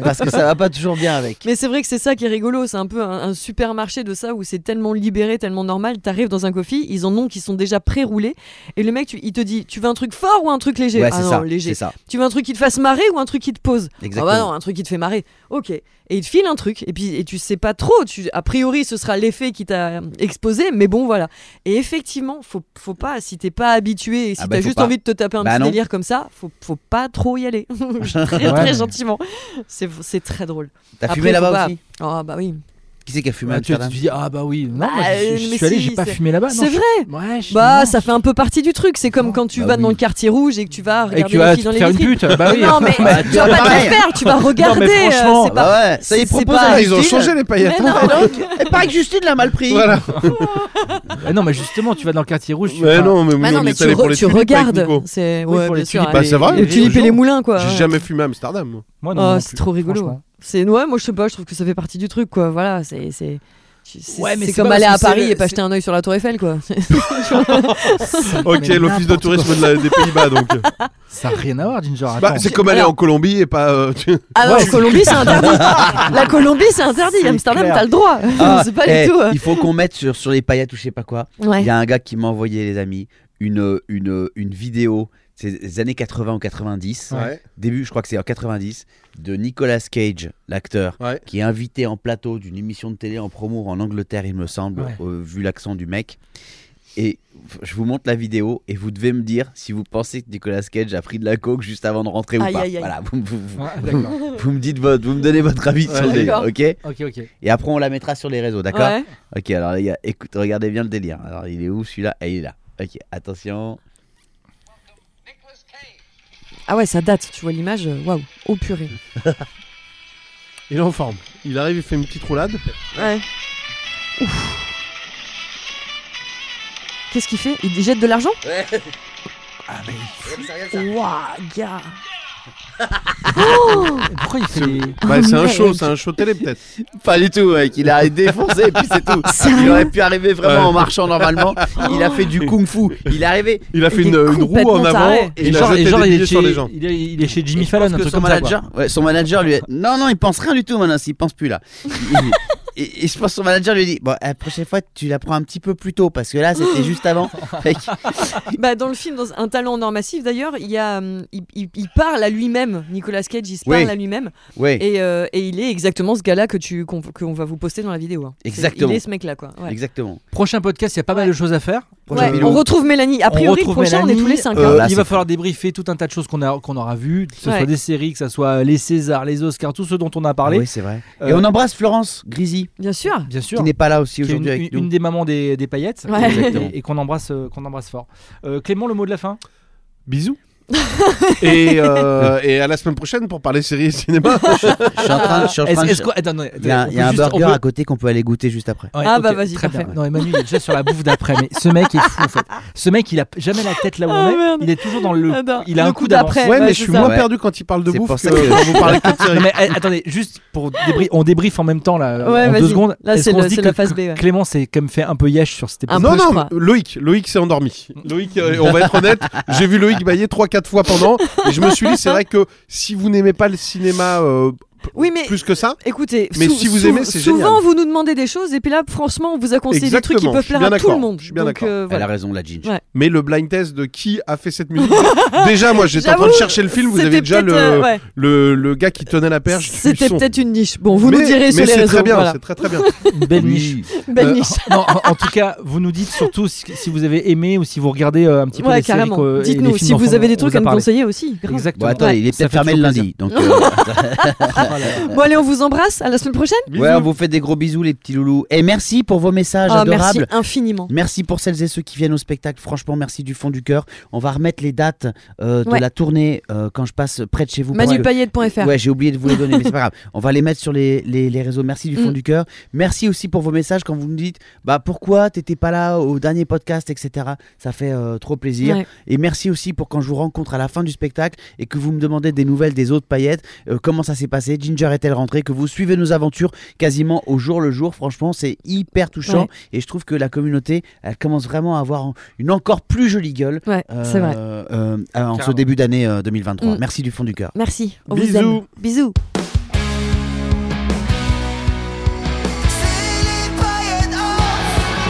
Speaker 2: Parce que ça va pas toujours bien avec.
Speaker 5: Mais c'est vrai que c'est ça qui est rigolo, c'est un peu un, un supermarché de ça où c'est tellement libéré, tellement normal. T'arrives dans un coffee, ils en ont qui sont déjà pré-roulés et le mec, tu- il te dit, tu veux un truc fort ou un truc léger
Speaker 2: Ouais,
Speaker 5: Ah
Speaker 2: c'est
Speaker 5: non,
Speaker 2: ça.
Speaker 5: léger.
Speaker 2: C'est ça.
Speaker 5: Tu veux un truc qui te fasse marrer ou un truc qui te pose Ah
Speaker 2: Exactement.
Speaker 5: bah non, un truc qui te fait marrer. Ok. Et il te file un truc. Et puis et tu sais pas trop. Tu, a priori, ce sera l'effet qui t'a exposé. Mais bon, voilà. Et effectivement, faut, faut pas, si t'es pas habitué et si
Speaker 2: Ah bah,
Speaker 5: t'as
Speaker 2: faut
Speaker 5: juste
Speaker 2: pas.
Speaker 5: envie de te taper un
Speaker 2: Bah
Speaker 5: petit
Speaker 2: non.
Speaker 5: délire comme ça, faut, faut pas trop y aller. [LAUGHS]
Speaker 2: [LAUGHS]
Speaker 5: très
Speaker 4: Ouais, mais-
Speaker 5: très gentiment. C'est c'est très drôle.
Speaker 2: T'as
Speaker 5: Après,
Speaker 2: fumé
Speaker 5: faut
Speaker 2: là-bas
Speaker 5: pas-
Speaker 2: aussi
Speaker 5: Ah bah oui.
Speaker 2: Qui c'est qui a fumé à
Speaker 4: Ouais, tu, tu
Speaker 2: Amsterdam
Speaker 4: dis ah bah oui non moi,
Speaker 5: Bah,
Speaker 4: je, je
Speaker 5: mais
Speaker 4: suis allé
Speaker 5: si,
Speaker 4: j'ai pas
Speaker 5: c'est-
Speaker 4: fumé là-bas non, je-
Speaker 5: C'est vrai.
Speaker 4: ouais, je-
Speaker 5: Bah
Speaker 4: non.
Speaker 5: ça fait un peu partie du truc. C'est comme quand tu
Speaker 2: Bah
Speaker 5: vas
Speaker 2: oui.
Speaker 5: dans le quartier rouge et que tu vas regarder
Speaker 4: et tu
Speaker 5: les
Speaker 4: vas
Speaker 5: filles
Speaker 4: te
Speaker 5: dans les
Speaker 4: faire une
Speaker 5: vitrines.
Speaker 4: pute bah oui
Speaker 5: [LAUGHS] Non mais
Speaker 2: Bah,
Speaker 5: tu vas pas te
Speaker 2: pareil.
Speaker 5: le faire. Tu vas regarder. euh,
Speaker 4: franchement,
Speaker 5: c'est
Speaker 2: Bah
Speaker 5: pas-
Speaker 2: ouais, ça y
Speaker 5: c'est- c'est
Speaker 2: propose
Speaker 5: pas-
Speaker 2: à
Speaker 3: Ah,
Speaker 2: Justine.
Speaker 3: ils ont changé les paillettes.
Speaker 5: Mais
Speaker 3: hein.
Speaker 5: non.
Speaker 2: Et pareil que Justine l'a mal pris.
Speaker 3: Voilà.
Speaker 4: Ah non mais justement tu vas dans le quartier rouge tu
Speaker 3: Mais
Speaker 4: vas-
Speaker 3: non, mais,
Speaker 5: Bah
Speaker 3: nous,
Speaker 5: non,
Speaker 3: on
Speaker 5: mais
Speaker 3: est
Speaker 5: tu,
Speaker 3: allés
Speaker 5: re-
Speaker 3: pour les
Speaker 5: tu
Speaker 3: tulipes avec
Speaker 5: regardes.
Speaker 3: Nico.
Speaker 5: C'est
Speaker 4: Oui,
Speaker 5: ouais,
Speaker 4: pour les
Speaker 5: bien sûr,
Speaker 4: tulipes.
Speaker 5: ouais.
Speaker 3: Bah, c'est vrai.
Speaker 5: Les tulipes et les moulins, quoi.
Speaker 3: J'ai
Speaker 5: ouais.
Speaker 3: jamais fumé à Amsterdam.
Speaker 5: [LAUGHS]
Speaker 4: Moi, non,
Speaker 5: Oh,
Speaker 4: non
Speaker 5: c'est
Speaker 4: plus,
Speaker 5: trop rigolo.
Speaker 4: franchement.
Speaker 5: C'est ouais, moi je sais pas, je trouve que ça fait partie du truc, quoi. Voilà, c'est c'est. tu- C'est
Speaker 4: Ouais, mais
Speaker 5: c'est
Speaker 4: c'est
Speaker 5: comme
Speaker 4: pas
Speaker 5: aller
Speaker 4: parce
Speaker 5: à
Speaker 4: que c'est
Speaker 5: Paris
Speaker 4: le-
Speaker 5: et pas jeter un oeil sur la Tour Eiffel, quoi.
Speaker 3: Ok, l'office de
Speaker 4: Mais n'importe
Speaker 3: tourisme de la- des Pays-Bas, donc.
Speaker 5: [LAUGHS]
Speaker 4: Ça n'a rien à voir, Ginger.
Speaker 3: Bah,
Speaker 4: attends.
Speaker 3: c'est comme aller
Speaker 5: Alors-
Speaker 3: en Colombie et pas. euh, tu-
Speaker 5: Ah non,
Speaker 4: Ouais.
Speaker 5: en Colombie c'est interdit. la Colombie c'est interdit. Amsterdam
Speaker 4: clair.
Speaker 5: t'as le droit.
Speaker 2: Ah,
Speaker 5: c'est pas
Speaker 2: eh,
Speaker 5: du tout. euh.
Speaker 2: Il faut qu'on mette sur, sur les paillettes ou je sais pas quoi. Il
Speaker 5: Ouais.
Speaker 2: y a un gars qui m'a envoyé, les amis, une, une, une vidéo. C'est des années 80 ou 90.
Speaker 3: Ouais.
Speaker 2: Début, je crois que c'est en 90. De Nicolas Cage, l'acteur,
Speaker 3: Ouais.
Speaker 2: qui est invité en plateau d'une émission de télé en promo en Angleterre, il me semble,
Speaker 4: Ouais.
Speaker 2: euh, vu l'accent du mec. Et je vous montre la vidéo et vous devez me dire si vous pensez que Nicolas Cage a pris de la coke juste avant de rentrer
Speaker 5: Aïe,
Speaker 2: ou pas.
Speaker 5: aïe, aïe.
Speaker 2: Voilà, vous, vous- vous-
Speaker 4: Ouais, d'accord.
Speaker 2: vous me dites votre, vous me donnez votre avis sur le
Speaker 5: Ouais,
Speaker 2: délire, ok
Speaker 4: ok, ok.
Speaker 2: Et après on la mettra sur les réseaux, d'accord
Speaker 5: Ouais.
Speaker 2: Ok, alors les gars, écoute, regardez bien le délire. Alors il est où celui-là Ah, Il est là. Ok, attention.
Speaker 5: Ah ouais, ça date, tu vois l'image, euh, waouh, oh purée.
Speaker 3: Il est en forme. Il arrive, il fait une petite roulade.
Speaker 5: Ouais. Ouf. Qu'est-ce qu'il fait Il jette de l'argent Ah,
Speaker 2: Ouais.
Speaker 5: Waouh, gars
Speaker 4: Pourquoi il fait des-
Speaker 5: Ah
Speaker 3: Bah, c'est un
Speaker 5: merde.
Speaker 3: show, c'est un show télé peut-être.
Speaker 2: [LAUGHS] Pas du tout, mec. Il a défoncé et puis c'est tout. Il aurait pu arriver vraiment en marchant normalement. Il a fait
Speaker 5: [LAUGHS]
Speaker 2: du kung-fu. Il est arrivé.
Speaker 3: Il a fait
Speaker 5: Il est
Speaker 3: une, une roue en
Speaker 5: complètement
Speaker 3: avant
Speaker 5: taré.
Speaker 3: et, il
Speaker 4: genre,
Speaker 3: a jeté
Speaker 4: genre,
Speaker 3: des
Speaker 4: il,
Speaker 3: billets
Speaker 4: est
Speaker 3: sur
Speaker 4: chez,
Speaker 3: les gens.
Speaker 4: il, est, il est chez
Speaker 2: Et
Speaker 4: Jimmy
Speaker 2: je pense
Speaker 4: Fallon, un
Speaker 2: que
Speaker 4: truc
Speaker 2: son
Speaker 4: comme ça. quoi.
Speaker 2: manager, ouais, son manager lui a... non non il pense rien du tout maintenant il pense plus là et, et- et je pense que son manager lui a dit bon la prochaine fois tu la prends un petit peu plus tôt parce que là c'était juste
Speaker 4: [LAUGHS]
Speaker 2: avant Fait que-
Speaker 5: Bah, dans le film, dans un talent en or massif d'ailleurs, il, y a, hum, il, il- il parle à lui-même. Nicolas Cage, il se
Speaker 2: Oui.
Speaker 5: parle à lui-même.
Speaker 2: ouais
Speaker 5: Et, euh, et il est exactement ce gars-là que tu qu'on qu'on va vous poster dans la vidéo. hein. C'est-
Speaker 2: Exactement.
Speaker 5: Il est ce mec-là, quoi. Ouais.
Speaker 2: exactement
Speaker 4: Prochain podcast, il y a pas mal de choses à faire.
Speaker 2: Prochain
Speaker 5: Ouais,
Speaker 2: vidéo.
Speaker 5: on retrouve Mélanie. A priori, le
Speaker 4: retrouve
Speaker 5: prochain, on est tous les
Speaker 4: Mélanie,
Speaker 5: cinq.
Speaker 2: euh,
Speaker 5: hein.
Speaker 2: Là,
Speaker 4: il
Speaker 2: c'est
Speaker 4: va falloir débriefer tout un tas de choses qu'on a- qu'on aura vues, que ce
Speaker 5: Ouais.
Speaker 4: soit des séries, que ce soit les Césars, les Oscars, tout ce dont on a parlé.
Speaker 2: Ah oui c'est vrai
Speaker 4: Euh,
Speaker 2: et on embrasse Florence Grisi
Speaker 5: Bien sûr.
Speaker 4: Bien
Speaker 2: qui
Speaker 4: sûr.
Speaker 2: n'est pas là aussi
Speaker 4: qui est
Speaker 2: aujourd'hui
Speaker 4: une,
Speaker 2: avec
Speaker 4: une
Speaker 2: nous
Speaker 4: des mamans des, des paillettes
Speaker 5: Ouais.
Speaker 2: Exactement.
Speaker 4: et, et qu'on embrasse, euh, qu'on embrasse fort. Euh, Clément, le mot de la fin
Speaker 3: Bisous. et, euh, et à la semaine prochaine pour parler séries et cinéma.
Speaker 2: je suis en train, je suis en train
Speaker 4: Est-ce-
Speaker 2: de-
Speaker 4: est-ce qu'on- attends, non,
Speaker 2: il y a,
Speaker 4: on
Speaker 2: il y a
Speaker 4: peut
Speaker 2: un
Speaker 4: juste- on
Speaker 2: burger
Speaker 4: peut-
Speaker 2: à côté qu'on peut aller goûter juste après
Speaker 4: Ouais,
Speaker 5: Ah,
Speaker 4: ok,
Speaker 5: bah, vas-y,
Speaker 4: très bien.
Speaker 5: parfait.
Speaker 4: Non, Emmanuel, il est déjà sur la bouffe d'après. Mais ce mec est fou en fait. Ce mec, il a jamais la tête là où
Speaker 5: Ah,
Speaker 4: on est.
Speaker 5: merde.
Speaker 4: Il est toujours dans le.
Speaker 5: Attends,
Speaker 4: il a
Speaker 5: le
Speaker 4: un
Speaker 5: coup
Speaker 4: coup d'avance.
Speaker 5: d'après.
Speaker 3: ouais,
Speaker 5: bah,
Speaker 3: mais je
Speaker 5: c'est
Speaker 3: suis
Speaker 5: ça.
Speaker 3: moins
Speaker 2: Ouais.
Speaker 3: perdu quand il parle de
Speaker 2: C'est
Speaker 3: bouffe
Speaker 2: pour ça
Speaker 3: que
Speaker 2: que-
Speaker 3: quand vous parlez que de séries.
Speaker 4: Non, mais eh, attendez, juste pour débrie- on débrief en même temps là,
Speaker 5: Ouais,
Speaker 4: en
Speaker 5: vas-y.
Speaker 4: deux secondes.
Speaker 5: Là,
Speaker 4: Est-ce
Speaker 5: c'est
Speaker 4: qu'on
Speaker 5: le-
Speaker 4: se dit
Speaker 5: c'est
Speaker 4: que
Speaker 5: la phase B, ouais.
Speaker 4: Clément s'est comme fait un peu yesh sur cet
Speaker 5: Un
Speaker 4: épisode.
Speaker 3: non,
Speaker 5: peu, je
Speaker 3: non,
Speaker 5: crois.
Speaker 3: Loïc, Loïc s'est endormi. Loïc, euh, on va être honnête, j'ai vu Loïc bailler 3-4 fois pendant, et je me suis dit, c'est vrai que si vous n'aimez pas le cinéma euh, p-
Speaker 5: Oui, mais-
Speaker 3: plus que ça,
Speaker 5: Écoutez,
Speaker 3: Mais
Speaker 5: sou-
Speaker 3: si vous
Speaker 5: sou-
Speaker 3: aimez, c'est
Speaker 5: souvent
Speaker 3: génial.
Speaker 5: vous nous demandez des choses et puis là, franchement, on vous a conseillé des trucs qui
Speaker 3: Exactement,
Speaker 5: peuvent
Speaker 3: je suis
Speaker 5: plaire
Speaker 3: bien
Speaker 5: à tout le
Speaker 3: d'accord,
Speaker 5: monde.
Speaker 3: je suis bien
Speaker 5: Donc,
Speaker 3: d'accord.
Speaker 5: euh,
Speaker 2: elle
Speaker 5: voilà.
Speaker 2: a raison la Ginge
Speaker 5: Ouais.
Speaker 3: mais le blind test de qui a fait cette musique, déjà moi j'étais en train de
Speaker 5: J'avoue,
Speaker 3: chercher le film, vous
Speaker 5: C'était
Speaker 3: avez déjà
Speaker 5: peut-être,
Speaker 3: le,
Speaker 5: euh, ouais.
Speaker 3: le, le gars qui tenait la perche. du
Speaker 5: C'était
Speaker 3: son.
Speaker 5: peut-être une niche. Bon, vous nous
Speaker 3: Mais-
Speaker 5: direz sur
Speaker 3: mais
Speaker 5: les
Speaker 3: c'est
Speaker 5: réseaux.
Speaker 3: très bien,
Speaker 5: voilà.
Speaker 3: c'est très très bien.
Speaker 4: Une belle niche.
Speaker 5: Ah, Belle
Speaker 4: Euh,
Speaker 5: niche.
Speaker 4: [LAUGHS] non, en, en tout cas, vous nous dites surtout si, si vous avez aimé ou si vous regardez euh, un petit peu
Speaker 5: Ouais,
Speaker 4: les séries.
Speaker 5: carrément.
Speaker 4: que- et les
Speaker 5: Dites-nous
Speaker 4: films
Speaker 5: si
Speaker 4: dont
Speaker 5: vous
Speaker 4: on-
Speaker 5: avez des
Speaker 4: on
Speaker 5: trucs
Speaker 4: vous a
Speaker 5: à nous
Speaker 4: parlé. Bah,
Speaker 5: conseiller aussi. grave.
Speaker 4: Exactement.
Speaker 2: bon attends
Speaker 5: Ouais.
Speaker 2: il est
Speaker 4: Ça fait
Speaker 2: peut-être fermé le
Speaker 4: toujours
Speaker 2: lundi donc
Speaker 4: [LAUGHS]
Speaker 2: euh,
Speaker 5: Bon, allez, on vous embrasse. À la semaine prochaine.
Speaker 2: ouais on vous fait des gros bisous les petits loulous et merci pour vos messages
Speaker 5: Ah, merci
Speaker 2: adorables
Speaker 5: infiniment.
Speaker 2: Merci pour celles et ceux qui viennent au spectacle. Franchement, merci du fond du cœur. On va remettre les dates euh, de
Speaker 5: Ouais.
Speaker 2: la tournée euh, quand je passe près de chez vous. parce que-
Speaker 5: ManuPayette.fr.
Speaker 2: Ouais, j'ai oublié de vous les donner, mais c'est
Speaker 5: [LAUGHS]
Speaker 2: pas grave. On va les mettre sur les, les, les réseaux. Merci du fond
Speaker 5: Mm.
Speaker 2: du cœur. Merci aussi pour vos messages quand vous nous dites bah pourquoi t'étais pas là au dernier podcast, etc. Ça fait euh, trop plaisir.
Speaker 5: Ouais.
Speaker 2: Et merci aussi pour quand je vous rencontre à la fin du spectacle et que vous me demandez des nouvelles des autres paillettes, euh, comment ça s'est passé, Ginger est-elle rentrée, que vous suivez nos aventures quasiment au jour le jour. Franchement, c'est hyper touchant
Speaker 5: Ouais.
Speaker 2: et je trouve que la communauté, elle commence vraiment à avoir en- une encore plus jolie gueule.
Speaker 5: Ouais,
Speaker 2: euh,
Speaker 5: c'est vrai.
Speaker 2: euh, en ce
Speaker 4: Carrément.
Speaker 2: début d'année euh, 2023.
Speaker 5: Mm.
Speaker 2: Merci du fond du cœur.
Speaker 5: Merci. On
Speaker 3: Bisous.
Speaker 5: vous aime. Bisous.
Speaker 1: C'est les paillettes or.